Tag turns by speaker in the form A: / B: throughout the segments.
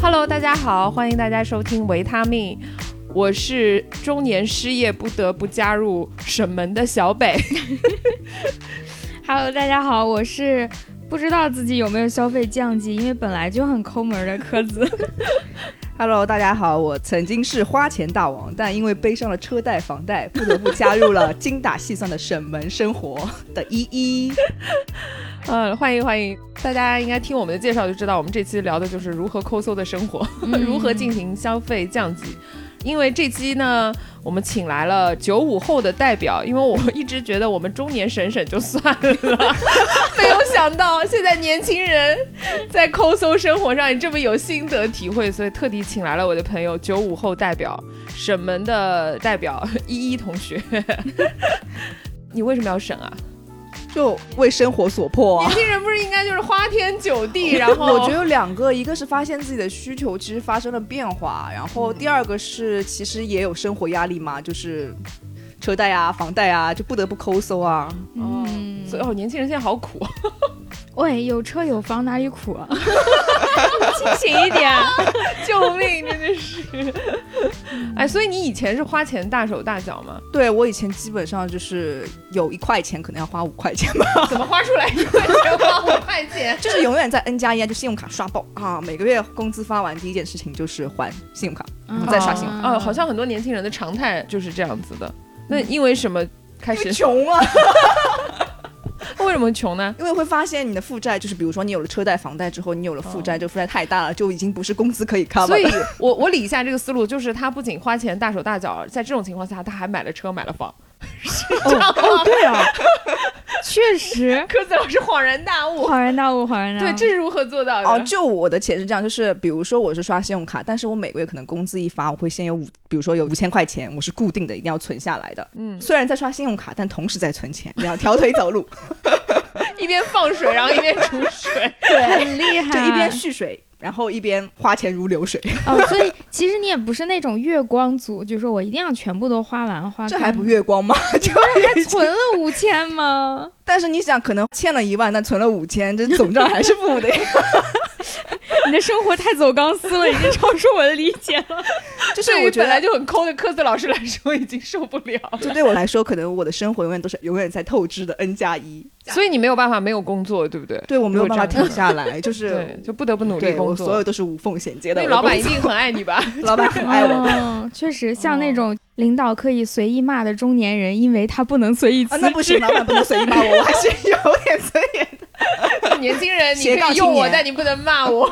A: Hello，大家好，欢迎大家收听维他命，我是中年失业不得不加入沈门的小北。
B: Hello，大家好，我是不知道自己有没有消费降级，因为本来就很抠门的柯子。
C: Hello，大家好，我曾经是花钱大王，但因为背上了车贷、房贷，不得不加入了精打细算的省门生活的依依。
A: 嗯，欢迎欢迎，大家应该听我们的介绍就知道，我们这期聊的就是如何抠搜的生活， 如何进行消费降级。因为这期呢，我们请来了九五后的代表，因为我一直觉得我们中年省省就算了， 没有想到现在年轻人在抠搜生活上也这么有心得体会，所以特地请来了我的朋友九五后代表省门的代表依依同学。 你为什么要省啊？
C: 就为生活所迫 啊
A: 年！轻人不是应该就是花天酒地，然后
C: 我觉得有两个，一个是发现自己的需求其实发生了变化，然后第二个是其实也有生活压力嘛，就是车贷啊、房贷啊，就不得不抠搜啊。
A: 嗯，所以哦，年轻人现在好 苦，
B: 喂，有车有房哪里苦啊？清醒一点，
A: 救命，真的是。哎，所以你以前是花钱大手大脚 吗？
C: 对我以前基本上就是有一块钱可能要花五块钱吧，
A: 怎么花出来一块钱花五块 钱？
C: 就是永远在 N 加一啊，就信用卡刷爆啊！每个月工资发完，第一件事情就是还信用卡，
B: 嗯
C: 不再刷信用卡。
A: 哦，好像很多年轻人的常态就是这样子的。那因为什么开 始？
C: 穷啊！
A: 为什么穷呢？
C: 因为会发现你的负债，就是比如说你有了车贷、房贷之后，你有了负债，这个负债太大了，就已经不是工资可以 cover。
A: 所以，我我理一下这个思路，就是他不仅花钱大手大脚，在这种情况下，他还买了车，买了 房，是这样吗？
B: 对啊，确实
A: 柯子老师恍然大悟，嗯
B: 恍然大悟，恍然大悟。
A: 对，这是如何做到的？
C: 哦，就我的钱是这样，就是比如说我是刷信用卡，但是我每个月可能工资一发，我会先有五，比如说有五千块钱，我是固定的，一定要存下来的。
A: 嗯
C: 虽然在刷信用卡，但同时在存钱，两条腿走路，
A: 一边放水，然后一边储水。
B: 很厉害，
C: 就一边蓄水，然后一边花钱如流水，
B: 哦，所以其实你也不是那种月光族，就是说我一定要全部都花完花干。
C: 这还不月光吗？就
B: 还存了五千吗？
C: 但是你想，可能欠了一万，但存了五千， 这总账还是负的呀。
B: 你的生活太走钢丝了，已经超出我的理解了。
C: 就是
A: 对于
C: 我觉
A: 本
C: 得
A: 来，就很抠的科子老师来说， 已经受不了了。
C: 就对我来说，可能我的生活永远都是永远在透支的 n 加一。
A: 所以你没有办法没有工作，对不对？
C: 对我没有办法
A: 如果这样
C: 停下来，就是
A: 对，就不得不努力
C: 对
A: 工
C: 我所
A: 作
C: 有。都是无缝衔接的。
A: 那
C: 我的
A: 老 板一
C: 工
A: 定很爱你吧？
C: 作老板很爱我。
B: 哦，确实，像那种领导可以随意骂的中年人，因为他不能随意
C: 啊
B: 辞，
C: 那不
B: 职
C: 行，。老板不能随意骂我，我还是有点尊严 的。
A: 年轻人，你
C: 斜
A: 可
C: 杠
A: 以用
C: 青
A: 我，
C: 年
A: 但你不能骂我。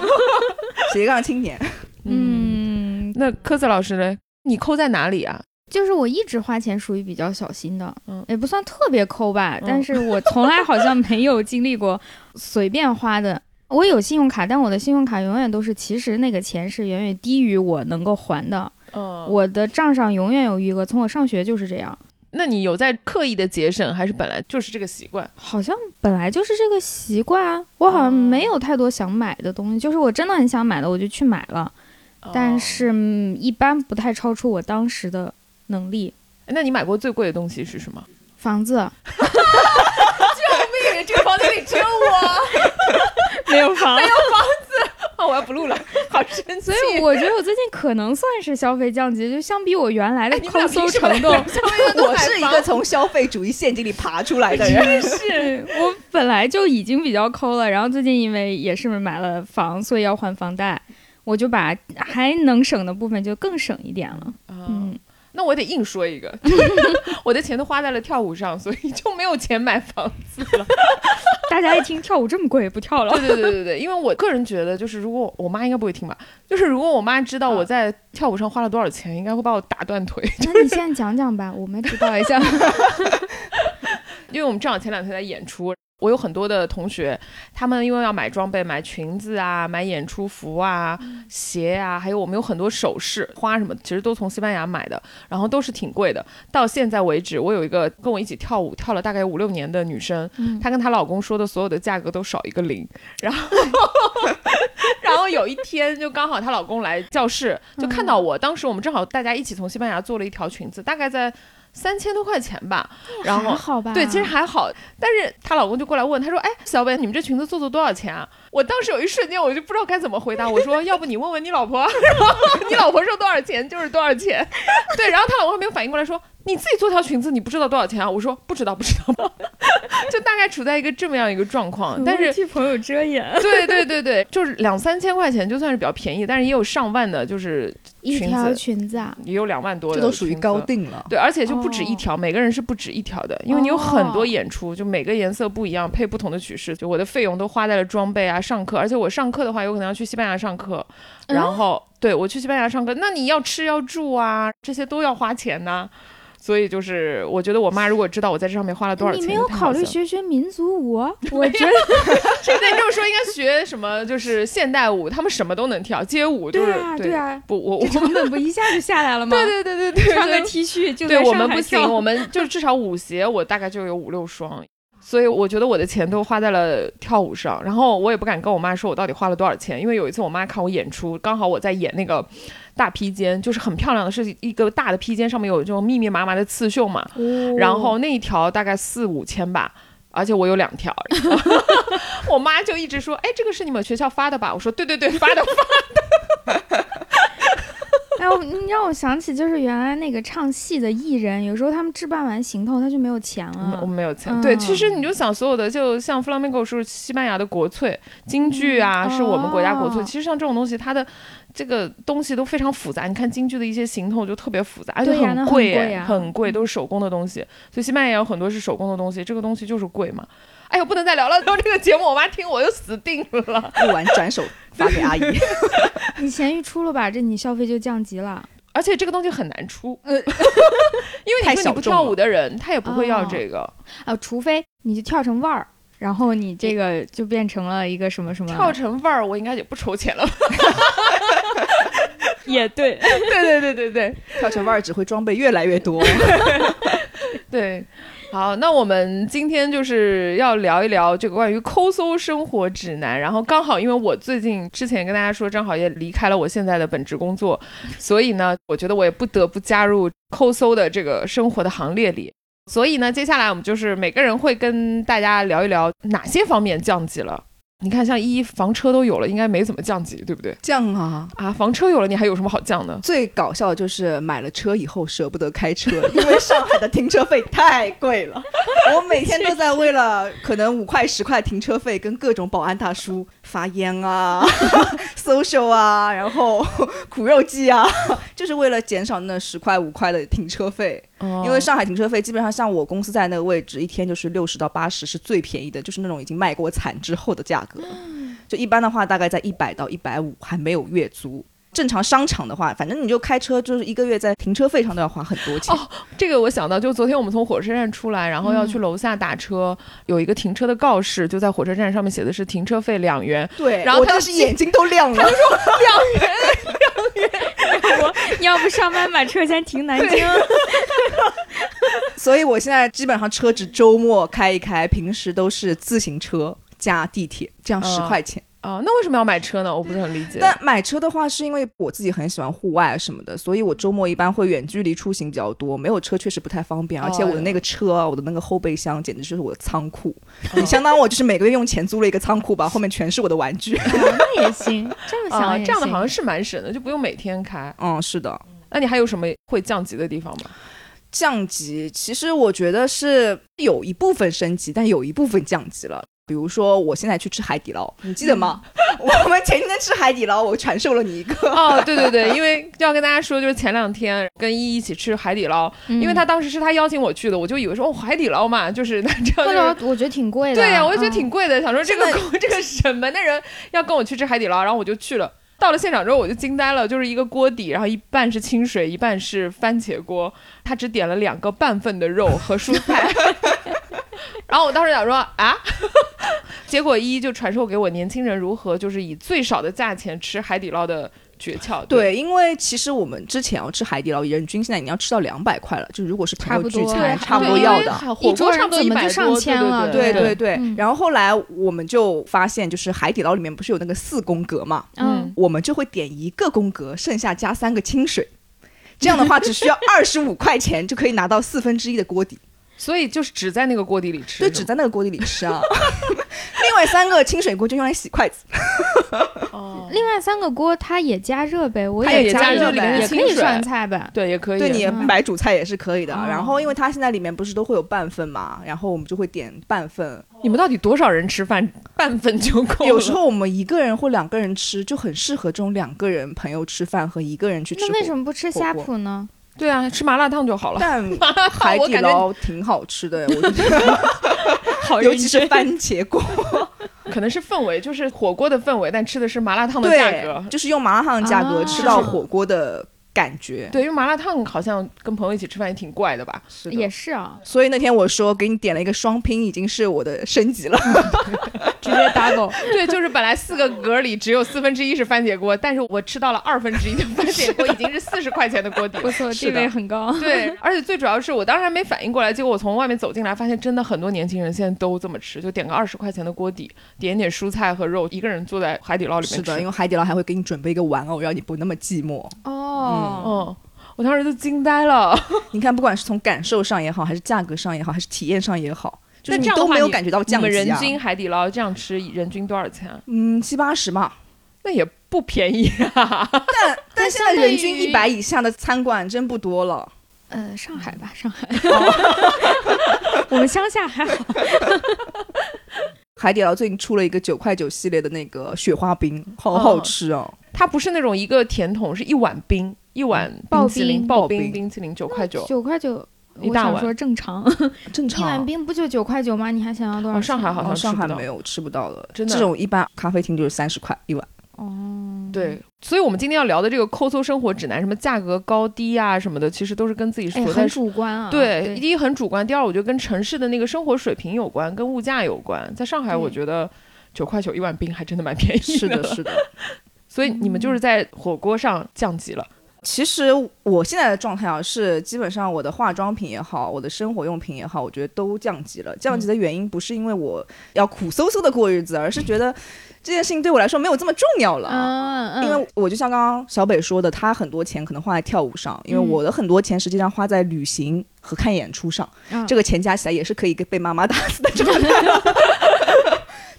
C: 斜杠青年，
B: 嗯，
A: 那科子老师呢？你抠在哪里啊？
B: 就是我一直花钱属于比较小心的，
A: 嗯
B: 也不算特别抠吧，
A: 嗯
B: 但是我从来好像没有经历过随便花的。我有信用卡，但我的信用卡永远都是，其实那个钱是远远低于我能够还的，
A: 嗯，
B: 我的账上永远有余额。从我上学就是这样，
A: 那你有在刻意的节省，还是本来就是这个习惯？
B: 好像本来就是这个习惯啊。我
C: 哦
B: 好像没有太多想买的东西，就是我真的很想买的，我就去买了。
A: 哦
B: 但是、嗯、一般不太超出我当时的能力。
A: 哦，那你买过最贵的东西是什 么？
B: 房子
A: 对，这个房子里只有我，
B: 没有房，
A: 哦，我要不录了， 好生气。
B: 所以我觉得我最近可能算是消费降级，就相比我原来的
A: 哎你们俩
B: 抠搜
A: 凭什么
B: 程度，
C: 我是一个从消费主义陷阱里爬出来 的人。
B: 是我本来就已经比较抠了，然后最近因为也是买了房，所以要还房贷，我就把还能省的部分就更省一点了。
A: 嗯
B: 嗯，
A: 那我得硬说一 个，我的钱都花在了跳舞上，所以就没有钱买房。
B: 大家一听跳舞这么贵，不跳了。
A: 对对对对对，因为我个人觉得，就是如果我妈应该不会听吧，就是如果我妈知道我在跳舞上花了多少钱，应该会把我打断腿。
B: 那你现在讲讲吧，我们知道一下。
A: 因为我们正好前两天在演出，我有很多的同学，他们因为要买装备，买裙子啊，买演出服啊、鞋啊，还有我们有很多首饰、花什么，其实都从西班牙买的，然后都是挺贵的。到现在为止，我有一个跟我一起跳舞跳了大概五六年的女生，
B: 嗯
A: 她跟她老公说的所有的价格都少一个零，然后 然后有一天就刚好她老公来教室，就看到我，当时我们正好大家一起从西班牙做了一条裙子，大概在。三千多块钱吧， 然
B: 还
A: 后。
B: 好
C: 啊
B: 吧？
A: 对，其实还好，但是她老公就过来问，他说：“哎，小北，你们这裙子做做多少钱啊？”我当时有一瞬间，我就不知道该怎么 回答。我说：“要不你问问你老婆啊， 然后你老婆说多少钱就是多少钱。” 对，然后她老公还没有反应过来，说：“你自己做条裙子，你不知道多少钱啊？”我说：“不知道，不知道。” 就大概处在一个这么样一个状况，但是
B: 替朋友 遮掩。
A: 对对对对，就是两三千块钱就算是比较便宜，但是也有上万的，就是
B: 一
A: 裙
B: 条
A: 子
B: 裙子啊，
A: 也有两万多的，
C: 这都属于高。定了。
A: 对，而且就不止一条，每个人是不止一条的，因为你有很
B: 哦
A: 多演出，就每个颜色不一样，配不同的曲式。就我的费用都花在了装备啊、上课，而且我上课的话，有可能要去西班牙上课，
B: 嗯
A: 然后、对我去西班牙上课，那你要吃要住啊，这些都要花钱呐、所以就是，我觉得我妈如果知道我在这上面花了多少钱，
B: 你没有
A: 她
B: 考
A: 好
B: 虑
A: 像
B: 学学民族 舞啊？我觉得
A: 那你这么说应该学什么？就是现代舞，他们什么都能跳，街舞就是
B: 对啊，对啊，
A: 不，我我
B: 这
A: 对
B: 成本不一下就下来了吗？
A: 对对对 对对，
B: 穿个
A: 对
B: T 恤就
A: 对
B: 在
A: 我
B: 上
A: 们
B: 海
A: 不行，
B: 跳
A: 我们就是至少舞鞋，我大概就有五六双。所以我觉得我的钱都花在了跳舞上，然后我也不敢跟我妈说我到底花了多少钱，因为有一次我妈看我演出，刚好我在演那个大披肩，就是很漂亮的，是一个大的披肩，上面有这种密密麻麻的刺绣嘛，
B: 哦
A: 然后那一条大概四五千吧，而且我有两条。 我妈就一直说：“哎，这个是你们学校发的吧？”我说：“对对对，发的。
B: 哎，我你让我想起就是原来那个唱戏的艺人，有时候他们置办完行头，他就没有钱了。
A: 我没有钱。
B: 嗯
A: 对，其实你就想所有的，就像 flamenco 是西班牙的国粹，京剧啊、
B: 嗯
A: 是我们国家国粹。
B: 哦
A: 其实像这种东西，它的这个东西都非常复杂。你看京剧的一些行头就特别复杂，而且
B: 对呀那
A: 很
B: 很
A: 贵哎，
B: 贵啊嗯呀
A: 很贵，都是手工的东西。所以西班牙也有很多是手工的东西，这个东西就是贵嘛。哎呦，不能再聊了， 到这个节目我妈听我就死定了。
C: 录完转手发给 阿姨。
B: 你闲鱼出了吧，这你消费就降级了。
A: 而且这个东西很难出，
B: 呃
A: 因为
C: 太
A: 你说
C: 小
A: 你不
C: 众
A: 跳
C: 了
A: 舞的人，他也不会要
B: 哦
A: 这个。
B: 啊，除非你就跳成腕儿，然后你这个就变成了一个什么什么
A: 跳成腕儿，我应该也不筹钱了吧。
B: 也对，
A: 对对对对对
C: 跳成腕儿只会装备越来 越多。
A: 对。好，那我们今天就是要聊一聊这个关于抠搜生活指南。然后刚好，因为我最近之前也跟大家说，正好也离开了我现在的本职工作，所以呢，我觉得我也不得不加入抠搜的这个生活的行列里。所以呢，接下来我们就是每个人会跟大家聊一聊哪些方面降级了。你看，像一房车都有了，应该没怎么降级，对不对？
C: 这样啊，
A: 啊，房车有了，你还有什么好降的？
C: 最搞笑的就是买了车以后舍不得开车，因为上海的停车费太贵了。 我每天都在为了 可能五块十块停车费跟各种保安大叔发烟 啊、social 啊，然后苦肉计啊，就是为了减少那十块五块的停车费。
B: 哦
A: 哦
C: 因为上海停车费基本上像我公司在那个位置，一天就是六十到八十是最便宜的，就是那种已经卖过惨之后的价格。 就一般的话，大概在一百到一百五，还没有月租。正常商场的话，反正你就开车，就是一个月在停车费上都要花很多钱。
A: 哦这个我想到，就昨天我们从火车站出来，然后要
B: 嗯
A: 去楼下打车，有一个停车的告示，就在火车站上面写的是停车费两元。
C: 对
A: 然后
C: 我
A: 他
C: 当
A: 就
C: 时眼睛都亮了。
B: 要不上班把车先停南京，
C: 所以我现在基本上车只周末开一开，平时都是自行车加地铁，这样
A: 嗯
C: 十块钱。
A: 啊、那为什么要买车呢？我不是很理解。
C: 但买车的话，是因为我自己很喜欢户外什么的，所以我周末一般会远距离出行比较多。没有车确实不太方便，
A: 哦
C: 而且我的那个车啊，我的那个后备箱简直就是我的仓库，相当我就是每个月用钱租了一个仓库吧，后面全是我的玩 具。
B: 那也行。这么
A: 啊、
B: 想也行
A: 这样的好像是蛮省的，就不用每天开。
C: 嗯，是的，
A: 那你还有什么会降级的地方吗？
C: 降级其实我觉得是有一部分升级，但有一部分降级了。比如说，我现在去吃海底捞，你记得吗？ 我们前天吃海底捞，我传授了你一个。
A: 哦，对对对，因为要跟大家说，就是前两天跟依依一起吃海底捞，
B: 嗯
A: 因为他当时是他邀请我去的，我就以为说哦海底捞嘛，就是那这
B: 嗯
A: 样
B: 后
A: 就是
B: 来我觉得挺贵的，嗯
A: 对
C: 嗯
A: 呀、我就
B: 就
A: 觉得挺贵的，想说这个狗 这个什么的人要跟我去吃海底捞，然后我就去了。到了现场之后，我就惊呆了，就是一个锅底，然后一半是清水，一半是番茄锅，他只点了两个半份的肉和蔬菜。 然后我当时想说啊， 结果一就传授给我年轻人如何就是以最少的价钱吃海底捞的诀窍。
C: 对，因为其实我们之前要吃海底捞，人均现在已经要吃到两百块了，就如果是朋
B: 差
C: 友
B: 不
C: 聚
B: 多
C: 餐，
B: 对
C: 差不多
A: 对
C: 要
A: 因为
C: 的。
A: 火锅
B: 一桌人
A: 差不多
B: 怎么
A: 100
B: 就上
A: 多
B: 千了
C: 对
A: 对
C: 对对，
B: 嗯
C: 然后后来我们就发现，就是海底捞里面不是有那个四宫格嘛，
B: 嗯
C: 我们就会点一个宫格，剩下加三个清水。这样的话只需要二十五块钱就可以拿到四分之一的锅底，
A: 所以就是只在那个锅底里吃，
C: 就只在那个锅底里吃啊。 另外三个清水锅就用来洗筷子，
A: 哦，
B: 另外三个锅它也加热呗，我
A: 它也
B: 加
A: 加热
B: 热呗，
A: 呗
B: 也可
A: 清
B: 以
A: 水
B: 涮菜吧。
A: 对，也可以，啊
C: 对你
B: 嗯
C: 买主菜也是可以的。
A: 哦
C: 然后因为它现在里面不是都会有半份嘛，然后我们就会点半份。
A: 你们到底多少人吃饭？半份就够了。
C: 有时候我们一个人或两个人吃就很适合这种两个人朋友吃饭和一个人去吃火
B: 那
C: 锅。
B: 为什么不吃虾脯呢？
A: 对啊，吃麻辣烫就 好了。
C: 但海
A: 我
C: 底
A: 感觉
C: 捞挺好吃的，我觉得，
A: 好
C: 尤
A: 认
C: 其是
A: 真
C: 番茄锅。
A: 可能是氛围，就是火锅的氛围，但吃的是麻辣烫 的价格
C: 对，。就是用麻辣烫的价格
B: 啊
C: 吃到火锅的感觉。
A: 对，因为麻辣烫好像跟朋友一起吃饭也挺怪的吧？
C: 是
B: 也是 啊，
C: 所以那天我说给你点了一个双拼，已经是我的升级了。
B: 直接 double。
A: 对，就是本来四个格里只有四分之一是番茄锅，但是我吃到了二分之一的番茄锅，已经是四十块钱的锅底 了
B: 不。错，
C: 是
B: 地
C: 的
B: 位很高。
A: 对，而且最主要是我当时还没反应过来，结果我从外面走进来，发现真的很多年轻人现在都这么吃，就点个二十块钱的锅底，点一点蔬菜和肉，一个人坐在海底捞里面吃。
C: 是的，因为海底捞还会给你准备一个玩偶，让你不那么寂寞。
B: 哦，
A: 嗯，我当时都惊呆了。
C: 你看，不管是从感受上也好，还是价格上也好，还是体验上也好，就是
A: 那
C: 你
A: 这样的
C: 都
A: 话
C: 没有
A: 你
C: 感觉到
A: 你
C: 降级、啊、
A: 们人均海底捞这样吃，人均多少钱啊？
C: 嗯七八十吧，
A: 那也不便宜啊。
C: 但但现
B: 相
C: 在
B: 当
C: 人均
B: 于
C: 一百以下的餐馆真不多了。
B: 呃，上海吧，上海。 我们乡下还好。
C: 海底捞最近出了一个九块九系列的那个雪花冰，好好吃哦！
A: 它不是那种一个甜筒，是一碗冰，一碗冰淇淋，
B: 刨
A: 刨
C: 冰
A: 冰冰淇淋九块九。
B: 九块九，
A: 一
B: 我
A: 大
B: 想
A: 碗
B: 说正常，
C: 正
B: 一碗
C: 常，
B: 冰不就九块九吗？你还想要多少
A: 哦，
B: 钱？
A: 上海好像
C: 哦、上
A: 吃
C: 海
A: 不到
C: 没有吃不到的，
A: 真的
C: 这种一般咖啡厅就是三十块一碗。
B: 哦，
A: 对，所以我们今天要聊的这个抠搜生活指南，什么价格高低啊什么的，其实都是跟自己
B: 哎，
A: 所在
B: 很主观啊。
A: 对，第一很主观，第二我觉得跟城市的那个生活水平有关，跟物价有关。在上海，
B: 对
A: 我觉得九块九一碗冰还真的蛮便宜
C: 是的，是的。
A: 所以你们就是在火锅上降级了。
C: 其实我现在的状态啊，是基本上我的化妆品也好，我的生活用品也好，我觉得都降级了。降级的原因不是因为我要苦嗖嗖的过日子，而是觉得这件事情对我来说没有这么重要了。
B: 嗯嗯，
C: 因为我就像刚刚小北说的，他很多钱可能花在跳舞上，因为
B: 嗯
C: 我的很多钱实际上花在旅行和看演出上，
B: 嗯
C: 这个钱加起来也是可以给被妈妈打死的状态。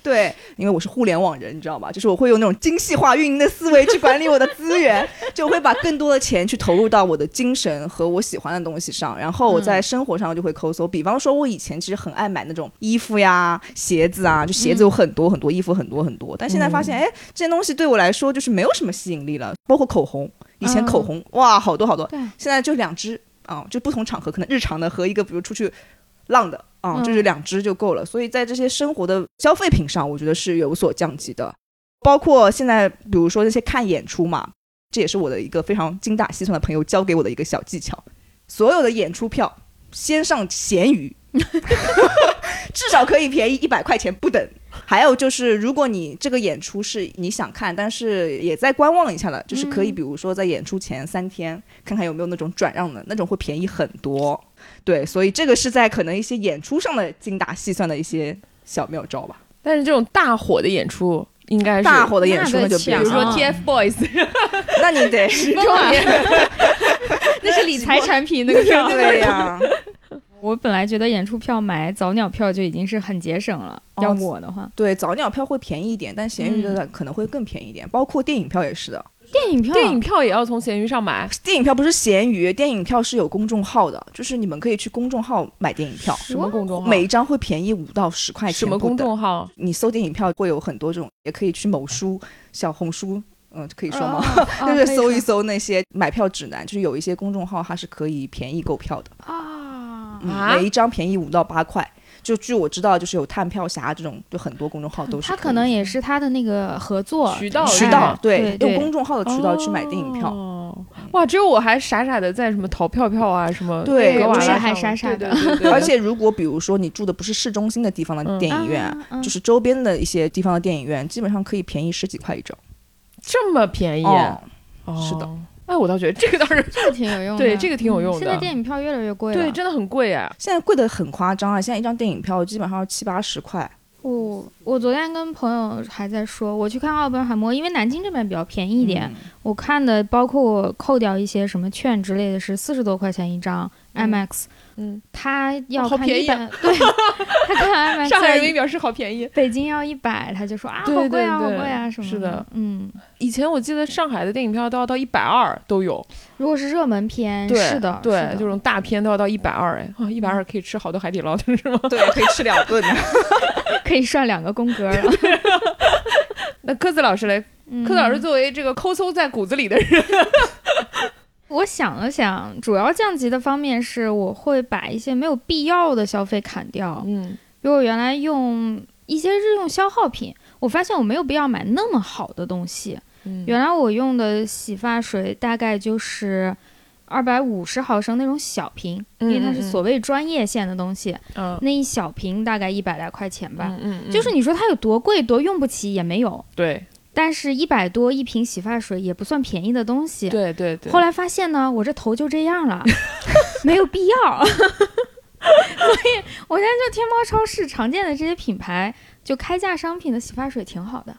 C: 对，因为我是互联网人，你知道吧？就是我会用那种精细化运营的思维去管理我的资源，就会把更多的钱去投入到我的精神和我喜欢的东西上。然后我在生活上就会抠搜，比方说，我以前其实很爱买那种衣服呀、鞋子啊，就鞋子有很多很多，衣服很多很多。但现在发现，哎，这些东西对我来说就是没有什么吸引力了，包括口红。以前口红、哇，好多好多，
B: 对
C: 现在就两支啊、就不同场合可能日常的和一个比如出去浪的啊、
B: 嗯
C: 就是两支就够了。所以在这些生活的消费品上，我觉得是有所降级的。包括现在，比如说那些看演出嘛，这也是我的一个非常精打细算的朋友教给我的一个小技巧。所有的演出票先上闲鱼， 至少可以便宜一百块钱不等。还有就是，如果你这个演出是你想看，但是也在观望一下了，就是可以，
B: 嗯
C: 比如说在演出前三天、看看有没有那种转让的，那种会便宜很多。对，所以这个是在可能一些演出上的精打细算的一些小妙招吧。
A: 但是这种大火的演出应该是，
C: 大火的演出那就
A: 比
C: 别
B: 那
A: 如
B: 得抢
A: 说
B: 啊
A: TFBOYS
C: 那你 得
B: 啊那是理财产品那个票。
C: 对啊呀、
B: 我本来觉得演出票买早鸟票就已经是很节省了，
C: 哦
B: 要我的话，
C: 对，早鸟票会便宜一点，但闲鱼
B: 嗯
C: 的可能会更便宜一点，包括电影票也是的。
B: 电影票
A: 电影票也要从闲鱼上买。
C: 电影票不是闲鱼，电影票是有公众号的，就是你们可以去公众号买电影票，
A: 什么公众号？
C: 每一张会便宜五到十块钱。
A: 什么公？众号？
C: 你搜电影票会有很多这种，也可以去某书、小红书，嗯，可以说吗？
B: 哦
C: 就是搜一
B: 搜
C: 搜那些买票指南，就是有一些公众号它是可以便宜购票的，
B: 啊。
C: 嗯
A: 啊
C: 每一张便宜五到八块。就据我知道，就是有探票侠这种，就很多公众号都是
B: 他
C: 以
B: 可能也是他的那个合作
A: 渠道
C: 渠
A: 哎
C: 道，
B: 对对
C: 用公众号的渠道去买电影票。
A: 哦哇，只有我还傻傻的在什么淘票票啊什么啊
C: 对
A: 格瓦
C: 我
A: 拉
C: 也
A: 上
B: 还傻傻的
A: 对对对对
C: 而且如果比如说你住的不是市中心的地方的
A: 嗯
C: 电影院，
B: 啊
C: 就是周边的一些地方的电影院，基本上可以便宜十几块一张。
A: 这么便宜，
C: 哦，
B: 啊
A: 哦
C: 是的。
A: 哎，我倒觉得这个倒是
B: 这个挺有用的，嗯
A: 对这个挺有用的
B: 现在电影票越来越贵了，
A: 对，真的很贵哎。
C: 啊现在贵的很夸张啊！现在一张电影票基本上要七八十块，
B: 我我昨天跟朋友还在说，我去看奥本海默，因为南京这边比较便宜
C: 嗯
B: 一点，我看的包括我扣掉一些什么券之类的是四十多块钱一张
A: 嗯
B: IMAX，
A: 嗯，
B: 他要
A: 好
B: 看
A: 便
B: 一
A: 宜啊
B: 百，对，他看 IMAX
A: 上海人
B: 要
A: 民表示好便宜。
B: 北京要一百，他就说啊，
A: 对
B: 好贵啊，
A: 对
B: 好
A: 对
B: 贵啊什么
A: 是的，
B: 嗯，
A: 以前我记得上海的电影票都要到一百二都有，
B: 如果是热门片，
C: 嗯
A: 对，
B: 是的，
A: 对
B: 是，的
A: 这种大片都要到一百二，哎，啊，一百二可以吃好多海底捞的是吗？
C: 对，可以吃两 顿。啊
B: 可以涮两个宫格了。
A: 那柯子老师嘞，
B: 嗯
A: 柯子老师，作为这个抠搜在骨子里的人，
B: 我想了想，主要降级的方面是我会把一些没有必要的消费砍掉，
A: 嗯
B: 比如我原来用一些日用消耗品，我发现我没有必要买那么好的东西。
A: 嗯
B: 原来我用的洗发水大概就是。二百五十毫升那种小瓶，因为它是所谓专业线的东西，
A: 嗯
B: 那一小瓶大概一百来块钱吧。
A: 嗯嗯，嗯
B: 就是你说它有多贵，多用不起也没有，
A: 对
B: 但是一百多一瓶洗发水也不算便宜的东西。
A: 对对对，
B: 后来发现呢，我这头就这 样了，没有必要。 所以我现在就天猫超市常见的这些品牌，就开价商品的洗发水挺好的，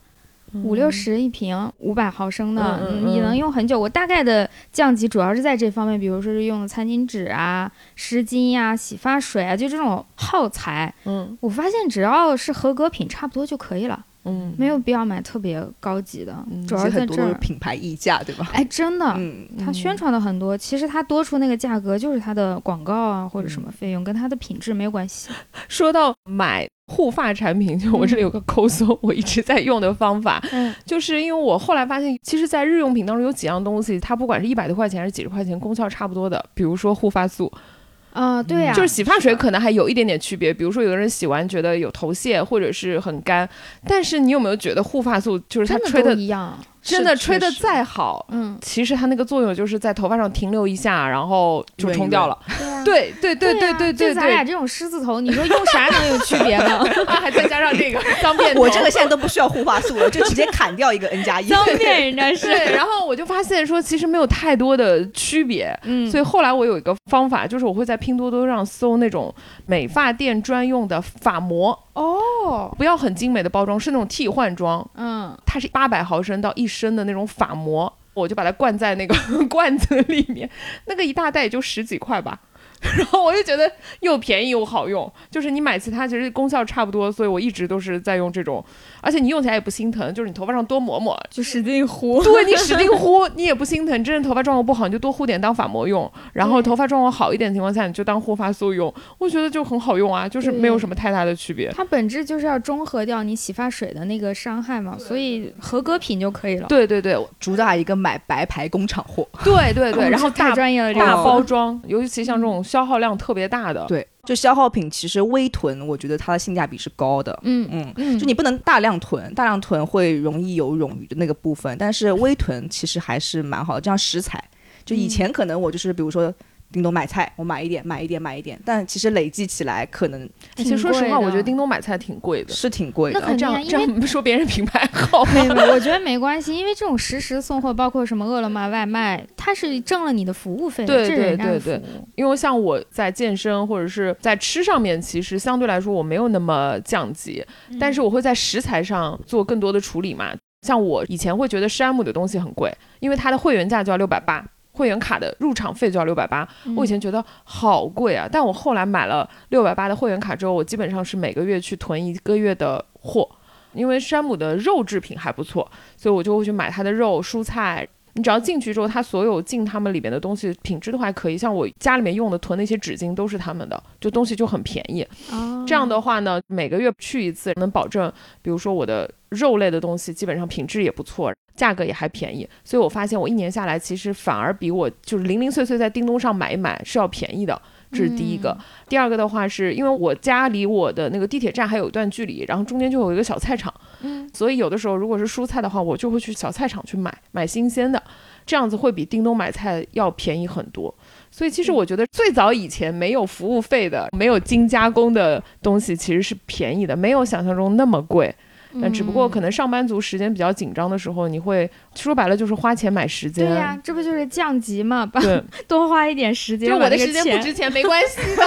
B: 五六十一瓶，五百毫升的，
A: 嗯嗯嗯
B: 你
A: 嗯
B: 能用很久。我大概的降级主要是在这方面，比如说是用餐巾纸啊、湿巾呀、洗发水啊，就这种耗材。
A: 嗯
B: 我发现只要是合格品，差不多就可以了，
A: 嗯，
B: 没有必要买特别高级的。
A: 嗯
B: 主要
C: 其
B: 是
C: 实
B: 在
C: 很多
B: 这
C: 都是
B: 儿，
C: 品牌溢价，对吧？
B: 哎，真的，
C: 嗯，
B: 它宣
A: 嗯
B: 传了很多，其实它多出那个价格就是它的广告啊或者
A: 嗯
B: 什么费用，跟它的品质没有关系。
A: 说到买护发产品，就我这里有个抠搜，我一直在用的方法，
B: 嗯
A: 就是因为我后来发现，其实，在日用品当中有几样东西，它不管是一百多块钱还是几十块钱，功效差不多的。比如说护发素，
B: 啊，对呀、
A: 嗯就是洗发水可能还有一点点区别。比如说，有的人洗完觉得有头屑或者是很干，但是你有没有觉得护发素就是它
B: 真的
A: 吹
B: 都
A: 的
B: 一样。
A: 真的
C: 是
A: 吹的
C: 确实
A: 再好，
B: 嗯，
A: 其实它那个作用就是在头发上停留一下，然后就
C: 润一
A: 冲掉
C: 润
A: 了。
B: 对啊呀、
A: 对对对
B: 对
A: 对
B: 呀
A: 对对
B: 就咱俩
A: 对，
B: 这种狮子头，你说用啥能有区别 呢？
A: 啊，还再加上这个脏辫头，
C: 我这个现在都不需要护发素了，就直接砍掉一个 N 加一。
B: 脏面人家是，
A: 对，然后我就发现说，其实没有太多的区别。
B: 嗯，
A: 所以后来我有一个方法，就是我会在拼多多上搜那种美发店专用的发膜，
B: 哦，
A: 不要很精美的包装，是那种替换装，
B: 嗯，
A: 它是八百毫升到一升的那种发膜，我就把它灌在那个 罐子里面，那个一大袋也就十几块吧。 然后我就觉得又便宜又好用，就是你买其他其实功效差不多，所以我一直都是在用这种，而且你用起来也不心疼，就是你头发上多抹抹，
B: 就使劲糊。
A: 对你使劲呼，你也不心疼。真的头发状况不好，你就多呼点当发膜用；然后
B: 对
A: 头发状况好一点的情况下，你就当护发素用。我觉得就很好用啊，就是没有什么太大的区别。
B: 它本质就是要中和掉你洗发水的那个伤害嘛，所以合格品就可以了。
A: 对对对
C: 主打一个买白牌工厂货，
A: 对对对，
B: 哦
A: 然后
B: 这太
A: 大
B: 专业了，这
A: 大
B: 个
A: 包装，哦尤其像这种消耗量特别大
B: 嗯啊
A: 的，
C: 对，就消耗品其实微囤，我觉得它的性价比是高的。
B: 嗯
C: 嗯，
B: 嗯，
C: 就你不能大量囤，大量囤会容易有冗余的那个部分，但是微囤其实还是蛮好的。就像食材，就以前可能我就是比如说。顶多买菜，我买一点，买一点，买一点，但其实累计起来可能
A: 哎其实
B: 挺
A: 说实
B: 贵
A: 话，我
B: 的
A: 觉得叮咚买菜挺贵的。
C: 是挺贵
B: 那
C: 的。
B: 肯
A: 这
B: 定啊
A: 样
B: 因
A: 这
B: 为
A: 样说别人品牌 好吗？
B: 没有，没有我觉得没关系，因为这种实时送货，包括什么饿了么、外卖，它是挣了你的服务费的，
A: 对
B: 这是
A: 对
B: 人家的服
A: 对
B: 务。
A: 因为像我在健身或者是在吃上面，其实相对来说我没有那么降级，
B: 嗯
A: 但是我会在食材上做更多的处理嘛。像我以前会觉得山姆的东西很贵，因为它的会员价就要六百八，会员卡的入场费就要六百八。
B: 嗯
A: 我以前觉得好贵啊，但我后来买了六百八的会员卡之后，我基本上是每个月去囤一个月的货，因为山姆的肉制品还不错，所以我就会去买它的肉、蔬菜。你只要进去之后，它所有进他们里面的东西品质都还可以，像我家里面用的囤那些纸巾都是他们的，就东西就很便宜。
B: 哦
A: 这样的话呢，每个月去一次，能保证，比如说我的肉类的东西，基本上品质也不错，价格也还便宜。所以我发现我一年下来，其实反而比我就是零零碎碎在叮咚上买一买是要便宜的。这是第一个，第二个的话是，因为我家离我的那个地铁站还有一段距离，然后中间就有一个小菜场，
B: 嗯，
A: 所以有的时候如果是蔬菜的话，我就会去小菜场去买买新鲜的，这样子会比叮咚买菜要便宜很多。所以其实
B: 嗯
A: 我觉得最早以前没有服务费的、没有精加工的东西其实是便宜的，没有想象中那么贵。
B: 嗯
A: 但只不过可能上班族时间比较紧张的时候，你会说白了就是花钱买时间。啊
B: 对呀、这不就是降级嘛？ 把
A: 对，
B: 多花一点时间，
A: 就我的时
B: 把
A: 间
B: 这
A: 不
B: 个钱
A: 值钱没关系 的，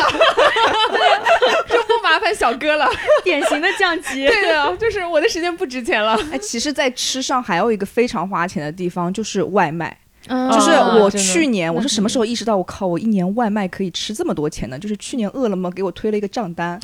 A: 就不麻烦小哥了。
B: 典型的降级。
A: 对的，就是我的时间不值钱了。
C: 哎，其实，在吃上还有一个非常花钱的地方，就是外卖。
B: 嗯
C: 就是
A: 啊
C: 我
A: 真的
C: 去年，我
B: 那
C: 是什么
B: 是
C: 时候意识到，我靠，我一年外卖可以吃这么多钱呢？就是去年饿了么给我推了一个账单，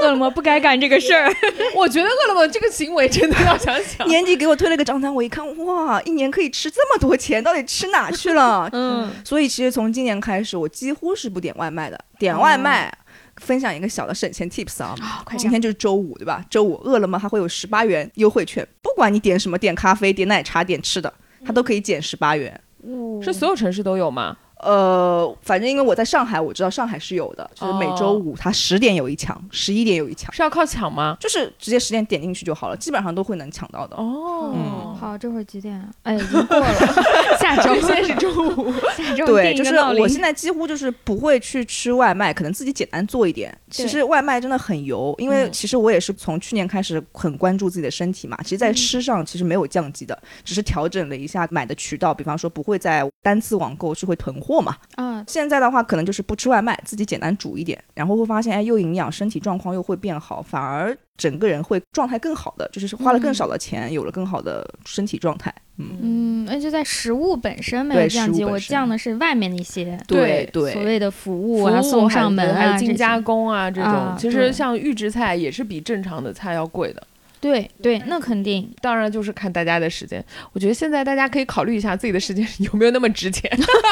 B: 饿了么不该干这个事儿，
A: 我觉得饿了么这个行为真的要想想。
C: 年底给我推了个账单，我一看，哇，一年可以吃这么多钱，到底吃哪去了？
A: 嗯，
C: 所以其实从今年开始，我几乎是不点外卖的。点外卖，分享一个小的省钱 tips 啊。
B: 哦快
C: 今天就是周五，对吧？周五饿了么还会有十八元优惠券，不管你点什么，点咖啡、点奶茶、点吃的，它都可以减十八元。
B: 哦
A: 是所有城市都有吗？
C: 呃，反正因为我在上海，我知道上海是有的，就是每周五它十点有一抢，十一点有一抢，
A: 是要靠抢吗？
C: 就是直接十点点进去就好了，基本上都会能抢到的。
A: 哦，
B: 好，这会儿几点啊？哎，已经过 了，下周
A: 现在是周五，
B: 下周
C: 对，
B: 定一
C: 就
B: 个
C: 是
B: 闹铃
C: 我现在几乎就是不会去吃外卖，可能自己简单做一点。其
B: 对
C: 实外卖真的很油，因为
A: 嗯
C: 其实我也是从去年开始很关注自己的身体嘛。其实，
B: 嗯
C: 在吃上其实没有降级的，只是调整了一下买的渠道，比方说不会再单次网购，是会囤货嘛。
B: 啊，
C: 现在的话，可能就是不吃外卖，自己简单煮一点，然后会发现，哎，又营养，身体状况又会变好，反而整个人会状态更好的，就是花了更少的钱，有了更好的身体状态。嗯，
B: 嗯，那就在食物本身没
C: 对
B: 有降
C: 食物
B: 级，
C: 本
B: 我
C: 身
B: 降的是外面那些
A: 对
C: 对，
B: 所谓的服务
A: 服
B: 啊、
A: 务
B: 送上门
A: 还
B: 啊
A: 有进
B: 这
A: 加
B: 些。
A: 工啊这种
B: 啊，
A: 其
B: 对
A: 实像预制菜也是比正常的菜要贵的。
B: 对对，那肯定。
A: 当然就是看大家的时间，我觉得现在大家可以考虑一下自己的时间 有没有那么值钱。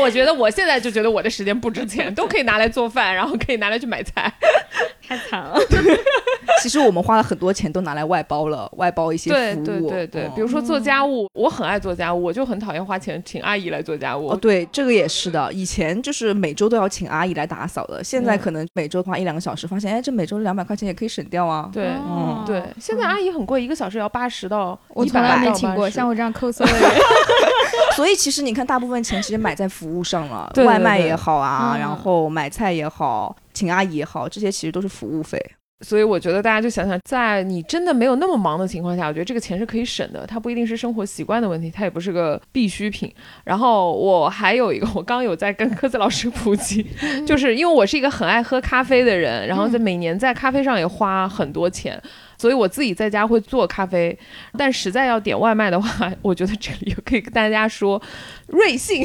A: 我觉得我现在就觉得我的时间不值钱，都可以拿来做饭，然后可以拿来去买菜。
B: 太惨了。
C: 其实我们花了很多钱都拿来外包了，外包一些
A: 对
C: 服务。
A: 对对对
B: 哦
C: 嗯，
A: 比如说做家务，我很爱做家务，我就很讨厌花钱请阿姨来做家务。
C: 哦，对，这个也是的。以前就是每周都要请阿姨来打扫的，现在可能每周花一两个小时，发现哎，这每周两百块钱也可以省掉啊。
A: 对嗯
B: 哦
A: 对，现在阿姨很贵，一个小时要八十到
B: 我
A: 一
B: 从
A: 百
B: 来
A: 到
B: 没请过
A: 80
B: 像我这样抠 搜的人。
C: 所以其实你看，大部分钱其实买在服务上了，
A: 对对
C: 外卖也好啊，
B: 对嗯
C: 然后买菜也好，请阿姨也好，这些其实都是服务费。
A: 所以我觉得大家就想想，在你真的没有那么忙的情况下，我觉得这个钱是可以省的，它不一定是生活习惯的问题，它也不是个必需品。然后我还有一个，我刚有在跟科子老师普及， 就是因为我是一个很爱喝咖啡的人，然后在每年在咖啡上也花很多钱。所以我自己在家会做咖啡，但实在要点外卖的话， 我觉得这里可以跟大家说，瑞幸，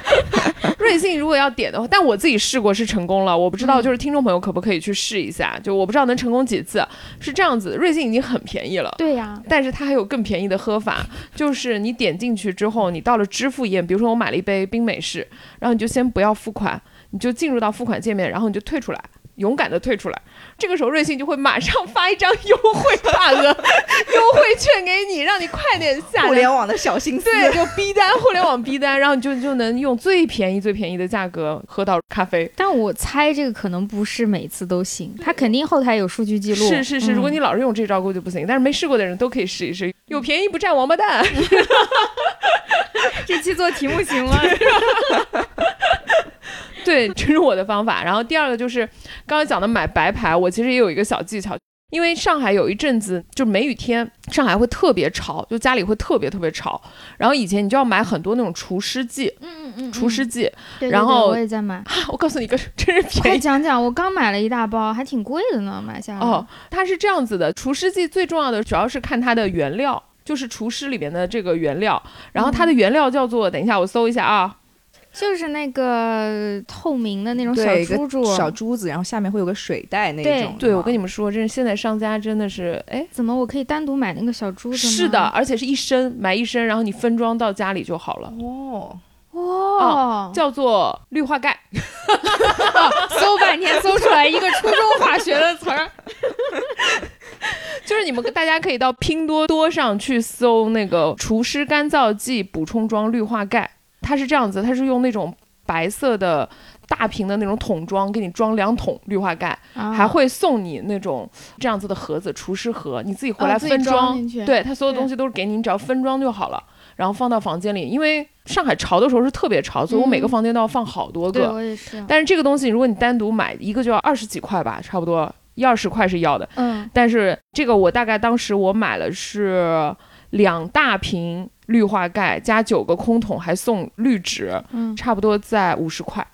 A: 瑞幸如果要点的话，但我自己试过是成功了，我不知道
B: 嗯
A: 就是听众朋友可不可以去试一下，就我不知道能成功几次。是这样子，瑞幸已经很便宜了。
B: 对呀，
A: 但是它还有更便宜的喝法，就是你点进去之后，你到了支付页，比如说我买了一杯冰美式，然后你就先不要付款，你就进入到付款界面，然后你就退出来。勇敢的退出来，这个时候瑞幸就会马上发一张优惠大额优惠券给你，让你快点下
C: 互
A: 单
C: 联网的小心思，
A: 对，就逼单，互联网逼单，然后你就就能用最便宜、最便宜的价格喝到咖啡。
B: 但我猜这个可能不是每次都行，他肯定后台有数据记录。嗯
A: 是是
C: 嗯
A: 是，如果你老是用这招，估计不行。但是没试过的人都可以试一试，有便宜不占王八蛋。
B: 这期做题目行吗？
A: 对，这是我的方法。然后第二个就是刚刚讲的买白牌，我其实也有一个小技巧。因为上海有一阵子就梅雨天，上海会特别潮，就家里会特别特别潮。然后以前你就要买很多那种除湿剂，
B: 嗯嗯嗯，
A: 除湿剂。
B: 对。对
A: 然
B: 对
A: 后
B: 我也在买，
A: 啊我告诉你一个真是
B: 快
A: 便宜
B: 讲讲，我刚买了一大包，还挺贵的呢，买下来。
A: 哦，，它是这样子的，除湿剂最重要的主要是看它的原料，就是厨师里面的这个原料。然后它
B: 嗯
A: 的原料叫做，等一下我搜一下啊，
B: 就是那个透明的那种小
C: 对一个
B: 珠珠，
C: 小珠子，然后下面会有个水袋那
B: 对
C: 种。
A: 对我跟
C: 你
A: 你们说，真是现在商家真的是，哎，
B: 怎么我可以单独买那个小珠子吗？
A: 是的，，而且是一升，买一升，然后你分装到家里就好了，
C: 哦，
B: 哇，
A: 叫做氯化钙。
B: 搜半 天搜出来一 个初中化学的词儿，
A: 就是你们大家可以到拼多多上去搜那个除湿干燥剂补充装氯化钙，它是这样子，它是用那种白色的大瓶的那种桶装，给你装两桶氯化钙，还
B: 还
A: 会送你那种这样子的盒子，除湿盒，你自己回
B: 哦
A: 来
B: 自己
A: 分
B: 装
A: 装。
B: 进去
A: 对，它所有
B: 对
A: 东西都是给你，你只要分装就好了。然后放到房间里，因为上海潮的时候是特别潮，所以我每个
B: 嗯
A: 房间都要放好多
B: 对
A: 个。
B: 我也是，
A: 但是这个东西，如果你单独买一个就要二十几块吧，差不多一二十块是要的，
B: 嗯
A: 但是这个我大概当时我买了是两大瓶氯化钙加九个空桶，还送滤纸，
B: 嗯，啊
A: 差不多在五十块，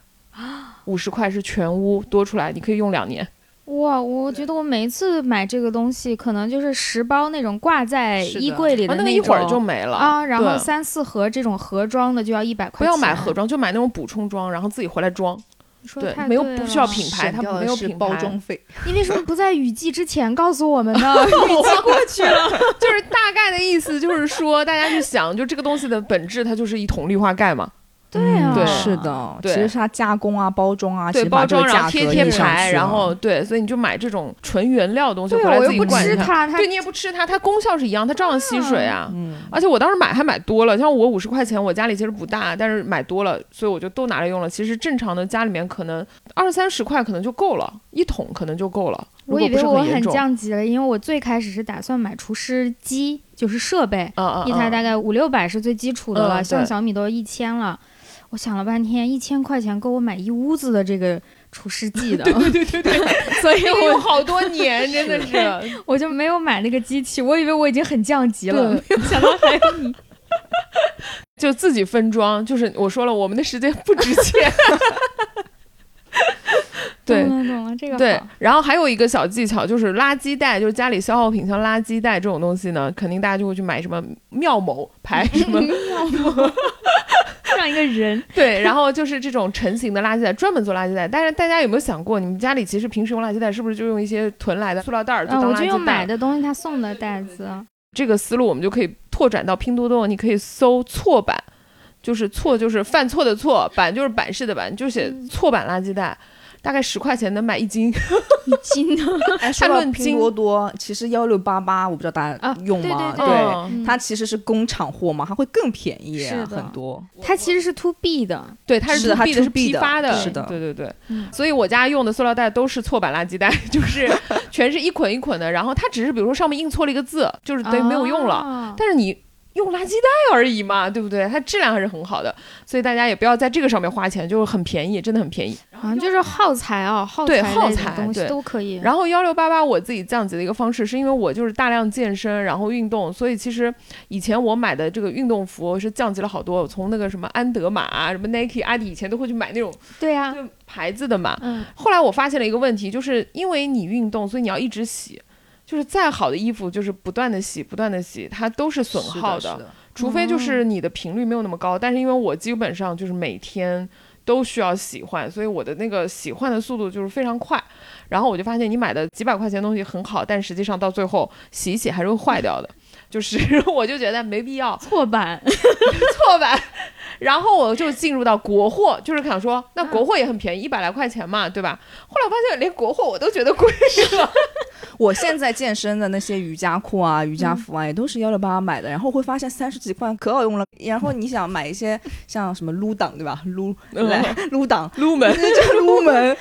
A: 五十块是全屋多出来，你可以用两年。
B: 哇，我觉得我每一次买这个东西，可能就是十包那种挂在
C: 是的
B: 衣柜里
A: 啊，
B: 的
A: 那个
B: 种
A: 一会儿就没了
B: 啊，然后
A: 对
B: 三四盒这种盒装的就要一百块
A: 不
B: 钱，
A: 要买盒，装，就买那种补充装，然后自己回来装。
B: 你说
A: 对
B: 的太
A: 没有
B: 对
A: 不
B: 了
A: 需要品牌
C: 省
A: 它
C: 掉的
A: 没有
C: 是
A: 品牌
C: 包装费，
B: 你为什么不在雨季之前告诉我们呢？ 雨季过去了，
A: 就是大概的意思，就是说大家去想，就这个东西的本质，它就是一桶氯化钙嘛。
B: 对
A: 嗯
B: 啊，
A: 对
C: 是，的，
A: 对
C: 其实是它加工啊、包装啊，其
A: 对，
C: 实
A: 包
C: 把这
A: 装
C: 个
A: 然后
C: 价格
A: 贴贴
C: 印上
A: 牌，
C: 去
A: 然
C: 了
A: 后对，所以你就买这种纯原料的东西
B: 对
A: 回
B: 啊，
A: 来自
B: 我又
A: 己
B: 不
A: 灌
B: 吃
A: 它。
B: 它，它
A: 对你也不吃它，它功效是一样，它照样吸水啊。
C: 嗯，
A: 而且我当时买还买多了，像我五十块钱，我家里其实不大，但是买多了，所以我就都拿来用了。其实正常的家里面可能二三十块可能就够了，一桶可能就够了。如
B: 我
A: 果
B: 以
A: 不
B: 为
A: 是
B: 我
A: 很严
B: 很
A: 重，
B: 降级了，因为我最开始是打算买除湿机，就是设备，
A: 嗯嗯，
B: 一
A: 嗯
B: 台大概五六百是最基础的了，
A: 嗯
B: 像
A: 对
B: 小米都一千了。我想了半天，一千块钱够我买一屋子的这个除 湿剂的，
A: 对对对，
B: 所以
A: 用
B: 我
A: 好多年，真的 是。
B: 我就没有买那个机器。我以为我已经很降级了，
A: 对
B: 没有想到还有你。
A: 就自己分装，就是我说了，我们的时间不值钱。 对
B: 懂了懂了，这个
A: 对
B: 好，
A: 然后还有一个小技巧就是垃圾袋，就是家里消耗品，像垃圾袋这种东西呢，肯定大家就会去买什么妙某 牌 什么，
B: 像一个人，
A: 对，然后就是这种成型的垃圾袋，专门做垃圾袋。但是大家有没有想过，你们家里其实平时用垃圾袋是不是就用一些囤来的塑料袋儿就
B: 嗯，
A: 当
B: 我
A: 垃圾
B: 就
A: 袋？
B: 用买的东西他送的袋子，
A: 这个思路，我们就可以拓展到拼多多，你可以搜错版，就是错就是犯错的错，版就是版式的版，就写
B: 嗯
A: 错版垃圾袋，大概十块钱能买一斤。
B: 一斤的。
C: 哎，说
A: 它
C: 到
A: 嗯论
C: 拼
A: 斤
C: 多多，其实幺六八八，我不知道大
B: 啊
C: 家用吗？
B: 对
A: 嗯
B: 嗯
C: 它其实是工厂货嘛，它会更便宜啊
B: 是的
C: 很多。
B: 它其实是 to B 的，
A: 对，它
C: 是
A: 是
C: 的
A: to
C: 它
A: B 的，是
C: to B
A: 批
C: 的
A: 发的，
C: 是的
A: 对对对。
B: 嗯，
A: 所以我家用的塑料袋都是错版垃圾袋， 就是全是一捆一捆的，然后它只是比如说上面印错了一个字，就是等于嗯没有用了。
C: 哦
B: 啊
A: 但是你用垃圾袋而已嘛，对不对？它质量还是很好的，所以大家也不要在这个上面花钱，就是很便宜，真的很便宜。
B: 好像就是耗材啊，耗
A: 对
B: 材
A: 耗
B: 类的
A: 材
B: 东西
A: 对
B: 都可以。
A: 然后幺六八八我自己降级的一个方式，是因为我就是大量健身，然后运动，所以其实以前我买的这个运动服是降级了好多。我从那个什么安德玛啊、什么 Nike、阿迪以前都会去买那种
B: 对呀，
A: 就牌子的嘛。
B: 嗯，
A: 后来我发现了一个问题，就是因为你运动，所以你要一直洗。就是再好的衣服，就是不断的洗，不断的洗，它都是损
C: 是
A: 耗
C: 的，是的
A: 除非就是你的频率没有那么高，但是因为我基本上就是每天都需要洗换，所以我的那个洗换的速度就是非常快。然后我就发现，你买的几百块钱的东西很好，但实际上到最后洗一洗还是会坏掉的。就是 我就觉得没必要
B: 错版，
A: 错版，然后我就进入到国货，就是想说，那
C: 嗯
A: 国货也很便宜，一百来块钱嘛，对吧？后来我发现连国货我都觉得贵了，
C: 我现在健身的那些瑜伽 裤啊、瑜伽服啊，也都是幺六八八买的，然后会发现三十几块可好用了。然后你想买一些像什么撸档对吧？ 撸
A: 嗯
C: 来撸档，
A: 入门
C: 这就撸门，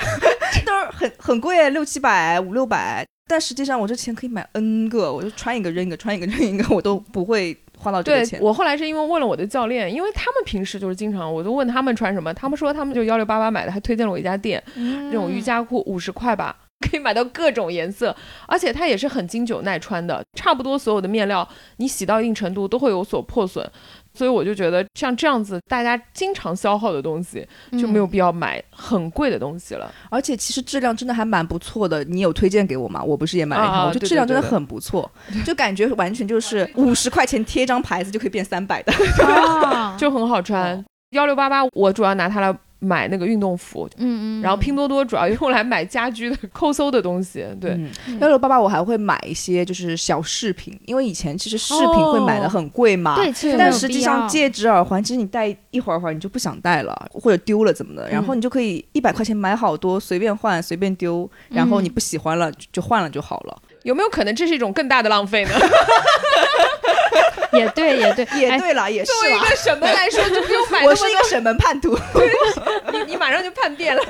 C: 这都是很很贵，六七百、五六百。但实际上我这钱可以买 N 个，我就穿一个扔一个，穿一个扔一个，我都不会花到这
A: 对
C: 个钱。
A: 我后来是因为问了我的教练，因为他们平时就是经常，我就问他们穿什么，他们说他们就幺六八八买的，还推荐了我一家店，
B: 那
A: 那种
C: 嗯
A: 瑜伽裤五十块吧，可以买到各种颜色，而且它也是很经久耐穿的，差不多所有的面料你洗到一定程度都会有所破损，所以我就觉得像这样子大家经常消耗的东西
B: 嗯
A: 就
C: 嗯
A: 没有必要买很贵的东西了。
C: 而且其实质量真的还蛮不错的，你有推荐给我吗？我不是也买了一
A: 啊
C: 套，
A: 啊
C: 我觉得
A: 对
C: 质量真的
A: 对对
C: 很不 错，就感觉完全就是五十块钱贴一张牌子就可以变三百的。
B: 啊，
A: 就很好穿。幺六八八我主要拿它来买那个运动服，
B: 嗯嗯，
A: 然后拼多多主要用来买家居的 抠搜的东西，对。
C: 嗯
B: 嗯
C: 幺六八八我还会买一些就是小饰品，因为以前其实饰品会买
A: 哦
C: 的很贵嘛。
A: 啊
B: 对，其实
C: 但
B: 没有
C: 实际
B: 必
C: 上，
B: 要
C: 戒指、耳环，其实你戴一会儿会儿你就不想戴了，或者丢了怎么的，然后你就可以一百块钱买好多，随便换，随便丢，然后你不喜欢了就就换了就好了。
A: 有没有可能这是一种更大的浪费呢？
B: 也对也对
C: 也
B: 哎
C: 对啦，也是
A: 作为一
C: 啦，
A: 个什么来说，就不用 买那
C: 我是一
A: 么
C: 个审门叛徒。
A: 多，你你马上就叛变了。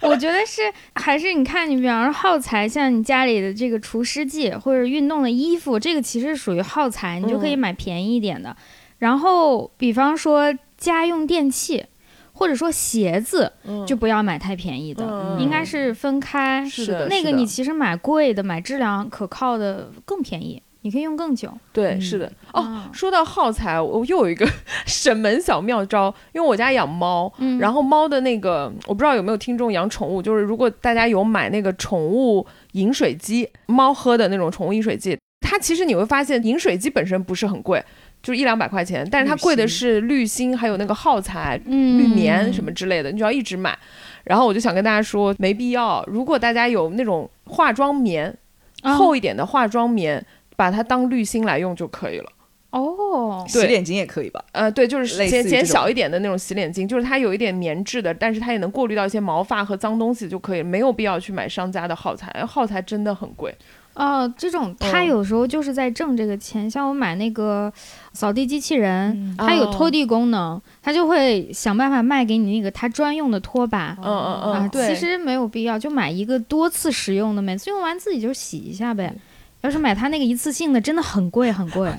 B: 我觉得是，还是你看，你比方说耗材，像你家里的这个除湿剂或者运动的衣服，这个其实属于耗材，
A: 嗯
B: 你就可以买便宜一点的。然后，比方说家用电器，或者说鞋子
A: 嗯
B: 就不要买太便宜的，
A: 嗯
B: 应该是分开。
A: 是
C: 是
A: 的
C: 的，
B: 那
C: 是
B: 个
C: 的
B: 你其实买贵的、买质量可靠的更便宜，你可以用更久。
A: 对，
C: 嗯
A: 是的。哦，
B: 啊，
A: 说到耗材，我又有一个 省门小妙招，因为我家养猫，
B: 嗯，
A: 然后猫的那个，我不知道有没有听众养宠物，就是如果大家有买那个宠物饮水机，猫喝的那种宠物饮水机，它其实你会发现饮水机本身不是很贵，就是一两百块钱，但是它
C: 滤芯
A: 贵的是滤芯还有那个耗材、
B: 嗯，
A: 滤棉什么之类的，你就要一直买。然后我就想跟大家说，没必要。如果大家有那种化妆棉，
B: 啊
A: 厚一点的化妆棉，把它当滤芯来用就可以了。
B: 哦，
A: 对
C: 洗脸巾也可以吧？
A: 呃，对，就是
C: 类似于
A: 减
C: 这
A: 减
C: 种
A: 小一点的那种洗脸巾，就是它有一点棉质的，但是它也能过滤到一些毛发和脏东西就可以，没有必要去买商家的耗材，耗材真的很贵。
B: 哦，这种他
A: 嗯
B: 有时候就是在挣这个钱，像我买那个扫地机器人。
C: 嗯
B: 它有
A: 哦
B: 拖地功能，它就会想办法卖给你那个它专用的拖把，
A: 嗯嗯嗯，
B: 啊，
A: 对，
B: 其实没有必要，就买一个多次使用的，每次用完自己就洗一下呗。要是买它那个一次性的，真的很贵很 贵，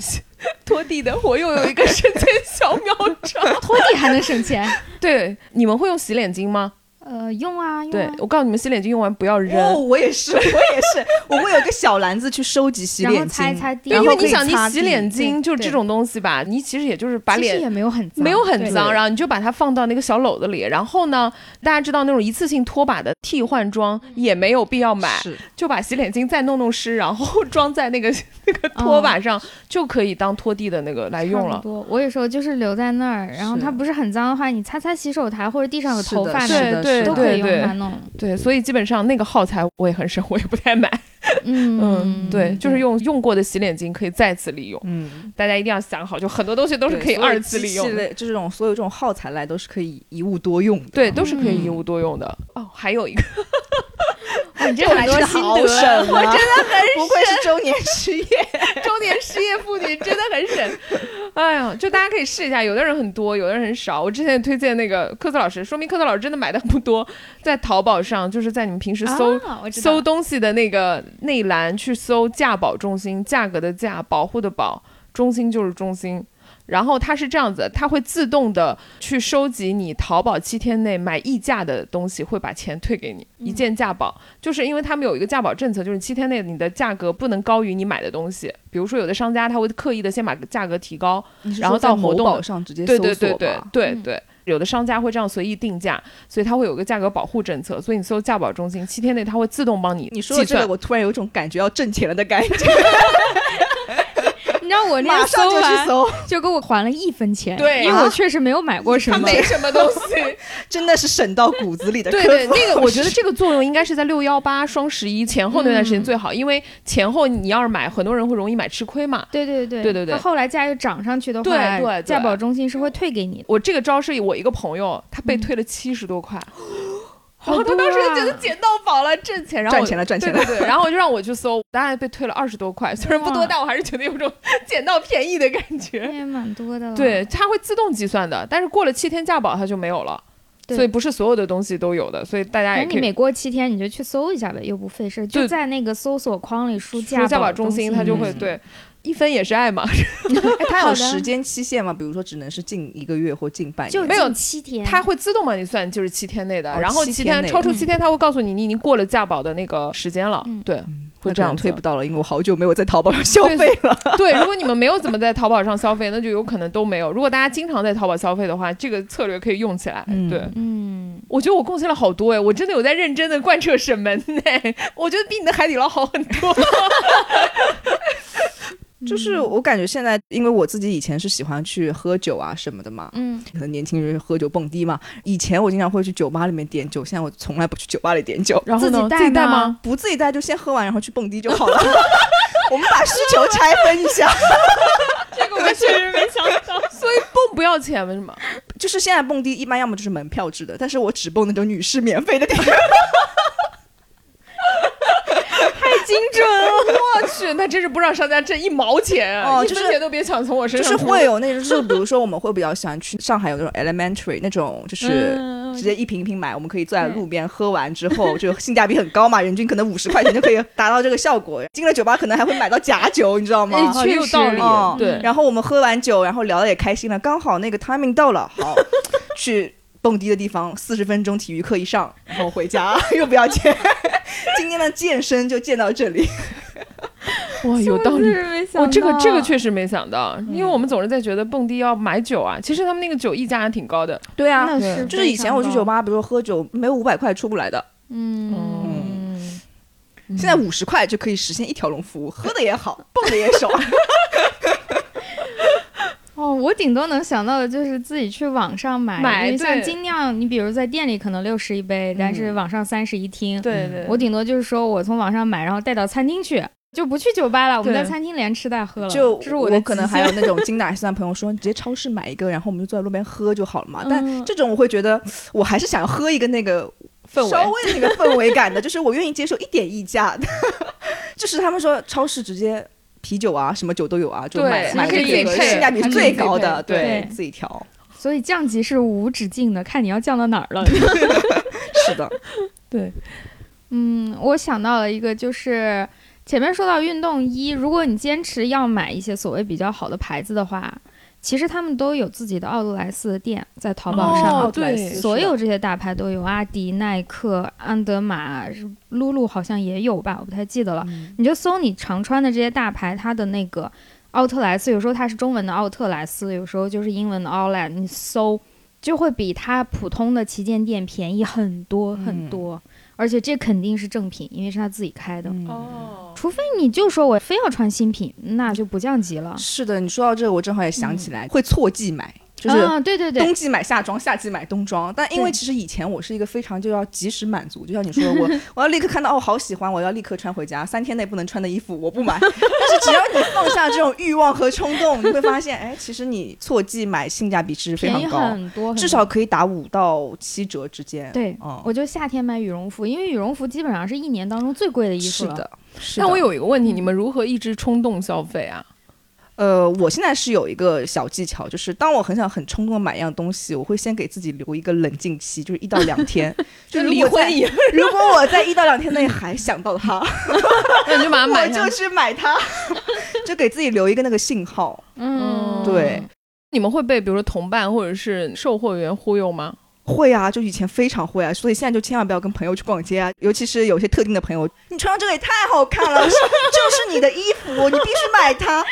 A: 拖地的我又有一个省钱小妙招。
B: 拖地还能省钱。
A: 对，你们会用洗脸巾吗？
B: 呃，用啊用
A: 对
B: 啊，，
A: 我告诉你们，洗脸巾用完不要扔。
C: 哦，我也是，我也是， 我会有个小篮子去收集洗
B: 然
C: 脸
B: 后
C: 巾，
B: 擦一擦地，
A: 对，
C: 然
A: 因
C: 后
A: 为
C: 可
A: 你
C: 以
A: 想，你
C: 擦
A: 洗
C: 地
A: 脸
B: 对
A: 巾就是
B: 对
A: 这种东西吧，你其实也就是把
B: 其实
A: 脸
B: 也没有很脏，
A: 没有很
B: 对
A: 脏，
C: 对
A: 然后你就把它放到那个小篓子里。然后呢，大家知道那种一次性拖把的替换装也没有必要买，
C: 是
A: 就把洗脸巾再弄弄湿，然后装在那个 那个拖把上，就可以当拖地的那个来
B: 嗯差
A: 用
B: 不
A: 了。
B: 多，我有时候就是留在那儿，然后
C: 是
B: 它不是很脏的话，你擦擦洗手台或者地上有
C: 是
B: 头
C: 的
B: 发
C: 是
B: 呢
C: 的
A: 对对
B: 都可以
A: 对
B: 用它
A: 对
B: 弄。
A: 对，所以基本上那个耗材我也很省，我也不太买。嗯，
B: 嗯，
A: 对，就是用用过的洗脸巾可以再次利用，
C: 嗯，
A: 大家一定要想好，就很多东西都是
C: 对
A: 可以
C: 所有
A: 二次利用
C: 机器
A: 的。
C: 类这种所有这种耗材类都是可以一物多用的。
A: 对，都是可以
B: 嗯
A: 一物多用的。哦，还有一个，
B: 哇，你这
C: 我
B: 很
C: 来
B: 多
C: 真的
B: 心
C: 好
B: 得，
C: 省啊，我真的很不愧是中年 失业。
A: 中年失业妇女真的很省。哎呀，就大家可以试一下，有的人很多，有的人很少。我之前推荐那个科特老师，说明科特老师真的买的不多，在淘宝上，就是在你们平时搜、
B: 啊我知道
A: 搜东西的那个内栏去搜价保中心，价格的价，保护的保，中心就是中心。然后它是这样子，它会自动的去收集你淘宝七天内买溢价的东西，会把钱退给你，一件价保。就是因为他们有一个价保政策，就是七天内你的价格不能高于你买的东西。比如说有的商家他会刻意的先把价格提高，然后到活动
C: 宝上直接搜
A: 对
C: 索
A: 对对对
C: 吧
A: 对
B: 嗯
A: 对，有的商家会这样随意定价，所以它会有个价格保护政策，所以你搜价保中心，七天内它会自动帮你
C: 你说
A: 计
C: 的这
A: 算。
C: 个，我突然有一种感觉要挣钱了的感觉，
B: 你知道我那
C: 马
B: 个
C: 上
B: 搜啊
C: 就去
B: 完
C: 搜，
B: 就给我还了一分钱，
A: 对
B: 因为我
C: 啊
B: 确实没有买过什
A: 它
B: 么。
A: 没什么东 西，
C: 真的是省到骨子 里的。
A: 对
C: 科
A: 对，
C: 普
A: 那个我觉得这个作用应该是在六幺八、双十一前后那段时间
B: 嗯
A: 最好，因为前后你要是买，很多人会容易买吃亏嘛。
B: 对对对
A: 对对对
B: 它后来价又涨上去的话，
A: 对对对
B: 价保中心是会退给你的。
A: 我这个招是我一个朋友，他被
B: 嗯
A: 退了七十多 块，
B: 好
A: 然后他
B: 多
A: 当时就觉
B: 啊
A: 得捡到宝了，挣钱，然后
C: 赚
A: 我
C: 钱了，赚
A: 对
C: 钱
A: 对
C: 了。
A: 对，然后我就让我去搜，当然被退了二十多块，虽然不多，
B: 哇
A: 但我还是觉得有种 捡到便宜的感
B: 那
A: 觉。
B: 也蛮多的了。
A: 对，它会自动计算的，但是过了七天价保它就没有了，
B: 对
A: 所以不是所有的东西都有的，所以大家也
B: 反正
A: 哎可
B: 你
A: 以
B: 每过七天你就去搜一下呗，又不费事，
A: 对
B: 就在那个搜索框里输
A: 说价
B: 保
A: 保中
B: 心，
A: 心，它就会
C: 嗯
A: 对一分也是爱嘛，
C: 哎它
B: 好
C: 有
B: 的
C: 时间期限吗？比如说只能是近一个月或近半年？
B: 就
A: 没有
B: 近七天，
A: 它会自动帮你算，就是七天内的，
C: 哦
A: 然后
C: 七
A: 七
C: 天内
A: 超出
B: 嗯
A: 七天，它会告诉你你已经过了价保的那个时间了
B: 嗯，
A: 对
C: 嗯
A: 会
C: 那
A: 这
C: 可
A: 样
C: 能退
A: 子
C: 不到了，因为我好久没有在淘宝上消
A: 对
C: 费 了。
A: 对。如果你们没有怎么在淘宝上消费，那就有可能都没有。如果大家经常在淘宝消费的话，这个策略可以用起来，
C: 嗯
A: 对。
B: 嗯，
A: 我觉得我贡献了好多哎，我真的有在认真的贯彻省门呢，我觉得比你的海底捞好很多。
C: 就是我感觉现在，因为我自己以前是喜欢去喝酒啊什么的嘛，
B: 嗯，
C: 可能年轻人喝酒蹦迪嘛。以前我经常会去酒吧里面点酒，现在我从来不去酒吧里点酒，
A: 然后呢，
B: 自己带
A: 带
B: 吗
A: 吗？
C: 不自己带就先喝完，然后去蹦迪就好了。我们把需求拆分一下，
B: 这个我确实没想到。
A: 所以蹦不要钱为什么？
C: 就是现在蹦迪一般要么就是门票制的，但是我只蹦那种女士免费的地方。
A: 精准，我 去，那真是不让商家挣一毛钱，啊
C: 哦
A: 一
C: 就
A: 分
C: 是
A: 钱都别想从我身
C: 就
A: 上
C: 是
A: 出。
C: 会有那种，就是比如说我们会比较喜欢去上海有那种 elementary 那种，就是
B: 嗯，
C: 直接一瓶一瓶买，我们可以坐在路边喝完之后，就性价比很高嘛，人均可能五十块钱就可以达到这个效果。进了酒吧可能还会买到假酒，你知道
A: 哎
C: 吗？
A: 确有
B: 确
A: 道
B: 实
A: 理，
C: 哦
A: 对。
C: 然后我们喝完酒，然后聊得也开心了，刚好那个 timing 到了，好去。蹦迪的地方，四十分钟体育课一上，然后回家 又不要钱。今天的健身就健到这里，
A: 哇， 有道理
B: 真。是没想
A: 哦，这个这个
B: 到
A: 确实没想到，
C: 嗯
A: 因为我们总是在觉得蹦迪要买酒啊，其实他们那个酒溢价还挺高的。
C: 对啊，
B: 那
A: 对
B: 是
C: 就是以前我去酒，吧，比如说喝酒，没有五百块出不来的，
B: 嗯，
A: 嗯
C: 现在五十块就可以实现一条龙服务，喝的也好， 蹦的也爽。
B: 哦，我顶多能想到的就是自己去网上买，
A: 买
B: 因为像
A: 对
B: 精酿，你比如在店里可能六十一杯，但是网上三十一听。
A: 对对，
B: 我顶多就是说我从网上买，然后带到餐厅去，就不去酒吧了，我们
A: 对
B: 在餐厅连吃带喝了。
C: 就
B: 这是我的
C: 可
B: 极
C: 能还
B: 限
C: 有那种精打细算的朋友说，你直接超市买一个，然后我们就坐在路边喝就好了嘛。
B: 嗯
C: 但这种我会觉得，我还是想要喝一个那个
A: 氛围
C: 稍微那个氛围感的，就是我愿意接受一点溢价的。 就是他们说超市直接啤酒啊，什么酒都有啊，就
A: 对
C: 买
A: 还
C: 买
A: 可
C: 这
A: 以
C: 个
A: 配
C: 性价比
A: 还
C: 是
A: 可以
C: 最
A: 配
C: 高的，
A: 对
B: 对
C: 自己调。
B: 所以降级是无止境的，看你要降到哪儿了。
C: 是的，
A: 对，
B: 嗯，我想到了一个，就是前面说到运动衣，如果你坚持要买一些所谓比较好的牌子的话，其实他们都有自己的奥杜莱斯的店，在淘宝上。
A: 哦
C: 奥特莱
A: 对
C: 斯是
B: 所
C: 的
B: 有这些大牌都有，阿迪、耐克、安德玛、露露好像也有吧，我不太记得了。你就搜你常穿的这些大牌，它的那个奥特莱斯，有时候它是中文的奥特莱斯，有时候就是英文的 Outlet，你搜就会比它普通的旗舰店便宜很多
C: 嗯
B: 很多，而且这肯定是正品，因为是他自己开
C: 嗯
B: 的。
A: 哦，
B: 除非你就说我非要穿新品，那就不降级了。
C: 是的，你说到这个，我正好也想起来，会错季买，就是
B: 啊，对对对
C: 冬，季买夏装，夏季买冬装。但因为
B: 对
C: 其实以前我是一个非常就要及时满足，就像你说的，我 我要立刻看到哦，好喜欢，我要立刻穿回家，三天内不能穿的衣服我不 买。但是只要你放下这种欲望和冲动，你会发现，哎，其实你错季买性价比是非
B: 便宜
C: 常高，
B: 很多，很
C: 至
B: 多
C: 少可以打五到七折之间。
B: 对，
C: 嗯，
B: 我就夏天买羽绒服，因为羽绒服基本上是一年当中最贵的衣服
C: 是
B: 了。
C: 的。是
A: 那
C: 的嗯
A: 我有一个问题，你们如何抑制冲动消费 啊？
C: 呃，我现在是有一个小技巧，就是当我很想很冲动地买一样东西，我会先给自己留一个冷静期，就是一到两 天。就如
A: 离
C: 果
A: 婚
C: 在
A: 以后，
C: 如果我在一到两天内还想 到它，
A: 那你就把它
C: 我
A: 啊买下
C: 就
A: 来。
C: 去买 它，就给自己留一个那个信号。
A: 哦
B: 嗯，
C: 对，
A: 你们会被比如说同伴或者是售货员忽悠吗？
C: 会啊，就以前非常会啊，所以现在就千万不要跟朋友去逛街啊，尤其是有些特定的朋友，你穿上这个也太好看了，是就是你的衣服，你必须买它，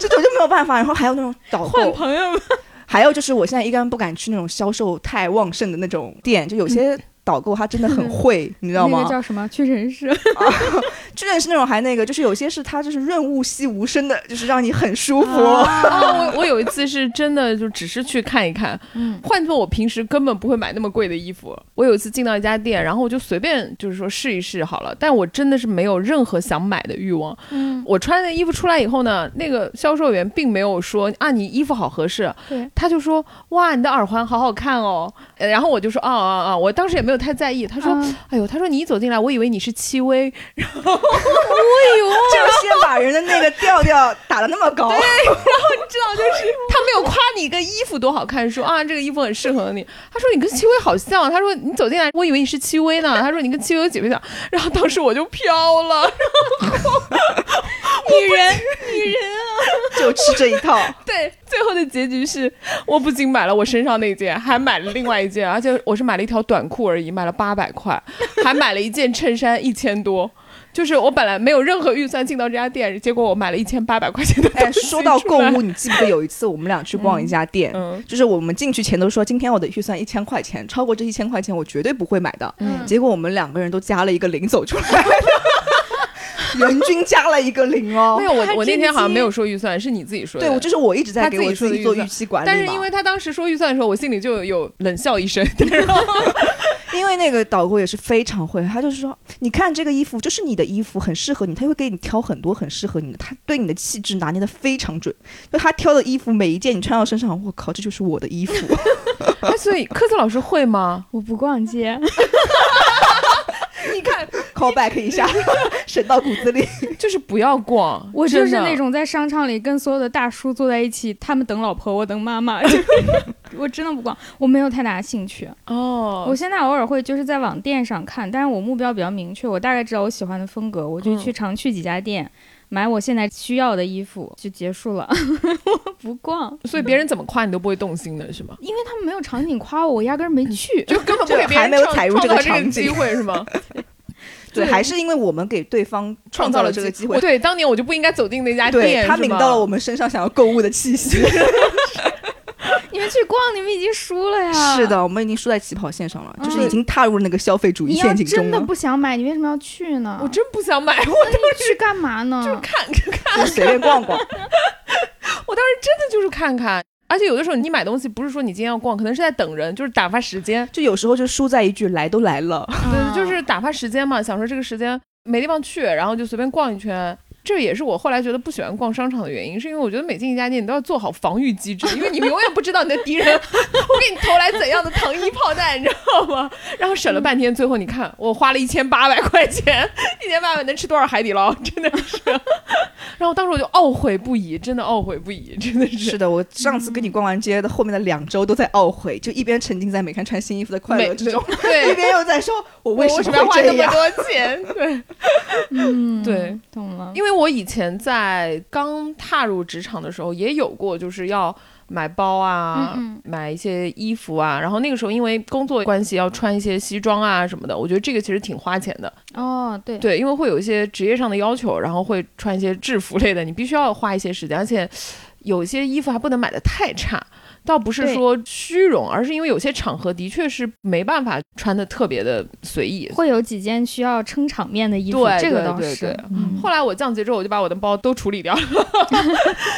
C: 这种就没有办法。然后还有那种导购，
A: 朋友吗？
C: 还有就是，我现在一般不敢去那种销售太旺盛的那种店，就有些导购他真的很 会，你知道
B: 嗯那
C: 吗
B: 个？叫什么屈臣氏？
C: 真的是那种还那个，就是有些是他就是润物细无声的，就是让你很舒服。
B: 啊
A: 哦，我我有一次是真的就只是去看一看，
B: 嗯，
A: 换做我平时根本不会买那么贵的衣服。我有一次进到一家店，然后我就随便就是说试一试好了，但我真的是没有任何想买的欲望。
B: 嗯，
A: 我穿的衣服出来以后呢，那个销售员并没有说啊你衣服好合适
B: 对，
A: 他就说哇你的耳环好好看哦，呃然后我就说啊啊啊，我当时也没有太在意。他说、
B: 啊
A: 哎呦，他说你一走进来，我以为你是戚薇，
C: 就先把人的那个调调打得那么 高，
A: 知道就是他没有夸你一个衣服多好看，说啊这个衣服很适合你。他说你跟戚薇好像，他说你走进来，我以为你是戚薇呢。他说你跟戚薇有几分像，然后当时我就飘了。
B: 女人，女人啊，
C: 就吃这 一套。
A: 对，最后的结局是，我不仅买了我身上那件，还买了另外一件，而且我是买了一条短裤而已，买了八百块，还买了一件衬衫一千多。就是我本来没有任何预算进到这家店，结果我买了一千八百块钱的
C: 哎，
A: 东西
C: 说到
A: 出
C: 购
A: 来
C: 物，，你记不记得有一次我们俩去逛一家店？
A: 嗯，
C: 就是我们进去前都说，今天我的预算一千块钱，超过这一千块钱我绝对不会买的。
B: 嗯
C: 结果我们两个人都加了一个零走出来， 人均加了一个零哦
A: 没。有我我那
B: 震
A: 天好像
B: 惊
A: 没有说预算，是你自己说的。
C: 对，我就是我一直在
A: 他
C: 给
A: 自己
C: 我
A: 说
C: 自
A: 的
C: 己做
A: 预算
C: 预期管理嘛。
A: 但是因为他当时说预算的时候，我心里就有冷笑一声。然后
C: 因为那个导购也是非常会，他就是说，你看这个衣服就是你的衣服，很适合你，他会给你挑很多很适合你的，他对你的气质拿捏的非常准。就他挑的衣服，每一件你穿到身上，我靠，这就是我的衣服。
A: 哎，所以科子老师会吗？
B: 我不逛街，
A: 你看，
C: call back 一下， 省到骨子里。
A: 就是不要逛，
B: 我就
A: 真
B: 是
A: 的
B: 那种在商场里跟所有的大叔坐在一起，他们等老婆，我等 妈妈，我真的不逛，我没有太大兴趣。我
A: 哦，
B: 现在偶尔会就是在
A: 嗯
B: 网店上看，但是我目标比较明确，我大概知道我喜欢的风格，我就去常去几家店。买我现在需要的衣服就结束了， 我不逛，
A: 所以别人怎么夸你都不会动心的是吗？
B: 因为他们没有场景夸我，我压根儿没 去。
A: 就根本不给别人
C: 这还没有
A: 创
C: 踩入
A: 创
C: 这个
A: 造这个
C: 场景
A: 机会是 吗？
C: 对，
B: 对
C: 还是因为我们给对方创造了这个机会，
A: 对，当年我就不应该走进那家店，
C: 对他
A: 是
C: 领
A: 吗
C: 到了我们身上想要购物的气息。
B: 你们去逛，你们已经输了呀。
C: 是，的，我们已经输在起跑线上了，就是
B: 啊嗯
C: 已经踏入那个消费主义
B: 你要
C: 陷阱中
B: 真的
C: 了。
B: 不想买，你为什么要去呢？
A: 我真不想买，我
B: 那你去干嘛
C: 嗯
B: 呢？
A: 就是看看，
C: 就随便逛逛，
A: 我当时真的就是看看。而且有的时候你买东西不是说你今天要逛，可能是在等人，就是打发时间。
C: 就有时候就输在一句“来都来 了
A: 对，
B: 嗯
A: 就是打发时间嘛，想说这个时间没地方去，然后就随便逛一圈。这也是我后来觉得不喜欢逛商场的原因，是因为我觉得每进一家店，你都要做好防御机制，因为你永远不知道你的敌人 会给你投来怎样的糖衣炮弹，你知道吗？然后省了半天，最后你看我花了一千八百块钱，一千八百能吃多少海底捞？真的是。 然后当时我就懊悔不已，真的懊悔不已，真的”。是
C: 是。的，我上次跟你逛完街的后面的两周都在懊悔，就一边沉浸在每看穿新衣服的快
A: 每
C: 乐之中，一
A: 对，
C: 边又在说“我
A: 我
C: 为
A: 为
C: 什
A: 什么要
C: 么
A: 花
C: 会
A: 那
C: 这
A: 么
C: 样
A: 多钱？对。
B: 嗯，
A: 对，
B: 懂了。
A: 因为我以前在刚踏入职场的时候，也有过就是要买包啊，
B: 嗯
A: 买一些衣服啊，然后那个时候因为工作关系要穿一些西装啊什么的，我觉得这个其实挺花钱的。
B: 嗯，哦，对，
A: 对，因为会有一些职业上的要求，然后会穿一些制服类的，你必须要花一些时间，而且有些衣服还不能买的太差。倒不是
B: 对
A: 说虚荣，而是因为有些场合的确是没办法穿的特别的随意，
B: 会有几件需要撑场面的衣服，
A: 对
B: 这个
A: 对
B: 倒
A: 对
B: 是
A: 对。
B: 嗯
A: 后来我降级之后，我就把我的包都处理掉了，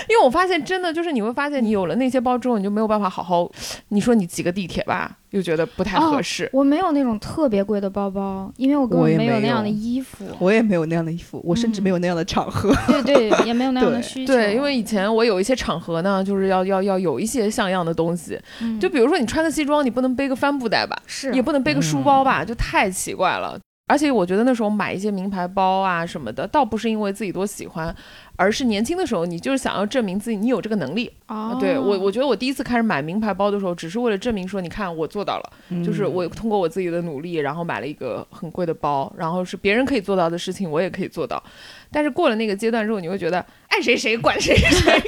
A: 因为我发现真的就是你会发现，你有了那些包之后，你就没有办法好好，你说你挤个地铁吧，又觉得不太合适。
B: 我没有那种特别贵的包包，因为我根
C: 我
B: 本
C: 也
B: 没
C: 没
B: 那样
C: 有
B: 的衣服，
C: 我也没有那样的衣服，我甚至没有那样的场合。
B: 对对，也没有那样的
C: 对
B: 需求。
A: 对，因为以前我有一些场合呢，就是要要要有一些像样的东西，
B: 嗯
A: 就比如说你穿个西装，你不能背个帆布袋吧，
B: 是啊
A: 也不能背个书包吧，就太奇怪了。而且我觉得那时候买一些名牌包啊什么的，倒不是因为自己多喜欢，而是年轻的时候你就是想要证明自己，你有这个能力，啊
B: 哦，
A: 对我，我觉得我第一次开始买名牌包的时候，只是为了证明说，你看我做到了，
C: 嗯
A: 就是我通过我自己的努力，然后买了一个很贵的包，然后是别人可以做到的事情，我也可以做到。但是过了那个阶段之后，你会觉得爱谁谁管
C: 嗯
A: 谁谁，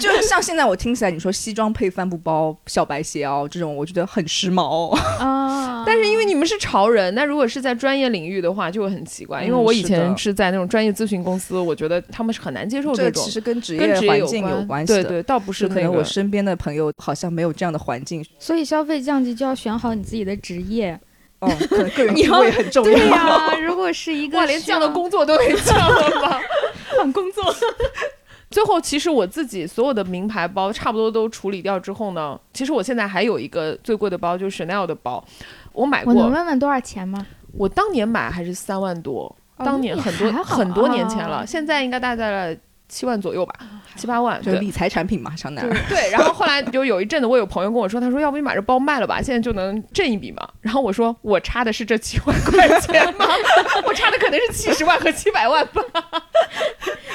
C: 就是像现在我听起来你说西装配帆布包、小白鞋袄这种，我觉得很时髦。
B: 啊，
A: 但是因为你们是潮人，那如果是在专业领域的话，就会很奇怪。因为
C: 嗯
A: 我以
C: 是
A: 前
C: 的
A: 是在那种专业咨询公司，我觉得他们是很难接受
C: 这
A: 种
C: 其。实跟职
A: 跟
C: 业
A: 职业
C: 环境有关
A: 关
C: 系的。
A: 对对，倒不是
C: 就可
A: 那
C: 能
A: 个
C: 我身边的朋友好像没有这样的环境，
B: 所以消费降级就要选好你自己的职业。
C: 哦，可能 个人
B: 你
C: 地
B: 要
C: 位很重
B: 对
C: 要。
B: 呀、如果是一个
A: 哇，连
B: 需
A: 这样的
B: 要
A: 工作都给降了吗？
B: 换工作，
A: 最后，其实我自己所有的名牌包差不多都处理掉之后呢，其实我现在还有一个最贵的包，就是 Chanel 的包，我买
B: 我能
A: 过，
B: 问问多少钱吗？
A: 我当年买还是三万多，
B: 哦
A: 当年
B: 那也
A: 很多、
B: 还好
A: 很多年前了，
B: 啊哦
A: 现在应该大概在七万左右吧，七八万，
C: 就
A: 对
C: 理财产品嘛，上哪
A: 对
C: 儿？
A: 对。然后后来就有一阵子，我有朋友跟我说，他说要不你把这包卖了吧，现在就能挣一笔嘛。然后我说我差的是这七万块钱吗？ 我差的可能是七十万和七百万吧。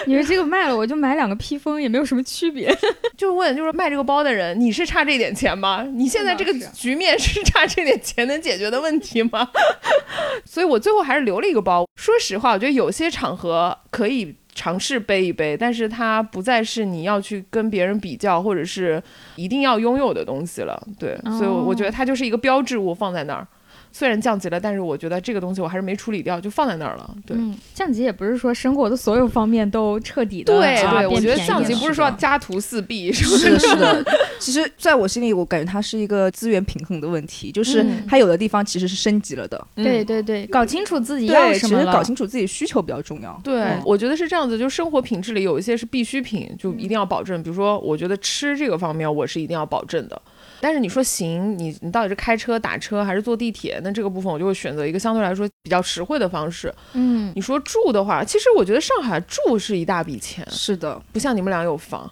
B: 你说这个卖了，我就买两个披风，也没有什么区别。
A: 就问，就是卖这个包的人，你是差这点钱吗？你现在这个
B: 那是
A: 局面是差这点钱能解决的问题吗？ 所以我最后还是留了一个包。说实话，我觉得有些场合可以尝试背一背，但是它不再是你要去跟别人比较，或者是一定要拥有的东西了。对，
B: 哦
A: 所以我我觉得它就是一个标志物放在那儿。虽然降级了，但是我觉得这个东西我还是没处理掉，就放在那儿了。对。
B: 嗯，降级也不是说生活的所有方面都彻底的
A: 对
B: 啊、
A: 对，
B: 变
A: 我觉得
B: 便宜
A: 降级
B: 了
A: 不是说要家徒四壁，是不
C: 是的，是 的。其实，在我心里，我感觉它是一个资源平衡的问题，就是
B: 嗯
C: 它有的地方其实是升级了的。
A: 嗯
B: 对对嗯对，搞清楚自己要
C: 对，
B: 什
C: 其
B: 么
C: 实
B: 了。
C: 搞清楚自己需求比较重要。
A: 对
C: 嗯，
A: 我觉得是这样子，就生活品质里有一些是必需品，就一定要保证。比如说，我觉得吃这个方面我是一定要保证的。但是你说行，你你到底是开车、打车还是坐地铁？那这个部分我就会选择一个相对来说比较实惠的方式。
B: 嗯，
A: 你说住的话，其实我觉得上海住是一大笔钱，
C: 是的，
A: 不像你们俩有房。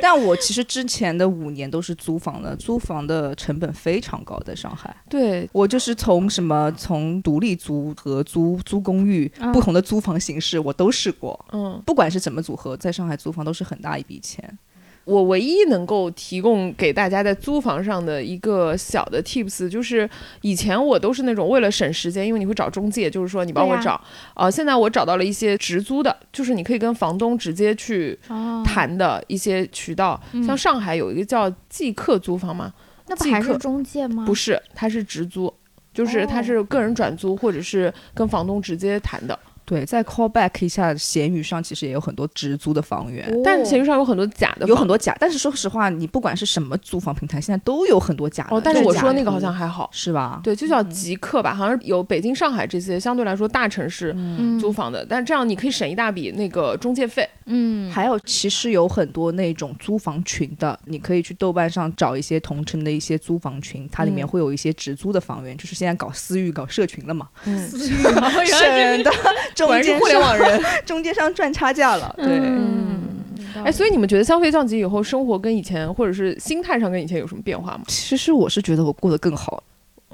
C: 但我其实之前的五年都是租房的，租房的成本非常高，在上海。
A: 对，
C: 我就是从什么从独立租、合租、租公寓、
B: 嗯
C: 不同的租房形式，我都试过。
A: 嗯，
C: 不管是怎么组合，在上海租房都是很大一笔钱。
A: 我唯一能够提供给大家在租房上的一个小的 tips，就是以前我都是那种为了省时间，因为你会找中介，就是说你帮我
B: 对呀
A: 找，呃，现在我找到了一些直租的，就是你可以跟房东直接去
B: 哦，
A: 谈的一些渠道，
B: 嗯
A: 像上海有一个叫即刻租房嘛，
B: 那不
A: 即
B: 还是
A: 刻
B: 中介
C: 嗯
B: 吗？
A: 不是，它是直租，就是它
B: 哦
A: 是个人转租或者是跟房东直接谈的，
C: 对，再 call back 一下，闲鱼上其实也有很多直租的房源。
B: 哦，
A: 但是闲鱼上有很多假的房，
C: 有很多假，但是说实话，你不管是什么租房平台，现在都有很多假的。
A: 哦，但是
C: 真
A: 我
C: 假
A: 说
C: 的嗯
A: 那个好像还好。
C: 是吧？
A: 对，就叫
B: 嗯
A: 极客吧，好像有北京、上海这些相对来说大城市
B: 嗯
A: 租房的，但这样你可以省一大笔那个中介 费。
B: 嗯，
C: 还有，其实有很多那种租房群的，你可以去豆瓣上找一些同城的一些租房群，它里面
A: 嗯
C: 会有一些直租的房源，就是现在搞私域、搞社群 了嘛，
A: 嗯，
C: 省的中
A: 果然是
C: 间
A: 互联
C: 商
A: 网人。
C: 中间商赚差价了。对，
B: 嗯，
A: 哎，
B: 以
A: 所以你们觉得消费降级以后，生活跟以前或者是心态上跟以前有什么变化吗？
C: 其实我是觉得我过得更好，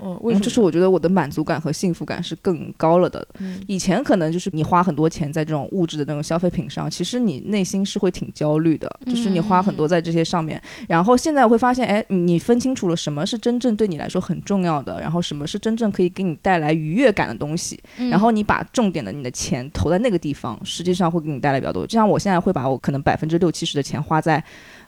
A: 嗯，为
C: 嗯
A: 什么？
C: 就是我觉得我的满足感和幸福感是更高了的。
A: 嗯
C: 以前可能就是你花很多钱在这种物质的那种消费品上，其实你内心是会挺焦虑的，
A: 嗯
C: 就是你花很多在这些上面。然后现在会发现，哎，你分清楚了什么是真正对你来说很重要的，然后什么是真正可以给你带来愉悦感的东西，
B: 嗯
C: 然后你把重点的你的钱投在那个地方，实际上会给你带来比较多。就像我现在会把我可能百分之六七十的钱花在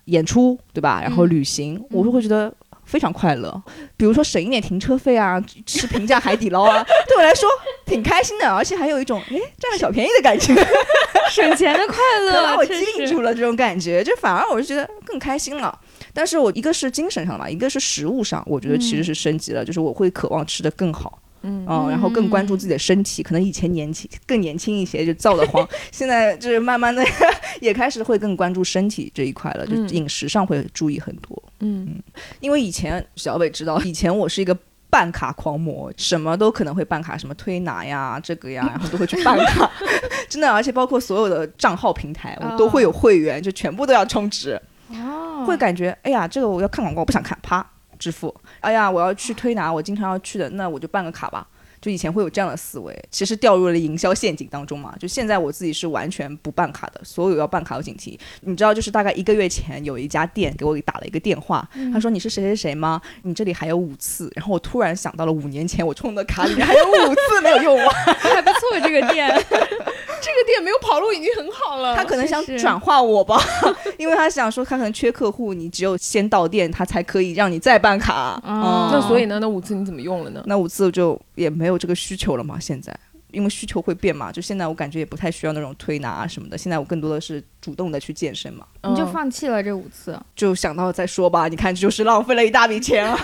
C: 演出，对吧？然后
B: 嗯
C: 旅行，我就会觉得。非常快乐，比如说省一点停车费啊，吃平价海底捞啊， 对我来说挺开心的，而且还有一种哎占了小便宜的 感觉，
B: 省钱的快
C: 把
B: 乐，
C: 我
B: 真
C: 激励
B: 是
C: 住了这种感觉，就反而我就觉得更开心了。但是我一个是精神上的吧，一个是食物上，我觉得
B: 嗯
C: 其实是升级了，就是我会渴望吃得更好。
A: 嗯
B: 哦
C: 嗯，然后更关注自己的身体，可能以前年轻更年轻一些就造的慌，现在就是慢慢的 也开始会更关注身体这一块了，就
A: 嗯
C: 饮食上会注意很多。
A: 嗯
C: 因为以前小伟知道，以前我是一个办卡狂魔，什么都可能会办卡，什么推拿呀、这个呀，然后都会去办卡， 真的，而且包括所有的账号平台，我都会有会员，就全部都要充值，
B: 哦，
C: 会感觉哎呀，这个我要看广告，我不想看，啪支付。哎呀，我要去推拿，我经常要去的，那我就办个卡吧。就以前会有这样的思维，其实掉入了营销陷阱当中嘛。就现在我自己是完全不办卡的，所有要办卡有警惕。你知道，就是大概一个月前有一家店给我打了一个电话，他说你是谁谁谁吗？你这里还有五次。然后我突然想到了五年前我充的卡里面还有五次没有用完，
B: 还不错，这个店
A: 这个店没有跑路已经很好了。
C: 他可能想
B: 是
C: 转化我吧， 因为他想说他可能缺客户，你只有先到店，他才可以让你再办卡。嗯
B: 哦
A: 那所以呢？那五次你怎么用了呢？
C: 那五次就也没有这个需求了嘛，现在。因为需求会变嘛，就现在我感觉也不太需要那种推拿啊什么的，现在我更多的是主动的去健身嘛，
B: 你
A: 嗯
B: 就放弃了这五 次，
C: 就想到再说吧。你看，就是浪费了一大笔钱啊！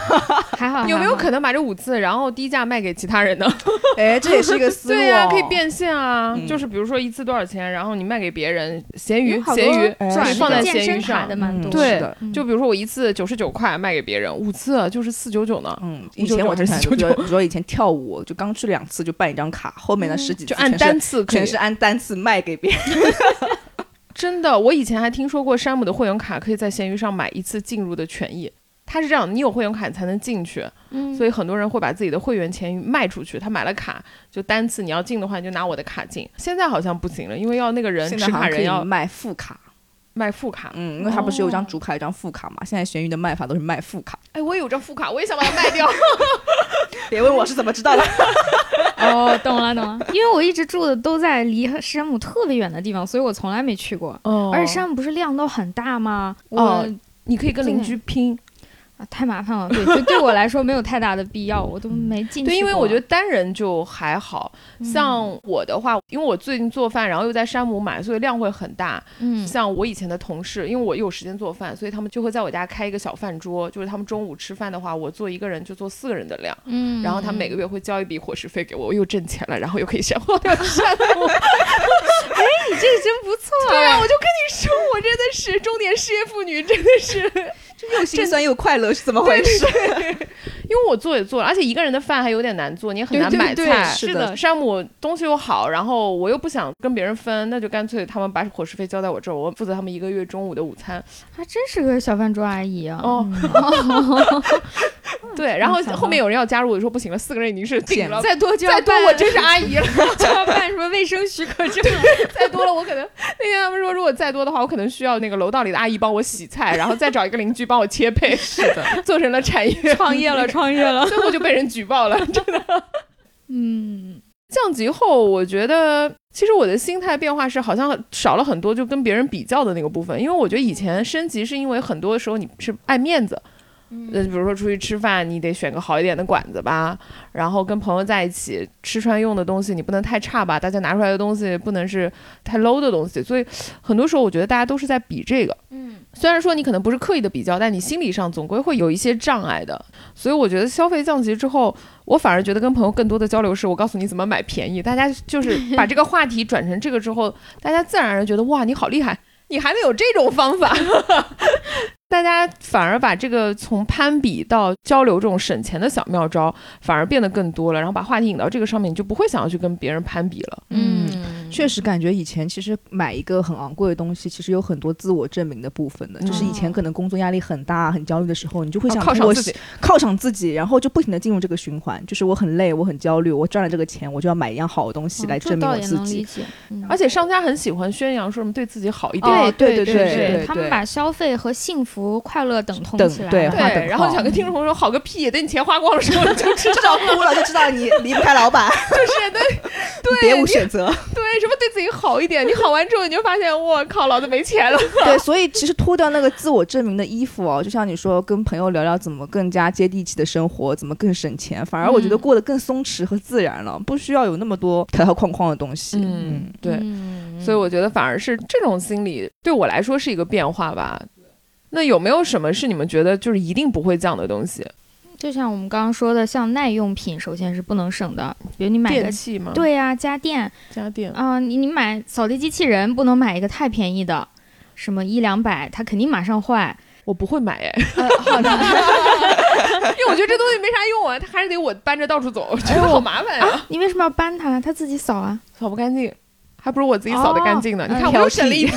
B: 还好
A: 有没有可
B: 能？
A: 能把这五次，然后低价卖给其他 人呢？
C: 哎，这也是一 个思路、哦。
A: 对呀、可以变现啊、
C: 嗯
A: 就是比如说一次多少钱，然后你卖给别人，闲鱼
B: 有好，多
A: 闲鱼可
C: 哎
A: 以
B: 转
A: 放在
B: 那个
A: 闲
B: 健
A: 鱼
B: 身
A: 上
B: 卡的蛮多，
C: 嗯
A: 对
C: 是的
B: 嗯
A: 就比如说我一次九十九块卖给别人，五次啊就是四九九呢，
C: 嗯，以前我
A: 还
C: 之
A: 是
C: 前
A: 九
C: 就
A: 九
C: 比如说以前跳舞，就刚去两次就办一张卡，后面的十几次
A: 就按
C: 全是
A: 单次可以
C: 全。是按单次卖给别人。
A: 真的，我以前还听说过山姆的会员卡可以在闲鱼上买一次进入的权益。它是这样，你有会员卡你才能进去，
B: 嗯，
A: 所以很多人会把自己的会员钱卖出去。他买了卡，就单次你要进的话，你就拿我的卡进。现在好像不行了，因为要那个人
C: 现在
A: 持
C: 好
A: 卡
C: 像可
A: 人
C: 以
A: 要
C: 卖副卡，
A: 卖副卡。
C: 嗯，因为它不是有一张主卡，一张副卡嘛。现在闲鱼的卖法都是卖副卡，
A: 哎，我有张副卡，我也想把它卖掉。
C: 别问我是怎么知道的。
B: 哦，懂了懂了，因为我一直住的都在离山姆特别远的地方，所以我从来没去过。
A: 哦
B: 而且山姆不是量都很大吗？我、
A: 哦你可以跟邻居拼，
B: 啊太麻烦了，对，就对我来说没有太大的必要，我都没进去过。
A: 对，因为我觉得单人就还好、
C: 嗯
A: 像我的话，因为我最近做饭，然后又在山姆买，所以量会很大。
B: 嗯，嗯
A: 像我以前的同事，因为我有时间做饭，所以他们就会在我家开一个小饭桌，就是他们中午吃饭的话，我做一个人就做四个人的量，
B: 嗯，
A: 然后他们每个月会交一笔伙食费给我，我又挣钱了，然后又可以消耗掉山姆。
B: 你这个真不错、啊，
A: 对啊，我就跟你说，我真的是中年失业妇女，真的是
C: 又心酸又快乐是怎么回事？
A: 因为我做也做了，而且一个人的饭还有点难做，你也很难
C: 对对
A: 买菜。
C: 对是
A: 是
C: 的
A: 山姆东西又好，然后我又不想跟别人分，那就干脆他们把伙食费交在我这儿，我负责他们一个月中午的午餐。
B: 还真是个小饭桌阿姨啊！
A: 哦对，然后
B: 嗯想到
A: 后面有人要加入，我就说不行了，四个人已经是顶
C: 减
A: 了，
C: 了
A: 再
B: 再多就
A: 再
B: 要
A: 多
B: 办
A: 我真是阿姨 了，
B: 就要办什么卫生许可证，
A: 再多了我可能那天他们说如果再多的话，我可能需要那个楼道里的阿姨帮我洗菜，然后再找一个邻居帮我切配，
C: 是的，
A: 做成了产业，
B: 创 业了，创业了。
A: 最后就被人举报了。
B: 嗯，
A: 降级后，我觉得其实我的心态变化是好像少了很多，就跟别人比较的那个部分。因为我觉得以前升级是因为很多时候你是爱面子，呃，比如说出去吃饭，你得选个好一点的馆子吧，然后跟朋友在一起吃穿用的东西你不能太差吧，大家拿出来的东西不能是太 low 的东西。所以很多时候我觉得大家都是在比这个。
B: 嗯，
A: 虽然说你可能不是刻意的比较，但你心理上总归会有一些障碍的。所以我觉得消费降级之后，我反而觉得跟朋友更多的交流是我告诉你怎么买便宜，大家就是 把这个话题转成这个之后，大家自然而然觉得哇，你好厉害，你还能有这种方法。 大家反而把这个从攀比到交流这种省钱的小妙招，反而变得更多了，然后把话题引到这个上面，你就不会想要去跟别人攀比了。
B: 嗯，
C: 确实感觉以前其实买一个很昂贵的东西，其实有很多自我证明的部分的。就是以前可能工作压力很大、很焦虑的时候，你就会想
A: 哦犒
C: 通
A: 赏
C: 过
A: 自己，
C: 犒赏自己，然后就不停的进入这个循环。就是我很累，我很焦虑，我赚了这个钱，我就要买一样好的东西来
B: 哦这
C: 证明
B: 倒
C: 我
B: 也
C: 自
B: 能理
C: 己。
B: 解，嗯
A: 而且商家很喜欢宣扬说什么对自己好一点，
C: 哦对
B: 对
C: 对对
A: 对
C: 对
B: 他们把消费和幸福、快乐等同
C: 等
B: 起来
C: 对
B: 了，嗯
C: 划等
A: 对，然后嗯
C: 号
A: 想跟听众朋友说，好个屁！等你钱花光的时候，你 就知
C: 至少哭了就知道你离不开老板，
A: 就是对
C: 别无
A: 你
C: 选择。
A: 对什么对自己好一点。你好完之后，你就发现，我靠，老子没钱了。
C: 对，所以其实脱掉那个自我证明的衣服哦，就像你说，跟朋友聊聊怎么更加接地气的生活，怎么更省钱，反而我觉得
B: 嗯
C: 过得更松弛和自然了，不需要有那么多条条框框的东西。
A: 嗯，对，
B: 嗯
A: 所以我觉得反而是这种心理对我来说是一个变化吧。那有没有什么是你们觉得就是一定不会降的东西？
B: 就像我们刚刚说的，像耐用品首先是不能省的，比如你买个
A: 电。器吗？，
B: 对呀、家电
A: 家电。
B: 啊、你你买扫地机器人不能买一个太便宜的，什么一两百，它肯定马上坏。
A: 我不会买哎，
B: 呃，好的，
A: 因为我觉得这东西没啥用啊，它还是得我搬着到处走，觉得好麻烦呀，
B: 啊，你为什么要搬它？它自己扫啊。
A: 扫不干净，还不如我自己扫的干净呢。
B: 哦
A: 啊你看
B: 嗯
A: 我又省了一笔。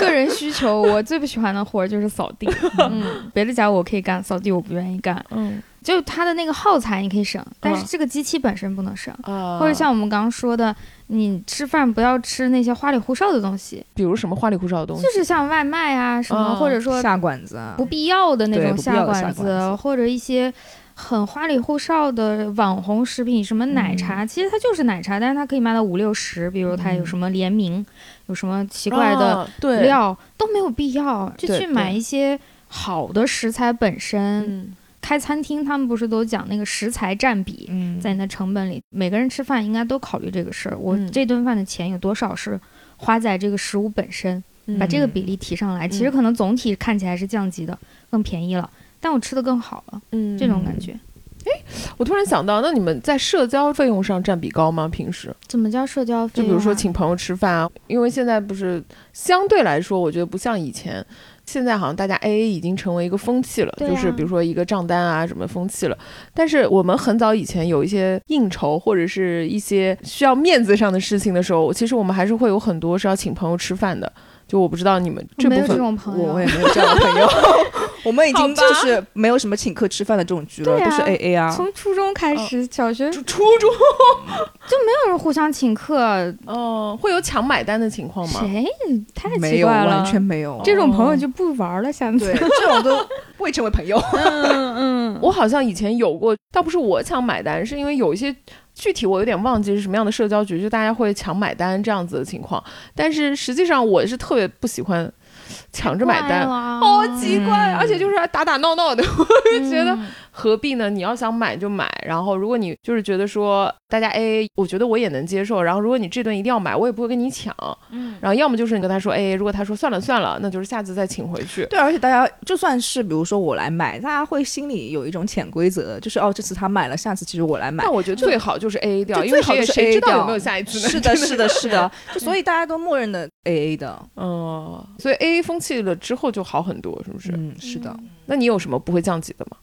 B: 个人需求，我最不喜欢的活儿就是扫 地。嗯，别的家务我可以干，扫地我不愿意干。
A: 嗯
B: 就它的那个耗材你可以省，但是这个机器本身不能省。
A: 啊
B: 或者像我们刚刚说的，你吃饭不要吃那些花里胡哨的东西，
A: 比如什么花里胡哨的东西
B: 就，是像外卖啊什么，
A: 嗯
B: 或者说
C: 下馆子啊
B: 不，必要的那
C: 对
B: 种
C: 不必要的
B: 馆
C: 下馆子
B: 或者一些很花里胡哨的网红食品，什么奶
C: 嗯
B: 茶，其实它就是奶茶，但是它可以卖到五六十，比如它有什么联名，有什么奇怪
C: 哦
B: 的
A: 啊对
B: 料都没有必要，就
A: 对
B: 去
A: 对
B: 买一些好的食材本身。
A: 嗯
B: 开餐厅他们不是都讲那个食材占比，
C: 嗯，
B: 在你的成本里，每个人吃饭应该都考虑这个事儿。我
A: 嗯
B: 这顿饭的钱有多少是花在这个食物本身，把这个比例提上来，其实
A: 嗯
B: 可能总体看起来是降级的，更便宜了，但我吃的更好了，
A: 嗯
B: 这种感觉。
A: 我突然想到，那你们在社交费用上占比高吗？平时
B: 怎么叫社交费
A: 就
B: 用啊？
A: 比如说请朋友吃饭啊，因为现在不是相对来说，我觉得不像以前，现在好像大家 AA 已经成为一个风气了，
B: 对啊
A: 就是比如说一个账单啊什么风气了。但是我们很早以前有一些应酬或者是一些需要面子上的事情的时候，其实我们还是会有很多是要请朋友吃饭的。就我不知道你们这
B: 没
A: 部
B: 有这
A: 分
B: 种朋
C: 我我
B: 友
C: 也。没有这样的朋 友，我们已
A: 好
C: 经
A: 吧
C: 就是没有什么请客吃饭的这种局了，
B: 对啊
C: 都是 A A 啊。
B: 从初中开始，小学就
A: 初初中
B: 有人互相请客，
A: 哦，会有抢买单的情况吗？
B: 谁太
C: 没
B: 奇
C: 有，
B: 怪了，
C: 完全没有。
B: 这种朋友就不玩了，下次
C: 对。这种都未成为朋友。
B: 嗯嗯，
A: 我好像以前有过，倒不是我抢买单，是因为有一些具体我有点忘记是什么样的社交局，就大家会抢买单这样子的情况。但是实际上我是特别不喜欢抢着买
C: 啊
A: 单，好
B: 好
C: 嗯
A: 奇怪，而且就是打打闹闹的， 我就觉得何必呢？你要想买就买，然后如果你就是觉得说大家 AA，我觉得我也能接受。然后如果你这顿一定要买，我也不会跟你抢。
B: 嗯
A: 然后要么就是你跟他说 AA，如果他说算了算了，那就是下次再请回去。
C: 对，而且大家就算是比如说我来买，大家会心里有一种潜规则，就是哦，这次他买了，下次其实我来买
A: 但。我觉得最好就是 AA 掉，
C: 就
A: 因为
C: 最好
A: 谁也
C: 就是
A: 谁
C: AA
A: 知道有
C: 掉
A: 没有下一次呢？
C: 是的，是的，是 的，就所以大家都默认的 A A 的，
A: 哦，所以 A A 风气了之后就好很多，是不是？
C: 嗯，是的。
A: 那你有什么不会降级的吗？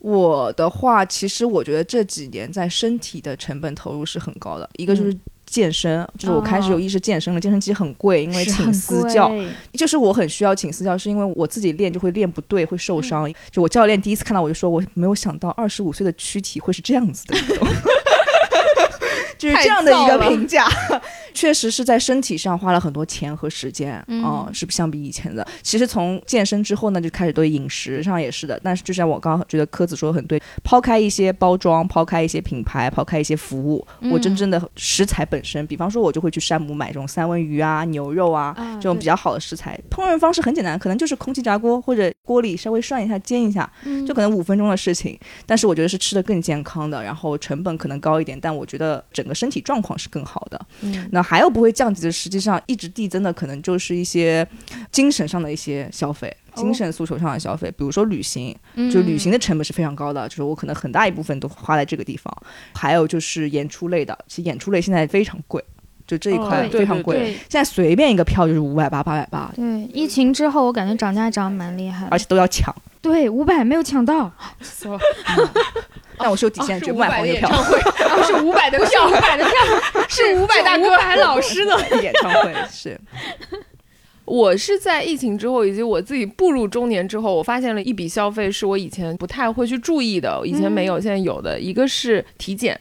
C: 我的话，其实我觉得这几年在身体的成本投入是很高的，一个就是健身，就是我开始有意识健身了，健身机很贵，因为
B: 哦是
C: 请
B: 很
C: 私教，
B: 贵
C: 就是我很需要请私教，是因为我自己练就会练不对，会受伤。就我教练第一次看到我就说，我没有想到二十五岁的躯体会是这样子的运动。就是这样的一个评价，确实是在身体上花了很多钱和时间，啊、
B: 嗯
C: 是不相比以前的。其实从健身之后呢，就开始对饮食上也是的。但是就像我刚刚觉得柯子说的很对，抛开一些包装，抛开一些品牌，抛开一些服务，我真
B: 嗯
C: 正的食材本身，比方说我就会去山姆买这种三文鱼啊、牛肉啊，
B: 啊
A: 嗯
C: 这种比较好的食材。烹饪方式很简单，可能就是空气炸锅或者锅里稍微涮一下、煎一下，
B: 对
A: 嗯
C: 就可能五分钟的事情。但是我觉得是吃的更健康的，然后成本可能高一点，但我觉得整个身体状况是更好的。
A: 嗯
C: 那还有不会降级的，实际上一直递增的可能就是一些精神上的一些消费。
B: 哦
C: 精神诉求上的消费，比如说旅行，
B: 嗯
C: 就旅行的成本是非常高的，就是我可能很大一部分都花在这个地方。还有就是演出类的，其实演出类现在非常贵，就这一
A: 哦
C: 块
A: 对
C: 非常
A: 对
C: 贵。
B: 对
C: 现在随便一个票就是五百八、八百八，
B: 对，疫情之后我感觉涨价涨得蛮厉害的，
C: 而且都要抢。
B: 对五百没有抢到，
A: 哦
C: 但我是有底线，绝不买黄牛票。
A: 会，不是五百的票，五百的 票是五百大哥，五百老师呢？
C: 演唱会是，
A: 我是在疫情之后，以及我自己步入中年之后，我发现了一笔消费是我以前不太会去注意的，以前没有，现在有的。一个是体检，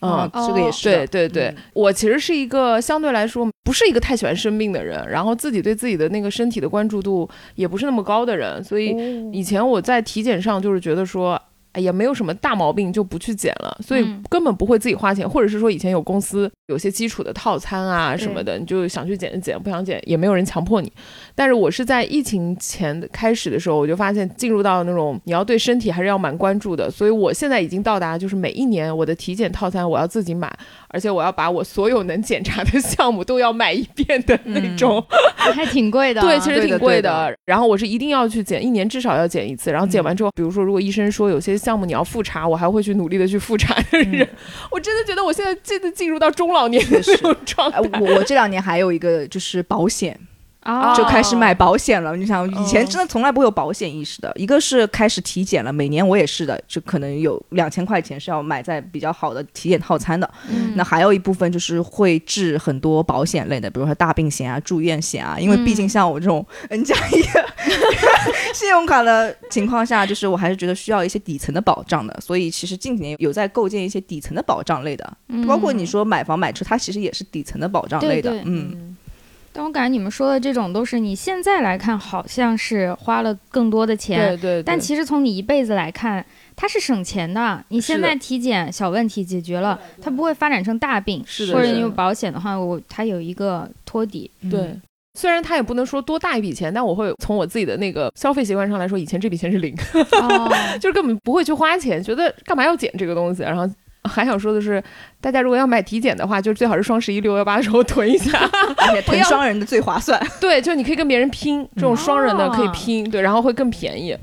C: 嗯，
B: 哦
C: 这个也是
A: 对
C: 的。
A: 对对，
C: 嗯
A: 我其实是一个相对来说不是一个太喜欢生病的人，然后自己对自己的那个身体的关注度也不是那么高的人，所以
C: 哦
A: 以前我在体检上就是觉得说。哎呀，没有什么大毛病就不去检了，所以
B: 嗯
A: 根本不会自己花钱，或者是说以前有公司有些基础的套餐啊什么的，你就想去检就检，不想检也没有人强迫你。但是我是在疫情前的开始的时候，我就发现进入到那种你要对身体还是要蛮关注的，所以我现在已经到达就是每一年我的体检套餐我要自己买，而且我要把我所有能检查的项目都要买一遍的那种。
B: 还挺贵 的，
A: 对，其实
C: 对的
A: 挺贵
C: 对的
A: 然后我是一定要去检，一年至少要检一次。然后检
C: 嗯
A: 完之后，比如说如果医生说有些项目你要复查，我还会去努力的去复查的人。 我真的觉得我现在真的进入到中老年的
C: 嗯确实
A: 那种状态
C: 哎，。我我这两年还有一个就是保险，
B: 啊
C: 就开始买保险了。你想，以前
A: 哦
C: 真的从来不会有保险意识的。一个是开始体检了，每年我也是的，就可能有两千块钱是要买在比较好的体检套餐的。
B: 嗯
C: 那还有一部分就是会治很多保险类的，比如说大病险啊、住院险啊，因为毕竟
B: 嗯
C: 像我这种 N 加一信用卡的情况下，就是我还是觉得需要一些底层的保障的。所以其实近几年有在构建一些底层的保障类的，
A: 哦
C: 包括
A: 嗯
C: 你，说买房买车，它其实也是底层的保障类的。
B: 对对
C: 嗯，
B: 嗯但我感觉你们说的这种都是你现在来看好像是花了更多的钱，
A: 对对，
B: 啊但
A: 对
B: 其实从你一辈子来看，它是省钱的。你现在体检小问题解决了，它不会发展成大病。
A: 是的
B: 或者
A: 是
B: 你
A: 的
B: 有保险的话，我它有一个托底。
C: 嗯
A: 对。虽然他也不能说多大一笔钱，但我会从我自己的那个消费习惯上来说，以前这笔钱是零，
B: 哦，
A: 就是根本不会去花钱，觉得干嘛要减这个东西。然后还想说的是，大家如果要买体检的话，就最好是双十一、六幺八的时候囤一下。
C: 而且
A: 不
C: 囤
A: 要
C: 双人的最 划算。
A: 对，就你可以跟别人拼，这种双人的可以拼，对，然后会更便宜。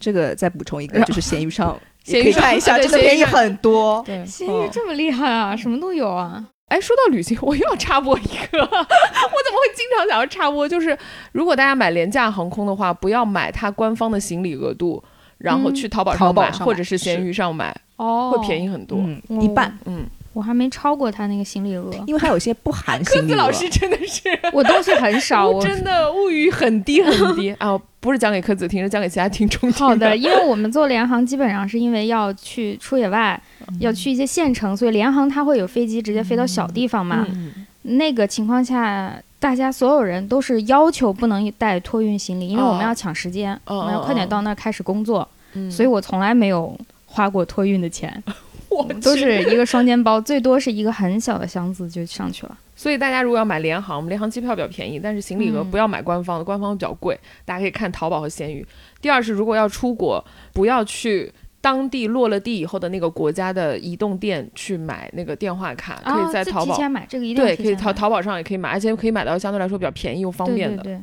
C: 这个再补充一个，就是闲鱼 上
A: 闲鱼
C: 也可以
A: 上
C: 看一下，
A: 对
C: 真的
A: 闲鱼
C: 便宜
A: 上
C: 很多。
A: 对，
B: 咸鱼这么厉害啊，什么都有啊。
A: 哎，说到旅行，我又要插播一个， 我怎么会经常想要插播？就是如果大家买廉价航空的话，不要买它官方的行李额度，然后
B: 嗯
A: 去淘宝
C: 淘
A: 上
C: 宝
A: 买，
C: 上
A: 或
C: 买
A: 者是闲鱼上买，
B: 哦，
A: 会便宜很多。
C: 嗯，一半，
A: 嗯，
B: 我还没超过它那个行李 额，
C: 因为它有些不含
A: 科
C: 行李
A: 子
C: 额。
A: 老师真的是
B: 我东西很少。我
A: 真的物欲很低很低啊！不是讲给科子听，是讲给其他听 众听嗯
B: 好的，因为我们做联航基本上是因为要去出野外，
A: 嗯
B: 要去一些县城，所以联航它会有飞机直接飞到小地方嘛。
A: 嗯，
B: 那个情况下，大家所有人都是要求不能带托运行李，因为
A: 哦
B: 我们要抢时间，
A: 哦
B: 我们要快点到那儿开始工作，
A: 嗯
B: 所以我从来没有花过托运 的钱，
A: 我
B: 都
A: 去
B: 是一个双肩包，最多是一个很小的箱子就上去了。
A: 所以大家如果要买联航，我们联航机票比较便宜，但是行李额
B: 嗯
A: 不要买官方的，官方比较贵，大家可以看淘宝和闲鱼。第二是，如果要出国，不要去当地落了地以后的那个国家的移动店去买那个电话卡，可以在
B: 这
A: 淘
B: 哦啊提
A: 宝。
B: 前买这个一定要
A: 对，
B: 提
A: 可
B: 前
A: 以
B: 买
A: 淘淘宝上也可以买，而且可以买到相对来说比较便宜又方便的。
B: 对对对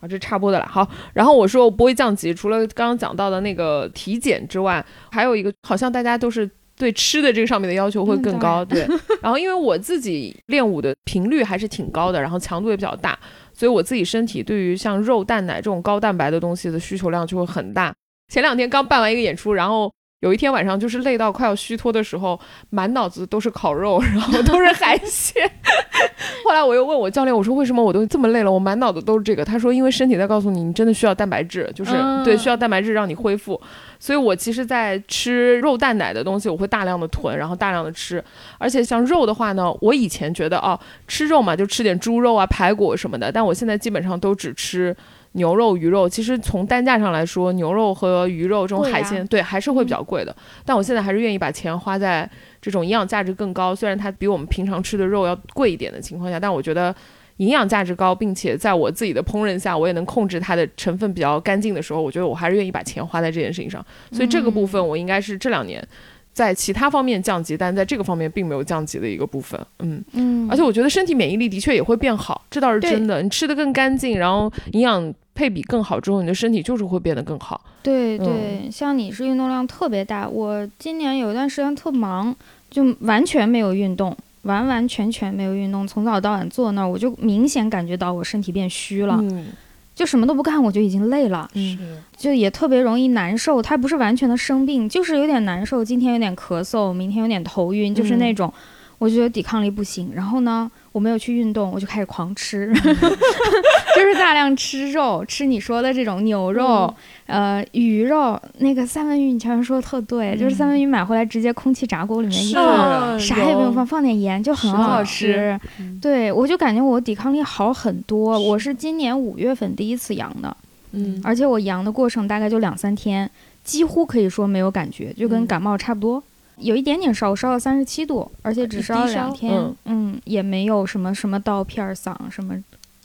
A: 啊，这差不多的了。好，然后我说我不会降级，除了刚刚讲到的那个体检之外，还有一个好像大家都是对吃的这个上面的要求会
B: 嗯
A: 更
B: 当
A: 高，
B: 然
A: 对。然后因为我自己练舞的频率还是挺高的，然后强度也比较大，所以我自己身体对于像肉、蛋、奶这种高蛋白的东西的需求量就会很大。前两天刚办完一个演出，然后有一天晚上就是累到快要虚脱的时候，满脑子都是烤肉，然后都是海鲜。 后来我又问我教练，我说为什么我都这么累了，我满脑子都是这个？他说因为身体在告诉你，你真的需要蛋白质，就是、
B: 嗯
A: 对需要蛋白质让你恢复。所以我其实，在吃肉蛋奶的东西，我会大量的囤，然后大量的吃。而且像肉的话呢，我以前觉得哦，吃肉嘛就吃点猪肉啊、排骨什么的，但我现在基本上都只吃。牛肉、鱼肉，其实从单价上来说，牛肉和鱼肉这种
B: 贵呀
A: 海鲜，对，还是
B: 嗯
A: 会比较贵的。但我现在还是愿意把钱花在这种营养价值更高，虽然它比我们平常吃的肉要贵一点的情况下，但我觉得营养价值高，并且在我自己的烹饪下，我也能控制它的成分比较干净的时候，我觉得我还是愿意把钱花在这件事情上。所以这个部
B: 嗯
A: 分我应该是这两年在其他方面降级，但在这个方面并没有降级的一个部分。嗯，
B: 嗯，
A: 而且我觉得身体免疫力的确也会变好，这倒是
B: 对
A: 真的。你吃的更干净，然后营养配比更好之后，你的身体就是会变得更好。
B: 对对，像你是运动量特别大，我今年有一段时间特忙，就完全没有运动，完完全全没有运动，从早到晚坐那儿，我就明显感觉到我身体变虚了，
A: 嗯，
B: 就什么都不干，我就已经累了，
A: 是，
B: 就也特别容易难受。它不是完全的生病，就是有点难受，今天有点咳嗽，明天有点头晕，就是那
A: 嗯
B: 种。我就觉得抵抗力不行，然后呢，我没有去运动，我就开始 狂吃， 就是大量吃肉，吃你说的这种牛肉、
A: 嗯
B: 呃鱼肉，那个三文鱼，你前面说的特对，就是三文鱼买回来直接空气炸锅里面一
A: 是
B: 放，
A: 啊
B: 啥也不用放，放点盐就很
A: 是啊
B: 好
A: 的
B: 吃。
C: 嗯
B: 对我就感觉我抵抗力好很多，我是今年五月份第一次阳的，
A: 嗯，
B: 而且我阳的过程大概就两三天，几乎可以说没有感觉，就跟
A: 嗯
B: 感冒差不多。有一点点烧，我烧到三十七度，而且只烧了两天，
A: 嗯
B: 嗯也没有什么什么刀片儿嗓什么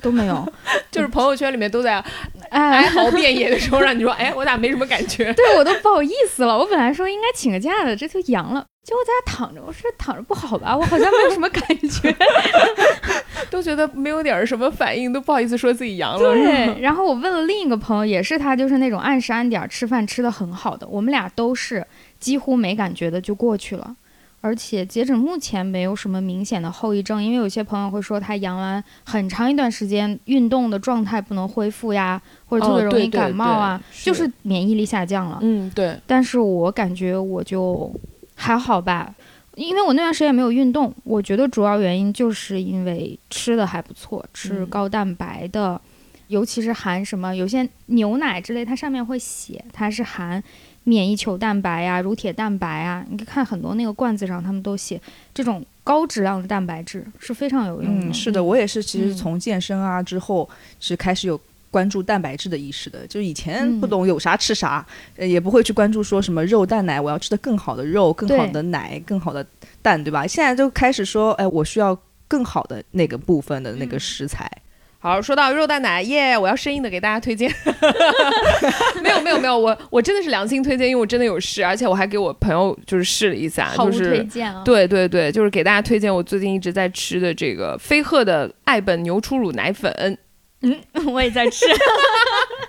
B: 都没有，
A: 就是朋友圈里面都 在
B: 哎
A: 哀，嚎遍野的时候，让你说，哎，我咋没什么感 觉？
B: 对我都不好意思了。我本来说应该请个假的，这就阳了，结果在家躺着，我说躺着不好吧，我好像没有什么感觉。
A: 都觉得没有点儿什么反应，都不好意思说自己阳了。是吧，
B: 对，然后我问了另一个朋友，也是他，就是那种按时按点儿吃饭吃的很好的，我们俩都是几乎没感觉的就过去了，而且截止目前没有什么明显的后遗症，因为有些朋友会说他阳完很长一段时间运动的状态不能恢复呀，或者特别
A: 哦
B: 容
A: 对
B: 易
A: 对
B: 感冒啊，
A: 对
B: 就是是免疫力下降了。
A: 嗯，对，
B: 但是我感觉我就还好吧，因为我那段时间也没有运动。我觉得主要原因就是因为吃的还不错，吃
A: 嗯
B: 高蛋白的，尤其是含什么有些牛奶之类，它上面会写它是含免疫球蛋白啊、乳铁蛋白啊。你看很多那个罐子上，他们都写这种高质量的蛋白质是非常有用的。
C: 嗯，是的，我也是，其实
B: 嗯
C: 从健身啊之后是开始有。关注蛋白质的意识的，就以前
B: 嗯
C: 不懂有啥吃啥，呃也不会去关注说什么肉蛋奶，我要吃的更好的肉、更好
B: 对
C: 的奶、更好的蛋，对吧？现在就开始说，哎，我需要更好的那个部分的那个
B: 嗯
C: 食材。
A: 好，说到肉蛋奶，耶、我要生硬的给大家推荐。 没有，没有，没有，我我真的是良心推荐，因为我真的有试，而且我还给我朋友就是试了一下，
B: 毫无
A: 就
B: 推
A: 是。
B: 荐啊！
A: 对对对，就是给大家推荐我最近一直在吃的这个飞鹤的爱本牛初乳奶粉，
B: 对，嗯我也在 吃，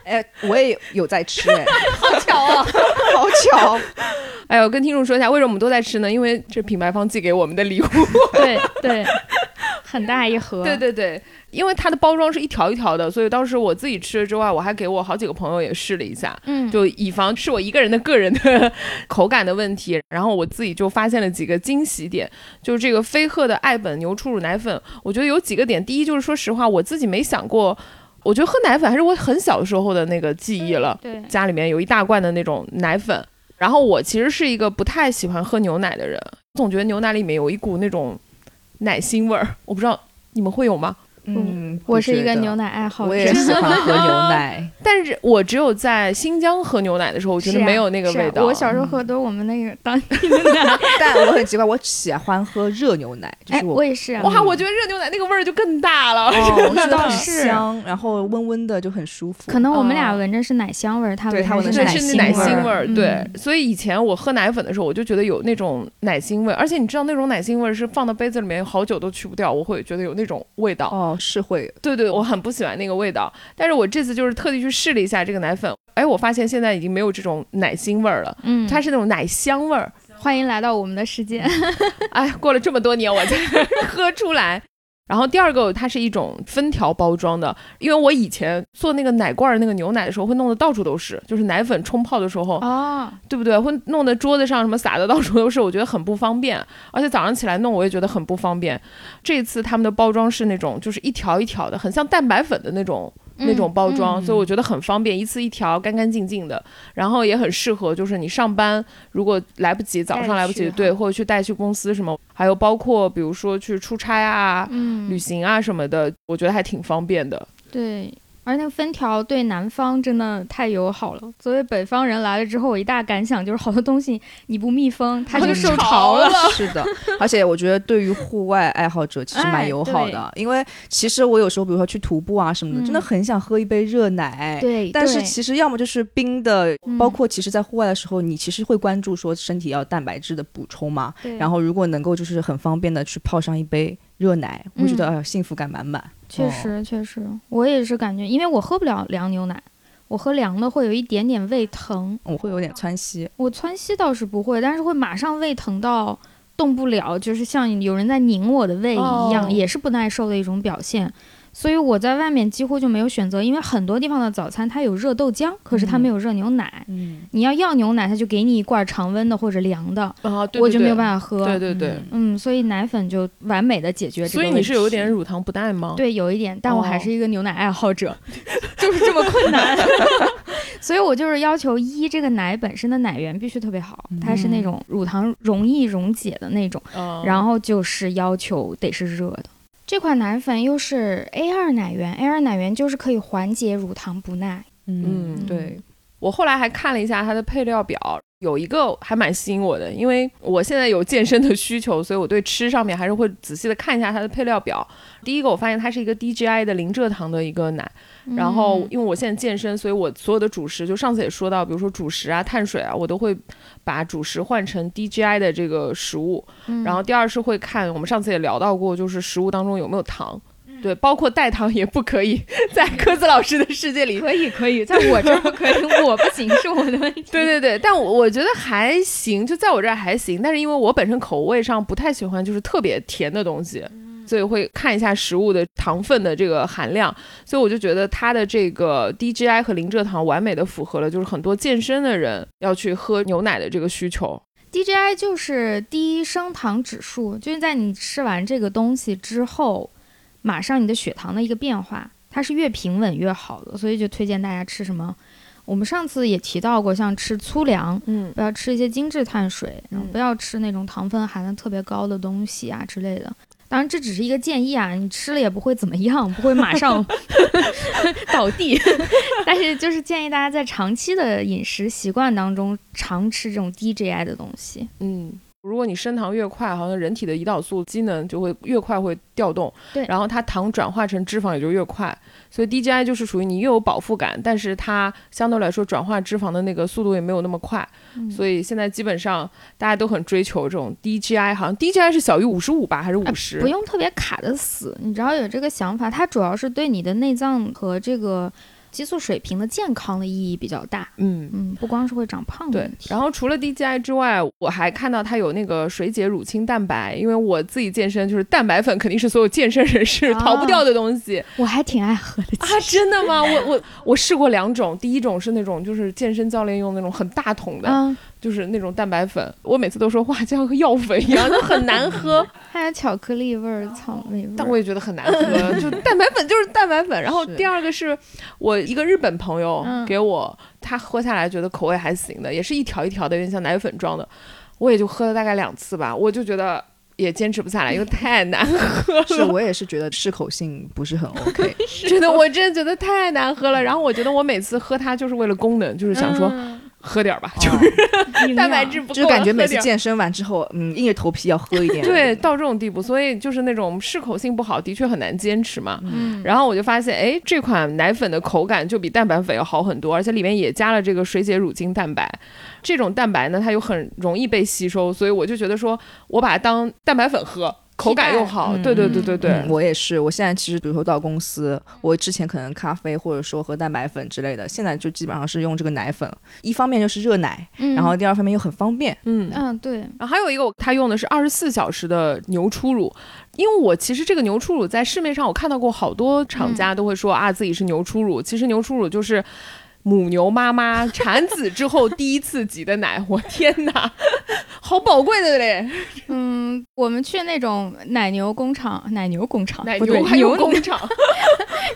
C: 哎，我也有在 吃，哎，
A: 好巧啊！
C: 好巧，嗯
A: 哎呦，跟听众说一下，为什么我们都在吃呢？因为这品牌方寄给我们的礼物。
B: 对对，很大一盒，
A: 对对对，因为它的包装是一条一条的，所以当时我自己吃了之外，我还给我好几个朋友也试了一下，
B: 嗯，
A: 就以防是我一个人的个人的 口感的问题。然后我自己就发现了几个惊喜点，就是这个飞鹤的爱本牛初乳奶粉，我觉得有几个点。第一就是说实话，我自己没想过，我觉得喝奶粉还是我很小时候的那个记忆了。
B: 对，
A: 家里面有一大罐的那种奶粉。然后我其实是一个不太喜欢喝牛奶的人，总觉得牛奶里面有一股那种奶腥味儿，我不知道你们会有吗？
C: 嗯，
B: 我是一个
C: 不觉得
B: 牛奶爱好者，
C: 我也喜欢 喝牛奶。
A: 但是我只有在新疆喝牛奶的时候，我觉得
B: 是啊
A: 没有那个
B: 是啊
A: 味道。
B: 我小时候喝都是我们那个当地的奶，
C: 但我很奇怪，我喜欢喝热牛奶，就
B: 哎，
C: 是
B: 我也是啊，
A: 哇，我哦觉得热牛奶那个味儿就更大了。
C: 哦，
B: 那
C: 那
B: 倒
C: 倒
B: 是
C: 香，然后温温的就很舒服。
B: 可能我们俩
A: 嗯
B: 闻着是奶香味儿，他
C: 对他
B: 闻
C: 闻
B: 着
C: 的
A: 对，
B: 是
A: 是奶
B: 味
A: 腥味儿，
B: 嗯
A: 对，所以以前我喝奶粉的时候，我就觉得有那种奶腥味儿，而且你知道那种奶腥味儿是放到杯子里面好久都去不掉，我会觉得有那种味道。
C: 哦，是会，
A: 对对，我很不喜欢那个味道，但是我这次就是特地去试了一下这个奶粉，哎，我发现现在已经没有这种奶腥味儿了，
B: 嗯，
A: 它是那种奶香味儿。
B: 欢迎来到我们的世界，
A: 哎，过了这么多年我才 喝出来。然后第二个，它是一种分条包装的，因为我以前做那个奶罐儿那个牛奶的时候，会弄得到处都是，就是奶粉冲泡的时候，
B: 哦，
A: 对不对？会弄得桌子上什么撒的到处都是，我觉得很不方便，而且早上起来弄我也觉得很不方便。这次他们的包装是那种就是一条一条的，很像蛋白粉的那种那种包装，
B: 嗯
A: 所以我觉得很方便，一次一条，干干净净的，然后也很适合，就是你上班如果来不及，早上来不
B: 带
A: 及，
B: 去哈
A: 对，或者去带去公司什么，还有包括比如说去出差啊、
B: 嗯
A: 旅行啊什么的，我觉得还挺方便的。
B: 对，而那个分条对南方真的太友好了。作为北方人来了之后，我一大感想就是好多东西你不密封，它就
A: 嗯
B: 受
A: 潮
B: 潮
A: 了
B: 了。
C: 是的，而且我觉得对于户外爱好者其实蛮友好的，因为其实我有时候比如说去徒步啊什么的，
B: 嗯
C: 真的很想喝一杯热奶。
B: 对，
C: 但是
B: 对
C: 其实要么就是冰的，
B: 嗯
C: 包括其实，在户外的时候，你其实会关注说身体要蛋白质的补充嘛。
B: 对
C: 然后如果能够就是很方便的去泡上一杯热奶，会觉得
B: 嗯
C: 哎呦幸福感满满。
B: 确
A: 哦
B: 实确实，我也是感觉，因为我喝不了凉牛奶，我喝凉的会有一点点胃疼。
C: 我会有点窜稀，
B: 我窜稀倒是不会，但是会马上胃疼到动不了，就是像有人在拧我的胃一样，
A: 哦
B: 也是不耐受的一种表现。所以我在外面几乎就没有选择，因为很多地方的早餐它有热豆浆，可是它
C: 嗯
B: 没有热牛奶。
C: 嗯，
B: 你要要牛奶，它就给你一罐常温的或者凉的，
A: 啊，对
B: 我就没有
A: 法。
B: 办法喝。
A: 对对对，
B: 嗯，所以奶粉就完美的解决这
A: 所
B: 个问
A: 以
B: 题。
A: 你是有点乳糖不耐吗？
B: 对，有一点，但我还
A: 哦
B: 是一个牛奶爱好者， 就是这么困难。 所以我就是要求一，这个奶本身的奶源必须特别好，它是那种乳糖容易溶解的那种，
A: 嗯，
B: 然后就是要求得是热的。这款奶粉又是 A 二奶源，A 二奶源就是可以缓解乳糖不耐。
C: 嗯
A: 嗯
C: 对，
A: 我后来还看了一下它的配料表，有一个还蛮吸引我的，因为我现在有健身的需求，所以我对吃上面还是会仔细的看一下它的配料表。第一个，我发现它是一个 DGI 的零蔗糖的一个奶，
B: 嗯
A: 然后因为我现在健身，所以我所有的主食，就上次也说到，比如说主食啊、碳水啊，我都会把主食换成 DGI 的这个食物。
B: 嗯
A: 然后第二是会看，我们上次也聊到过，就是食物当中有没有糖。
B: 嗯
A: 对，包括代糖也不可以， 在柯子老师的世界里
B: 可以可以，在我这儿不可以， 我不行是我的问题。
A: 对对对，但我我觉得还行，就在我这儿还行。但是因为我本身口味上不太喜欢就是特别甜的东西，所以会看一下食物的糖分的这个含量。所以我就觉得它的这个 DGI 和零蔗糖完美的符合了，就是很多健身的人要去喝牛奶的这个需求。
B: DJI 就是低升糖指数，就是在你吃完这个东西之后，马上你的血糖的一个变化，它是越平稳越好的，所以就推荐大家吃什么。我们上次也提到过，像吃粗粮，
A: 嗯
B: 不要吃一些精致碳水，然后
A: 嗯
B: 不要吃那种糖分含量特别高的东西啊之类的。当然，这只是一个建议啊，你吃了也不会怎么样， 不会马 上倒地。 但是就是建议大家在长期的饮食习惯当中，常吃这种 DJI 的东西。
A: 嗯。如果你升糖越快，好像人体的胰岛素机能就会越快会调动，
B: 对
A: 然后它糖转化成脂肪也就越快，所以 DGI 就是属于你又有饱腹感，但是它相对来说转化脂肪的那个速度也没有那么快，
B: 嗯
A: 所以现在基本上大家都很追求这种 DGI，好像 DGI 是小于五十五吧，还是
B: 哎
A: 五十、
B: 不用特别卡的死，你只要有这个想法，它主要是对你的内脏和这个激素水平的健康的意义比较大。
A: 嗯。
B: 嗯，不光是会长胖的
A: 对
B: 问，题。
A: 然后除了 DGI 之外，我还看到它有那个水解乳清蛋白，因为我自己健身，就是蛋白粉肯定是所有健身人士
B: 啊
A: 逃不掉的东西
B: 我还挺爱喝的，
A: 啊！真的吗？我我我试过两种，第一种是那种就是健身教练用那种很大桶的，
B: 嗯，
A: 就是那种蛋白粉，我每次都说哇，就像喝药粉一样，就很难喝。
B: 还有巧克力味儿、草莓味儿。
A: 但我也觉得很难喝，就蛋白粉就是蛋白粉。然后
C: 是
A: 第二个是我一个日本朋友
B: 嗯
A: 给我，他喝下来觉得口味还行的，也是一条一条的，有点像奶粉装的，我也就喝了大概两次吧，我就觉得也坚持不下来，因为太难喝
C: 是
A: 了，
C: 我也是觉得适口性不是很 OK。
A: 真的，我真的觉得太难喝了。然后我觉得我每次喝它就是为了功能，就是想说
B: 嗯
A: 喝点儿吧，就
C: 哦
A: 是
B: 营
A: 蛋白
B: 养
A: 质不够了，
C: 就是感觉每
A: 喝
C: 次
A: 点儿
C: 健身完之后，嗯，硬着头皮要喝一 点。
A: 对，到这种地步，所以就是那种适口性不好，的确很难坚持嘛。
B: 嗯，
A: 然后我就发现，哎，这款奶粉的口感就比蛋白粉要好很多，而且里面也加了这个水解乳清蛋白。这种蛋白呢，它又很容易被吸收，所以我就觉得说，我把它当蛋白粉喝。口感又好，
C: 嗯
A: 对对对对对，
C: 嗯我也是。我现在其实，比如说到公司，我之前可能咖啡或者说喝蛋白粉之类的，现在就基本上是用这个奶粉。一方面就是热奶，
B: 嗯
C: 然后第二方面又很方便。
A: 嗯
B: 嗯，对，
A: 然后还有一个我，他用的是二十四小时的牛初乳，因为我其实这个牛初乳在市面上我看到过好多厂
B: 嗯
A: 家都会说、啊自己是牛初乳，其实牛初乳就是。母牛妈妈产子之后第一次挤的奶，我天哪，好宝贵的嘞！
B: 嗯，我们去那种奶牛工厂，奶牛工厂
A: 奶
B: 不对
A: 牛还有
B: 牛
A: 工厂，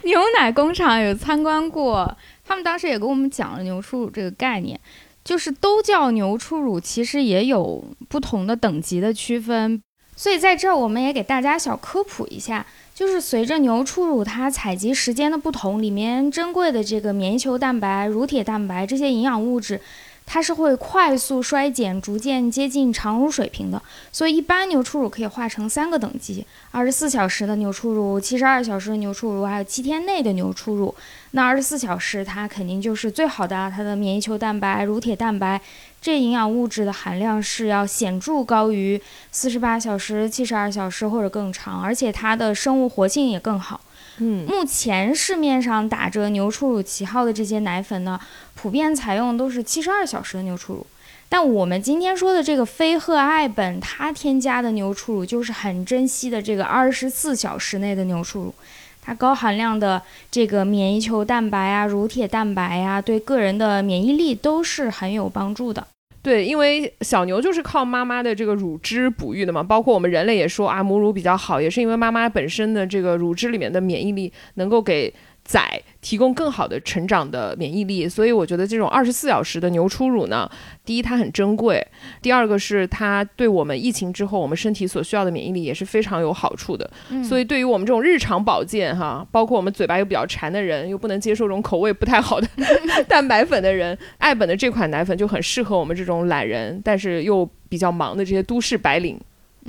B: 牛奶工厂有参观过，他们当时也跟我们讲了牛初乳这个概念，就是都叫牛初乳，其实也有不同的等级的区分。所以在这儿，我们也给大家小科普一下，就是随着牛初乳它采集时间的不同，里面珍贵的这个棉球蛋白、乳铁蛋白这些营养物质，它是会快速衰减，逐渐接近常乳水平的。所以一般牛初乳可以划成三个等级，二十四小时的牛初乳、七十二小时的牛初乳，还有七天内的牛初乳。那二十四小时它肯定就是最好的啊，它的免疫球蛋白、乳铁蛋白这营养物质的含量是要显著高于四十八小时、七十二小时或者更长，而且它的生物活性也更好。
A: 嗯，
B: 目前市面上打着牛初乳旗号的这些奶粉呢，普遍采用都是七十二小时的牛初乳。但我们今天说的这个飞鹤爱本，它添加的牛初乳就是很珍惜的这个二十四小时内的牛初乳，它高含量的这个免疫球蛋白啊、乳铁蛋白啊，对个人的免疫力都是很有帮助的。
A: 对，因为小牛就是靠妈妈的这个乳汁哺育的嘛，包括我们人类也说啊，母乳比较好，也是因为妈妈本身的这个乳汁里面的免疫力能够给崽提供更好的成长的免疫力，所以我觉得这种二十四小时的牛初乳呢，第一它很珍贵，第二个是它对我们疫情之后我们身体所需要的免疫力也是非常有好处的。所
B: 以，
A: 以对于我们这种日常保健哈，包括我们嘴巴又比较馋的人，又不能接受这种口味不太好的 蛋白粉的人，爱本的这款奶粉就很适合我们这种懒人，但是又比较忙的这些都市白领。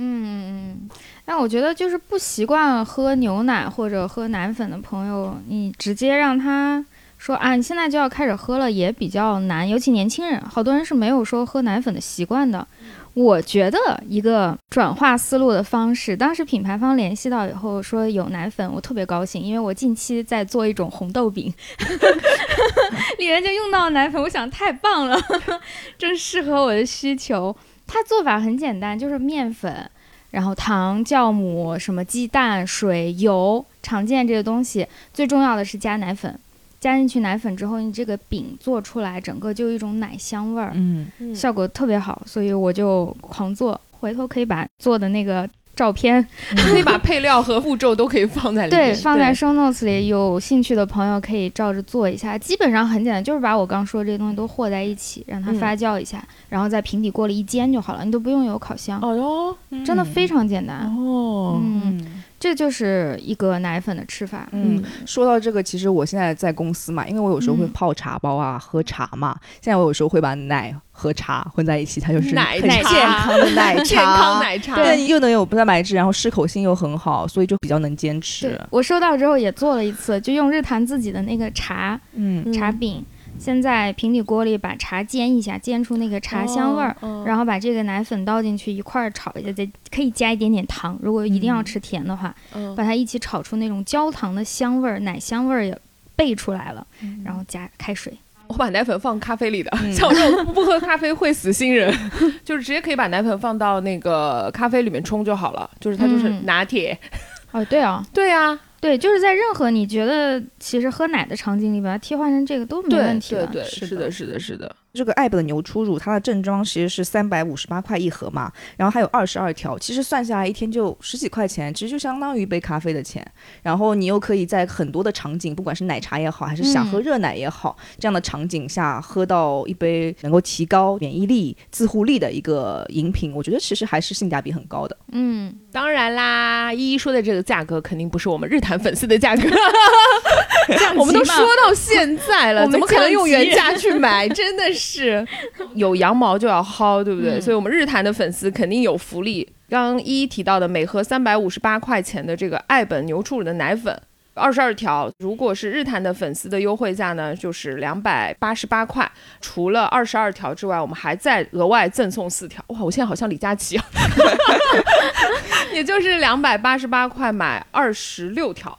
B: 嗯嗯嗯。但我觉得就是不习惯喝牛奶或者喝奶粉的朋友，你直接让他说啊，你现在就要开始喝了，也比较难，尤其年轻人，好多人是没有说喝奶粉的习惯的。我觉得一个转化思路的方式，当时品牌方联系到以后说有奶粉，我特别高兴，因为我近期在做一种红豆饼， 里面就用到奶粉，我想太棒了， 正适合我的需求。它做法很简单，就是面粉，然后糖、酵母、什么鸡蛋、水、油，常见这些东西。最重要的是加奶粉，加进去奶粉之后，你这个饼做出来，整个就有一种奶香味儿，
C: 嗯，
B: 效果特别好，所以我就狂做。回头可以把做的那个照片
A: 可以把配料和步骤都可以放在里面。
B: 对，放在
A: 对嗯
B: show notes 里，有兴趣的朋友可以照着做一下。基本上很简单，就是把我刚说这些东西都和在一起，让它
A: 嗯
B: 发酵一下，然后在平底锅里一煎就好了，你都不用有烤箱，
A: 哦哟
B: 真的非常简单。
A: 哦，
B: 嗯，
C: 嗯
B: 这就是一个奶粉的吃法。
C: 嗯，说到这个，其实我现在在公司嘛，因为我有时候会
B: 嗯
C: 泡茶包啊，喝茶嘛。现在我有时候会把奶和茶混在一起，它就是
A: 奶
C: 很
A: 奶
C: 健
A: 茶
C: 康的奶 茶，
A: 健康奶茶。
C: 对，又能有蛋白质，然后适口性又很好，所以就比较能坚持
B: 对。
A: 啊
B: 我收到之后也做了一次，就用日坛自己的那个茶
C: 嗯
A: 嗯
B: 茶饼，先在平底锅里把茶煎一下，煎出那个茶香味儿。
A: 哦
B: 然后把这个奶粉倒进去一块儿炒一下，再可以加一点点糖。如果一定要吃甜的话，
A: 嗯
B: 把它一起炒出那种焦糖的香味儿，奶香味儿也备出来了，
A: 嗯
B: 然后加开水。
A: 我把奶粉放咖啡里的，
C: 嗯
A: 像我这种不喝咖啡会死心人， 就是直接可以把奶粉放到那个咖啡里面冲就好了，就是它就是
B: 嗯
A: 拿铁。
B: 哦，对啊，
A: 对啊，
B: 对，就是在任何你觉得其实喝奶的场景里，把它替换成这个都没问题
A: 对
B: 的。
A: 对，
C: 是
A: 是
C: 的
A: 的，是的，是的。
C: 这个 app 的牛初乳，它的正装其实是三百五十八块一盒嘛，然后还有二十二条，其实算下来一天就十几块钱，其实就相当于一杯咖啡的钱。然后你又可以在很多的场景，不管是奶茶也好，还是想喝
B: 嗯
C: 热奶也好，这样的场景下喝到一杯能够提高免疫力、自护力的一个饮品，我觉得其实还是性价比很高的。
B: 嗯，
A: 当然啦，依依说的这个价格肯定不是我们日坛粉丝的价格，我们都说到现在了，
B: 我们
A: 怎么可能用
B: 降级
A: 原价去 买？真的是有羊毛就要薅，对不对？
B: 嗯
A: 所以我们日坛的粉丝肯定有福利。刚刚依依提到的每盒三百五十八块钱的这个爱本牛初乳的奶粉，二十二条，如果是日坛的粉丝的优惠价呢，就是两百八十八块。除了二十二条之外，我们还再额外赠送四条。哇，我现在好像李佳 琦啊，也就是两百八十八块买二十六条。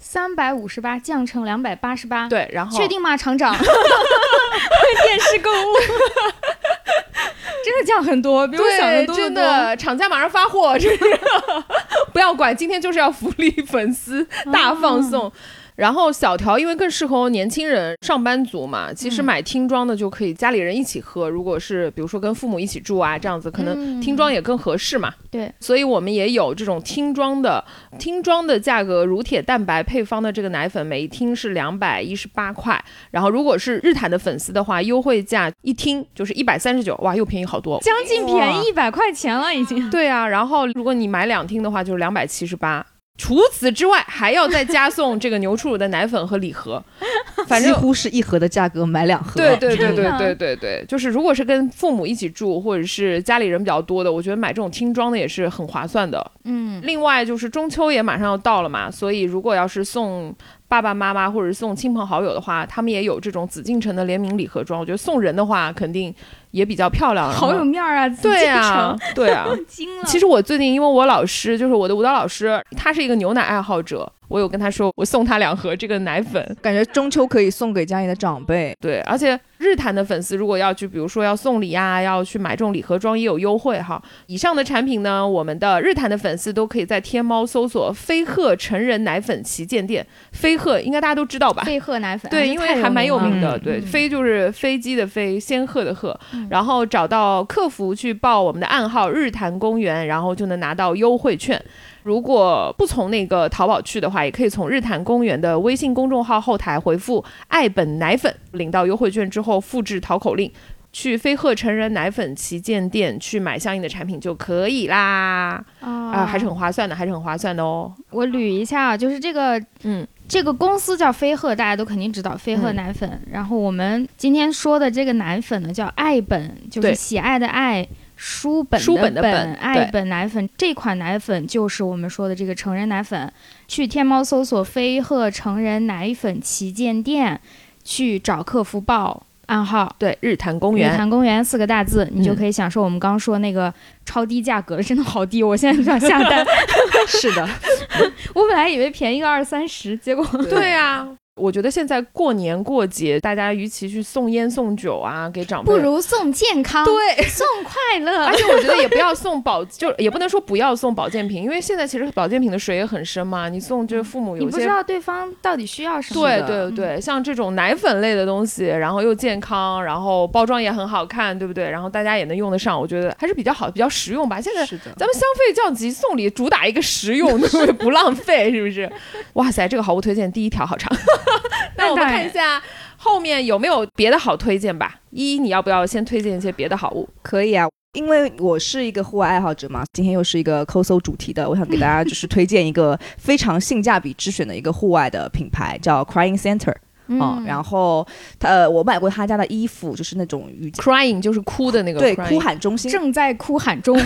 B: 三百五十八降成两百八十八，
A: 对，然后
B: 确定吗，厂长？电视购物 真的降很多，比我
A: 对，
B: 想的多得
A: 真
B: 多。
A: 的，厂家马上发货，这个 不要管，今天就是要福利粉丝
B: 嗯
A: 大放送。然后小条因为更适合年轻人、上班族嘛，其实
B: 嗯
A: 买听装的就可以家里人一起喝。如果是比如说跟父母一起住啊，这样子可能
B: 嗯
A: 听装也更合适嘛。
B: 对，
A: 所以我们也有这种听装的，听装的价格乳铁蛋白配方的这个奶粉，每一听是两百一十八块。然后如果是日坛的粉丝的话，优惠价一听就是一百三十九，哇，又便宜好多。
B: 将近
C: 哇
B: 便宜一百块钱了，已经。
A: 对啊，然后如果你买两听的话，就是两百七十八。除此之外，还要再加送这个牛初乳的奶粉和礼 盒，反
C: 几
A: 正。
C: 乎是一盒的价格买两盒。嗯
A: 对对对
B: 天
A: 对
B: 哪
A: 对对对，就是如果是跟父母一起住，或者是家里人比较多的，我觉得买这种听装的也是很划算的。
B: 嗯，
A: 另外就是中秋也马上要到了嘛，所以如果要是送爸爸妈妈或者送亲朋好友的话，他们也有这种紫禁城的联名礼盒装。我觉得送人的话，肯定也比较漂亮。然
B: 好
A: 后
B: 有面儿啊，紫
A: 对
B: 禁
A: 啊
B: 城，
A: 对啊，
B: 惊了。
A: 其实我最近因为我老师就是我的舞蹈老师，他是一个牛奶爱好者，我有跟他说我送他两盒这个奶粉。
C: 感觉中秋可以送给家里的长辈。
A: 对，而且日坛的粉丝如果要去，比如说要送礼呀、要去买这种礼盒装也有优惠哈。以上的产品呢，我们的日坛的粉丝都可以在天猫搜索“飞鹤成人奶粉旗舰店”，飞鹤应该大家都知道吧？
B: 贝鹤奶粉，啊
A: 对，
B: 这
A: 因
B: 太
A: 为还蛮有
B: 有
A: 名
B: 了
A: 的，
C: 嗯
A: 对，
B: 嗯
A: 飞就是飞机的飞，仙鹤的鹤，
B: 嗯
A: 然后找到客服去报我们的暗号“日坛公园”，然后就能拿到优惠券。如果不从那个淘宝去的话，也可以从日坛公园的微信公众号后台回复“爱本奶粉”，领到优惠券之后复制淘口令，去飞鹤成人奶粉旗舰店去买相应的产品就可以啦。啊、
B: 啊，
A: 还是很划算的，还是很划算的哦。
B: 我捋一下啊，就是这个
A: 嗯，
B: 这个公司叫飞鹤，大家都肯定知道飞鹤
A: 嗯
B: 奶粉。然后我们今天说的这个奶粉呢，叫爱本，就
A: 对
B: 是喜爱的爱，书本
A: 书本的本
B: 本，爱
A: 对
B: 本奶粉。这款奶粉就是我们说的这个成人奶粉。去天猫搜索“飞鹤成人奶粉旗舰店”，去找客服报暗号。
A: 对，日坛公
B: 日
A: 园。
B: 坛公园四个大字，你就
A: 嗯
B: 可以享受我们刚说那个超低价格了，真的好低！我现在就想下单，
C: 是 的，
B: 我本来以为便宜个二三十，结果
A: 对
B: 啊
A: 呀、我觉得现在过年过节，大家与其去送烟送酒啊，给长辈，
B: 不如送健康，
A: 对。
B: 送快
A: 而
B: 乐。
A: 且我觉得也不要送保， 就也不能说不要送保健品，因为现在其实保健品的水也很深嘛。你送就是父母
B: 哎你
A: 有
B: 不知
A: 些，
B: 道嗯对方到底需要什么。
A: 对
C: 的
A: 对对，像这种奶粉类的东西，然后又健康，然后包装也很好看，对不对？然后大家也能用得上，我觉得还是比较好，比较实用吧。现在
C: 是的。
A: 咱们消费降级送礼主打一个实用， 对不对？不浪费，是不是？哇塞，这个毫无推荐，第一条好长。 那我们
B: 那当然
A: 看一下后面有没有别的好推荐吧。一，你要不要先推荐一些别的好物？
C: 可以啊，因为我是一个户外爱好者嘛，今天又是一个抠搜主题的，我想给大家就是推荐一个非常性价比之选的一个户外的品牌，叫 Crying Center 啊、
B: 嗯，
C: 然后它呃，我买过他家的衣服，就是那种瑜伽。
A: Crying 就是哭的那个
C: 对，
A: 哦 crying
C: 哭喊中心，
B: 正在哭喊中，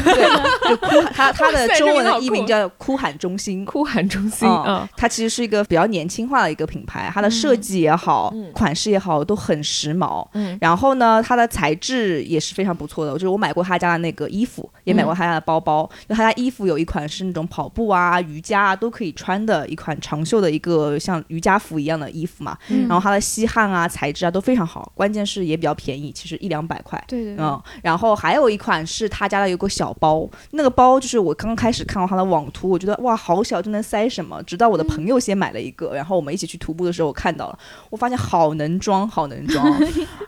C: 就哭喊，它它的
A: 哇塞
C: 中
A: 这
C: 文
A: 个好酷啊
C: 的译名叫哭喊中心。
A: 哭喊中心啊
C: 哦，它其实是一个比较年轻化的一个品牌，它的设计也好，
A: 嗯嗯
C: 款式也好，都很时髦。
A: 嗯
C: 然后呢，它的材质也是非常不错的。就是我买过他家的那个衣服，也买过他家的
A: 嗯
C: 包包。就他家衣服有一款是那种跑步啊、瑜伽啊都可以穿的一款长袖的一个像瑜伽服一样的衣服嘛。
B: 嗯
C: 然后它的吸汗啊、材质啊都非常好，关键是也比较便宜，其实一两百块。
B: 对对对，
C: 嗯，然后还有一款是他家的有个小包，那个包就是我刚开始看到它的网图，我觉得哇好小，就能塞什么？直到我的朋友先买了一个，然后我们一起去徒步的时候，我看到了，我发现好能装，好能装，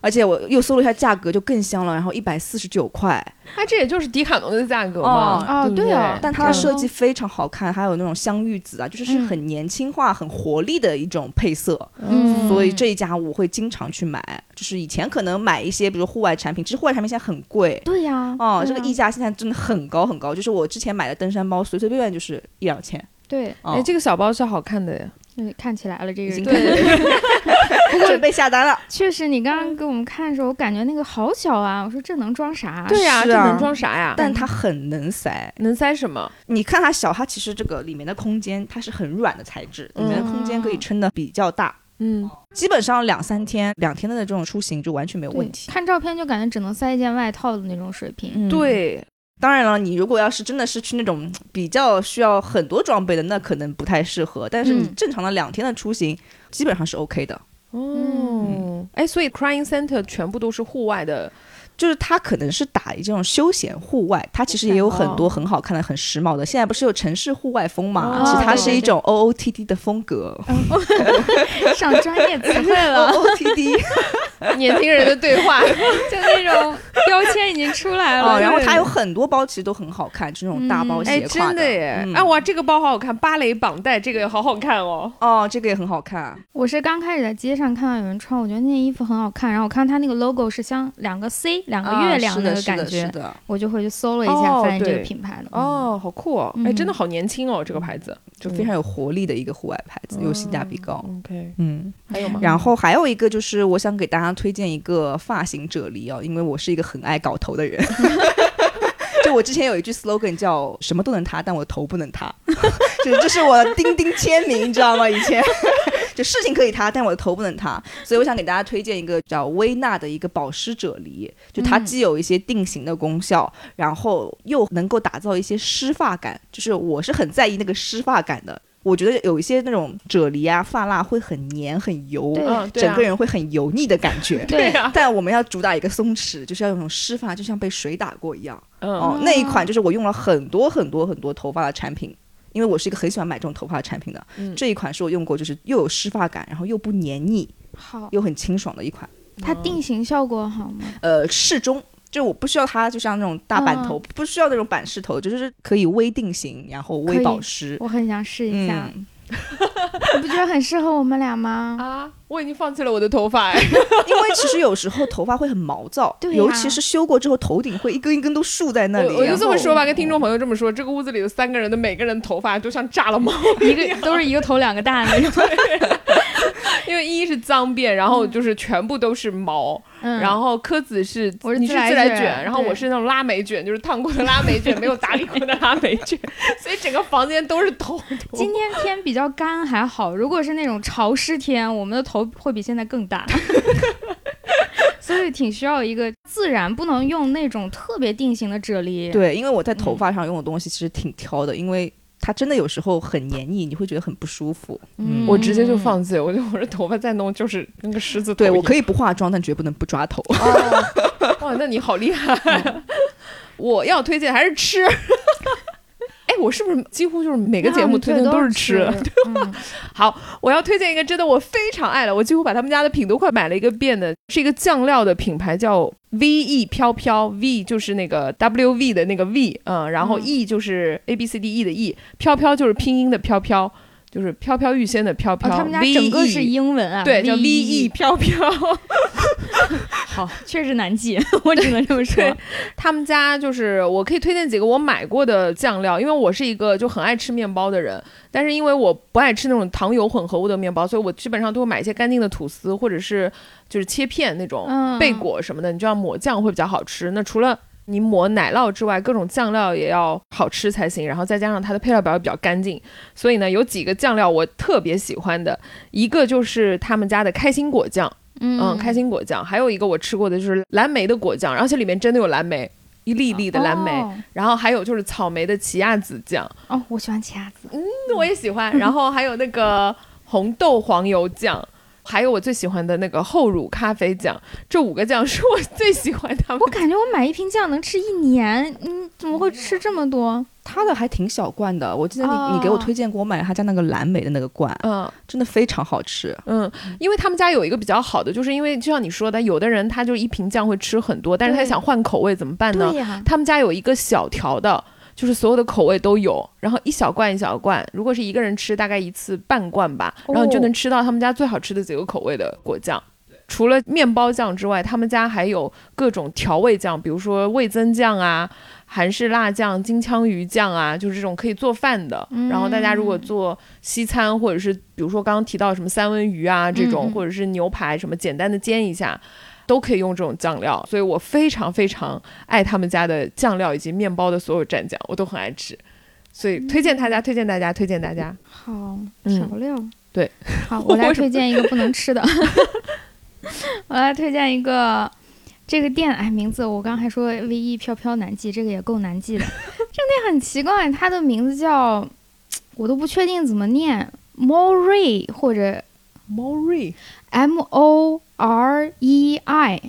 C: 而且我又搜了一下价格，就更香了，然后一百四十九块，
A: 它这也就是迪卡侬的价格嘛。
B: 哦哦
A: 对不
B: 对哦
C: 但它的
B: 嗯
C: 设计非常好看，还有那种香芋紫啊，就是是
B: 嗯
C: 很年轻化、很活力的一种配色。
B: 嗯
C: 所以这一家我会经常去买，就是以前可能买一些，比如户外产品，其实户外产品现在很贵，
B: 对呀，
C: 哦，
B: 对啊
C: 这
B: 呀
C: 个溢价现在真的很高很高，就是我之前买的登山包，随随便便就是一两千。
B: 对，
C: 哦、
A: 哎，这个小包是好看的呀，
B: 嗯看起来了这
C: 已
B: 个
C: 经
B: 人
C: 看
A: 对，
C: 准备下单了。
B: 确实，你刚刚给我们看的时候，我感觉那个好小啊！我说这能装啥？
A: 对呀、
C: 是
A: 这
C: 啊
A: 能装啥呀？
C: 但它很能塞，
A: 能塞什么？
C: 你看它小，它其实这个里面的空间它是很软的材质，里面的空间
B: 嗯
C: 可以撑的比较大，
A: 嗯，
C: 基本上两三天、两天的这种出行就完全没有
B: 对
C: 问题。
B: 看照片就感觉只能塞一件外套的那种水平。
C: 嗯，
A: 对，
C: 当然了，你如果要是真的是去那种比较需要很多装备的，那可能不太适合。但是你
B: 嗯
C: 正常的两天的出行，基本上是 OK 的。嗯
A: 哦，哎、所以 Crying Center 全部都是户外的，
C: 就是它可能是打一这种休闲户外，它其实也有很
B: 哦
C: 多很好看的、很时髦的。现在不是有城市户外风嘛？
A: 哦
C: 其实它
A: 对
C: 是
A: 对
C: 一种 OOTD 的风 格。
B: 上专业 词汇 了，
C: OOTD
A: 年轻人的对 话。
B: 就那种标签已经出来了。
C: 哦，然后
B: 对
C: 它有很多包其实都很好看，就那种大包
B: 嗯
A: 哎，
C: 斜挎
A: 真的耶！哎、
C: 嗯
B: 啊
A: 哇，这个包好好看，芭蕾绑带这个也好好看哦。
C: 哦，这个也很好看。
B: 我是刚开始在街上看到有人穿，我觉得那件衣服很好看，然后我看它那个 logo 是像两个 C，两个月亮
C: 啊是
B: 那
C: 的
B: 个
C: 是的
B: 感觉，
C: 是的，
B: 我就回去搜了一下，
A: 哦
B: 发现这个
A: 对
B: 品牌的。
A: 哦，好酷哦！哎，
B: 嗯
A: 真的好年轻哦，这个牌子。
C: 就非常有活力的一个户外牌子，有性价比高。
A: OK，
C: 嗯，
A: 还有吗？
C: 然后还有一个就是，我想给大家推荐一个发型啫喱哦，因为我是一个很爱搞头的人。 就我之前有一句 slogan 叫“什么都能塌，但我头不能塌”， 就是这是我的钉钉签名，你知道吗？以前 就事情可以塌，但我的头不能塌。所以我想给大家推荐一个叫薇娜的一个保湿啫喱，就它
B: 嗯
C: 既有一些定型的功效，然后又能够打造一些湿发感。就是我是很在意那个湿发感的。我觉得有一些那种啫喱啊、发蜡会很黏、很油，呃
A: 嗯，
B: 对
A: 对啊
C: 整个人会很油腻的感觉。
A: 对 啊
B: 对
A: 呀、
C: 但我们要主打一个松弛，就是要有种湿发，就像被水打过一样。
A: 嗯
C: 哦，那一款就是我用了很多很多很多头发的产品，因为我是一个很喜欢买这种头发的产品的。
A: 嗯
C: 这一款是我用过，就是又有湿发感，然后又不黏腻，
B: 好，
C: 又很清爽的一款。
A: 嗯
B: 它定型效果好吗？
C: 呃，适中，就我不需要它就像那种大板头，不需要那种板式头，就是可以微定型，然后
B: 可
C: 微
B: 以
C: 保湿。
B: 我很想试一下，
C: 嗯，
B: 你不觉得很适合我们俩吗？
A: 啊，我已经放弃了我的头发哎。
C: 因为其实有时候头发会很毛躁，
B: 对
C: 尤
B: 呀
C: 其是修过之后，头顶会一根一根都竖在那里。
A: 我我就
C: 然
A: 这么
C: 后
A: 说吧，跟听众朋友这么说，这个屋子里的三个人的每个人头发都像炸了毛，
B: 一个都是一个头两个大 那种。
A: 因为一是脏辫，然后就是全部都是毛，
B: 嗯，
A: 然后柯子是
B: 我是
A: 你是
B: 自来
A: 自来
B: 卷
A: 卷，然后我
B: 对
A: 是那种拉美卷，就是烫过的拉美卷，没有打理过的拉美卷， 所以整个房间都是头。头
B: 今天天比较干还好，如果是那种潮湿天，我们的头会比现在更大， 所以挺需要一个自然，不能用那种特别定型的啫喱。，
C: 对，因为我在头
B: 嗯
C: 发上用的东西其实挺挑的，因为它真的有时候很黏腻，你会觉得很不舒服。
B: 嗯
A: 我直接就放弃，我就我这头发再弄就是跟个狮子头一
C: 对
A: 样。
C: 我可以不化妆，但绝不能不抓头。
A: 哇，那你好厉害！啊
C: 嗯
A: 我要推荐还是吃。 哎，我是不是几乎就是每
B: 每
A: 个节目推荐都
B: 都
A: 是吃？
B: 嗯
A: 我要推荐一个真的我非常爱的，我几乎把他们家的品都快买了一个遍的，是一个酱料的品牌叫 V E 飘飘，V 就是那个 W V 的那个 V，嗯，然后
B: 嗯
A: E 就是 A B C D E 的 E，飘飘就是拼音的飘飘，就是飘飘欲仙的飘
B: 哦
A: 飘。
B: 他们家
A: VE
B: 整个是英文啊，
A: 对，叫 V E
B: VE，
A: 飘飘。
B: 好，确实难记， 我只能这么说
A: 对。他们家就是我可以推荐几个我买过的酱料，因为我是一个就很爱吃面包的人，但是因为我不爱吃那种糖油混合物的面包，所以我基本上都会买一些干净的吐司或者是就是切片那种
B: 嗯
A: 贝果什么的，你这样抹酱会比较好吃。那除了你抹奶酪之外，各种酱料也要好吃才行，然后再加上它的配料表也比较干净，所以呢，有几个酱料我特别喜欢的，一个就是他们家的开心果酱。嗯，开心果酱，还有一个我吃过的就是蓝莓的果酱，而且里面真的有蓝莓，一粒一粒的蓝莓。
B: 哦
A: 然后还有就是草莓的奇亚籽酱，
B: 哦，我喜欢奇亚籽，
A: 那我也喜欢。然后还有那个红豆黄油酱。还有我最喜欢的那个厚乳咖啡酱，这五个酱是我最喜欢他们
B: 我感觉我买一瓶酱能吃一年，嗯，怎么会吃这么多？
C: 它的还挺小罐的，我记得你、你给我推荐过，我买了他家那个蓝莓的那个罐，
A: 嗯
C: 真的非常好吃。
A: 嗯，因为他们家有一个比较好的，就是因为就像你说的，有的人他就一瓶酱会吃很多，但是他
B: 对
A: 想换口味怎么办呢？
B: 对呀，
A: 他们家有一个小条的，就是所有的口味都有，然后一小罐一小罐，如果是一个人吃，大概一次半罐吧，
B: 哦
A: 然后你就能吃到他们家最好吃的几个口味的果酱。除了面包酱之外，他们家还有各种调味酱，比如说味增酱啊、韩式辣酱、金枪鱼酱啊，就是这种可以做饭的。
B: 嗯
A: 然后大家如果做西餐，或者是比如说刚刚提到什么三文鱼啊这种，
B: 嗯嗯
A: 或者是牛排什么简单的煎一下。都可以用这种酱料，所以我非常非常爱他们家的酱料以及面包的所有蘸酱，我都很爱吃，所以推荐大家，推荐大家，推荐大家。
B: 嗯好
A: 嗯
B: 调料。
A: 对，
B: 好，我 来
A: 为什么
B: 推荐一个不能吃的， 我来推荐一个。这个店哎，名字我刚还说 V E 飘飘难记，这个也够难记的。这个店很奇怪，它的名字叫，我都不确定怎么念，Morei 或者
A: Mori，
B: M O R E I，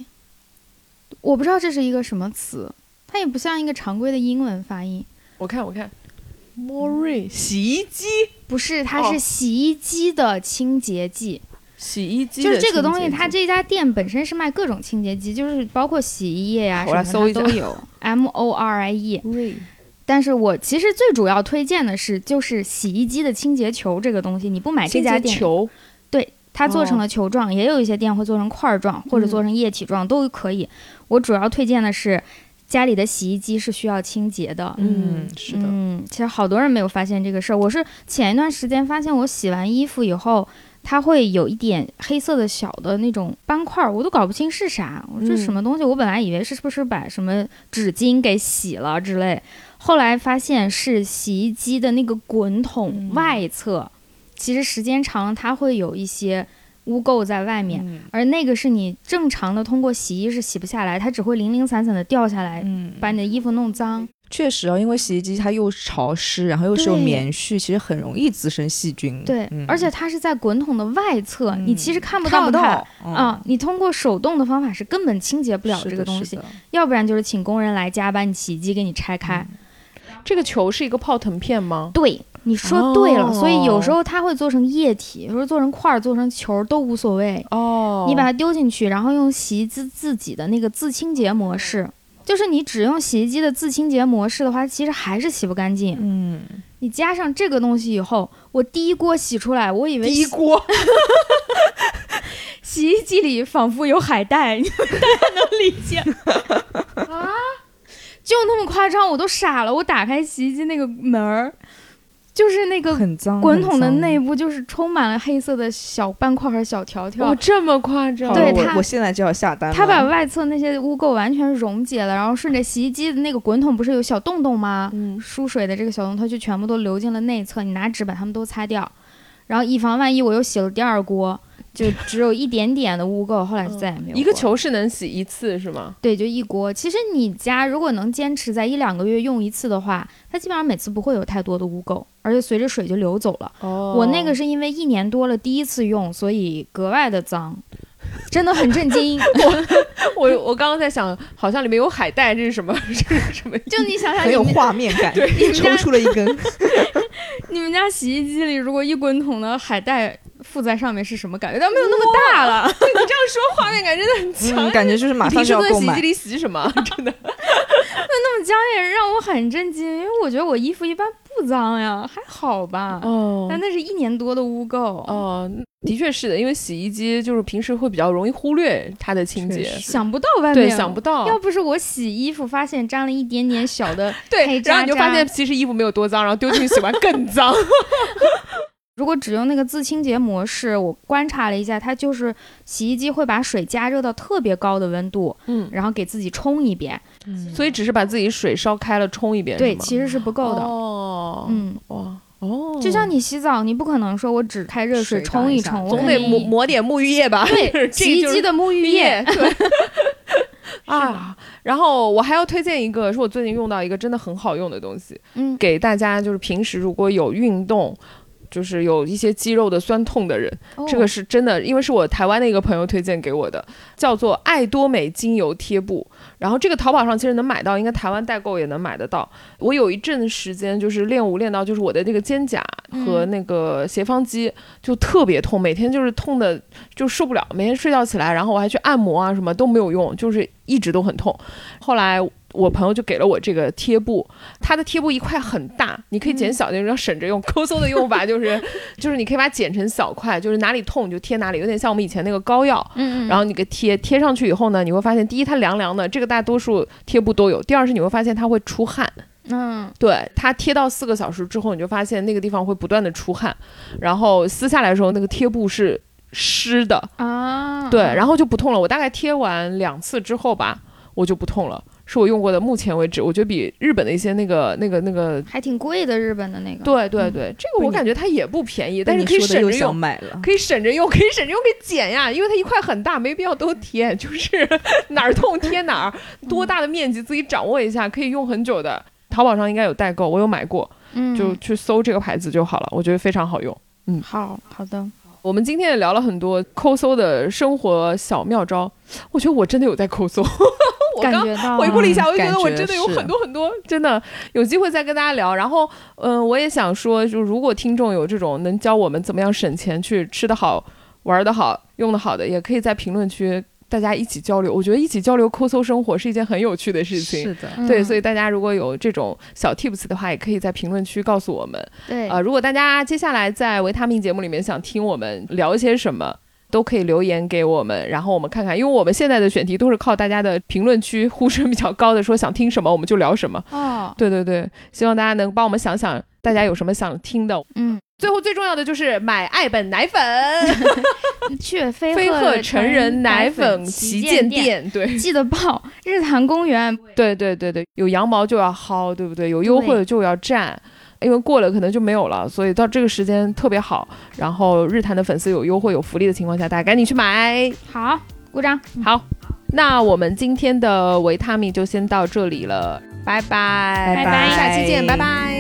B: 我不知道这是一个什么词，它也不像一个常规的英文发音。
A: 我看我看，Mori 洗衣机，
B: 不是，它
A: 哦
B: 是洗衣机的清洁剂，
A: 洗衣机
B: 就是
A: 的
B: 这个
A: 清
B: 东
A: 洁
B: 西，它
A: 剂
B: 这家店本身是卖各种清洁剂，就是包括洗衣液呀、
A: 我来
B: 什
A: 搜
B: 么
A: 一下
B: 的它都 有。M O R I E，
A: Mori
B: 但是我其实最主要推荐的是，就是洗衣机的清洁球这个东西，你不买这
A: 清
B: 家
A: 洁
B: 店，
A: 球，
B: 它做
A: 哦
B: 成
A: 嗯
B: 了球状，也有一些店会做成块儿状或者做成液体状、都可以。我主要推荐的是家里的洗衣机是需要清洁的。
A: 嗯，是的，
B: 嗯，其实好多人没有发现这个事儿。我是前一段时间发现，我洗完衣服以后，它会有一点黑色的小的那种斑块儿，我都搞不清是啥。我说这
A: 嗯
B: 什么东西？我本来以为是不是把什么纸巾给洗了之类，后来发现是洗衣机的那个滚筒
A: 嗯
B: 外侧，其实时间长了它会有一些污垢在外面。
A: 嗯
B: 而那个是你正常的通过洗衣是洗不下来，它只会零零散散的掉下来，
C: 嗯
B: 把你的衣服弄脏。
C: 确实啊，因为洗衣机它又潮湿，然后又是用
B: 对
C: 棉絮，其实很容易滋生细菌。
B: 对，
C: 嗯
B: 而且它是在滚筒的外侧，你其实看不
C: 看
B: 到
C: 不
B: 它
C: 到嗯
B: 啊、，你通过手动的方法是根本清洁不
C: 不
B: 了这个东西，。要不然就是请工人来家把你洗衣机给你拆开。
C: 嗯
A: 这个球是一个泡腾片吗？
B: 对，你说对了，
A: 哦
B: 所以有时候它会做成液体，有时候做成块儿、做成球儿都无所谓。
A: 哦，
B: 你把它丢进去，然后用洗衣机自己的那个自清洁
C: 嗯
B: 模式，就是你只用洗衣机的自清洁模式的话，其实还是洗不干净。
C: 嗯，
B: 你加上这个东西以后，我第一锅洗出来，我以为
A: 第一
B: 洗
A: 锅，
B: 洗衣机里仿佛有海带， 你们大家能理解啊？就那么夸张，我都傻了。我打开洗衣机那个门儿，就是那个
C: 很脏。
B: 滚筒的
C: 很脏
B: 内，部，就是充满了黑色的小斑块和小条条
A: 哇，。这么夸张？
B: 对
C: 好了
B: 它
C: 我我现在就要下单了。
B: 它把外侧那些污垢完全溶解了，然后顺着洗衣机的那个滚筒不是有小洞洞吗？
A: 嗯，
B: 输水的这个小洞，它就全部都流进了内侧。你拿纸把它们都擦掉，然后以防万一，我又洗了第二锅，就只有一点点的污垢，后来就再也没有
A: 一个
B: 过
A: 球是能洗一次是吗？
B: 对，就一锅。其实你家如果能坚持在一两个月用一次的话，它基本上每次不会有太多的污垢，而且随着水就流走了。
A: 哦
B: 我那个是因为一年多了第一次用，所以格外的脏，真的很震惊。
A: 我我刚刚在想，好像里面有海带，这是什么？ 这是什么？
B: 就你想想，
C: 很有
B: 你们
C: 画面感，
B: 你们
C: 抽
B: 家
C: 出了一根。
B: 你们家洗衣机里如果一滚筒的海带附在上面是什么感觉？但没有那么大了。
A: 这样说画面感真的很强
C: 嗯，。感觉就是马
A: 你
C: 上
A: 平时
C: 就要
A: 都在
C: 购
A: 洗衣
C: 买
A: 机。里洗什 么？真的，
B: 那么讲也让我很震惊，因为我觉得我衣服一般不脏呀，还好吧。
A: 哦
B: 但那是一年多的污垢。
A: 哦，的确是的，因为洗衣机就是平时会比较容易忽略它的清洁
C: 确，实
B: 想不到外面，
A: 对，想不到，
B: 要不是我洗衣服发现沾了一点点小的，
A: 对
B: 黑，
A: 然后你就
B: 渣渣
A: 发现其实衣服没有多脏，然后丢进去洗完更脏。
B: 如果只用那个自清洁模式，我观察了一下，它就是洗衣机会把水加热到特别高的温度，
A: 嗯，
B: 然后给自己冲一遍。
A: 所以只是把自己水烧开了冲一遍，
B: 对，
A: 是吗
B: 其实是不够的。
A: 哦，
B: 嗯，
A: 哇，哦，
B: 就像你洗澡，你不可能说我只开热
C: 水打
B: 冲
C: 一下
B: 冲，我
A: 总
B: 肯
A: 得
B: 定
A: 抹 抹点沐浴液吧？
B: 对
A: 这
B: 洗衣
A: 就是
B: 机的沐浴液。，
A: 对。啊，然后我还要推荐一个，是我最近用到一个真的很好用的东西，
B: 嗯，
A: 给大家就是平时如果有运动，就是有一些肌肉的酸痛的人，
B: 哦
A: 这个是真的，因为是我台湾的一个朋友推荐给我的，叫做爱多美精油贴布。然后这个淘宝上其实能买到，应该台湾代购也能买得到。我有一阵时间就是练舞练到，就是我的那个肩胛和那个斜方肌就特别痛，每天就是痛的就受不了，每天睡觉起来，然后我还去按摩啊什么都没有用，就是一直都很痛。后来。我朋友就给了我这个贴布，它的贴布一块很大，你可以剪小那种，要省着用。抠搜的用法就是就是你可以把它剪成小块，就是哪里痛你就贴哪里，有点像我们以前那个膏药。
B: 嗯
A: 然后你给贴贴上去以后呢，你会发现，第一它凉凉的，这个大多数贴布都有；第二是你会发现它会出汗，
B: 嗯，
A: 对它贴到四个小时之后，你就发现那个地方会不断的出汗，然后撕下来的时候，那个贴布是湿的，
B: 啊，
A: 对，然后就不痛了。我大概贴完两次之后吧，我就不痛了，是我用过的目前为止，我觉得比日本的一些那个那个那个，
B: 还挺贵的，日本的那个。
A: 对对对，这个
C: 嗯被
A: 我
C: 你
A: 感觉它也不便宜，
C: 被
A: 但是
C: 你
A: 可以
C: 说的
A: 省
C: 又
A: 着
C: 想
A: 用。
C: 买了。
A: 可以省着用，可以省着用，可以剪呀，因为它一块很大，没必要都贴， 就是哪儿痛贴哪儿，多大的面积自己掌握一下，可以用很久的。淘宝上应该有代购，我有买过，
B: 嗯，
A: 就去搜这个牌子就好了，我觉得非常好用。
B: 好好的，
A: 我们今天也聊了很多抠搜的生活小妙招，我觉得我真的有在抠搜， 我
B: 感
A: 刚
B: 觉到
A: 回顾了一下，我就觉
C: 嗯感
A: 得我
C: 觉
A: 真的有
C: 是
A: 很多很多，真的有机会再跟大家聊。然后，嗯、我也想说，就如果听众有这种能教我们怎么样省钱去吃得好、玩得好、用得好的，也可以在评论区大家一起交流。我觉得一起交流抠搜生活是一件很有趣的事情。
C: 是嗯的，
A: 对，所
B: 以
A: 以大家如果有这种小 tips 的话，也可以在评论区告诉我们。
B: 对
A: 啊、如果大家接下来在维他命节目里面想听我们聊一些什么，都可以留言给我们，然后我们看看，因为我们现在的选题都是靠大家的评论区呼声比较高的，说想听什么我们就聊什么。
B: 哦，
A: 对对对，希望大家能帮我们想想，大家有什么想听的。
B: 嗯，
A: 最后最重要的就是买爱本奶 粉，
B: 去飞
A: 飞鹤成
B: 成
A: 人奶粉
B: 粉
A: 旗舰
B: 舰，
A: 店。对
B: 记得报日坛公园。
A: 对对对对，有羊毛就要薅，对不对？有优惠的就要占。因为过了可能就没有了，所以到这个时间特别好。然后日坛的粉丝有优惠、有福利的情况下，大家赶紧去买。
B: 好，鼓掌。
A: 好，那我们今天的维他命就先到这里了，拜拜，
B: 拜拜
A: 下期见，拜拜。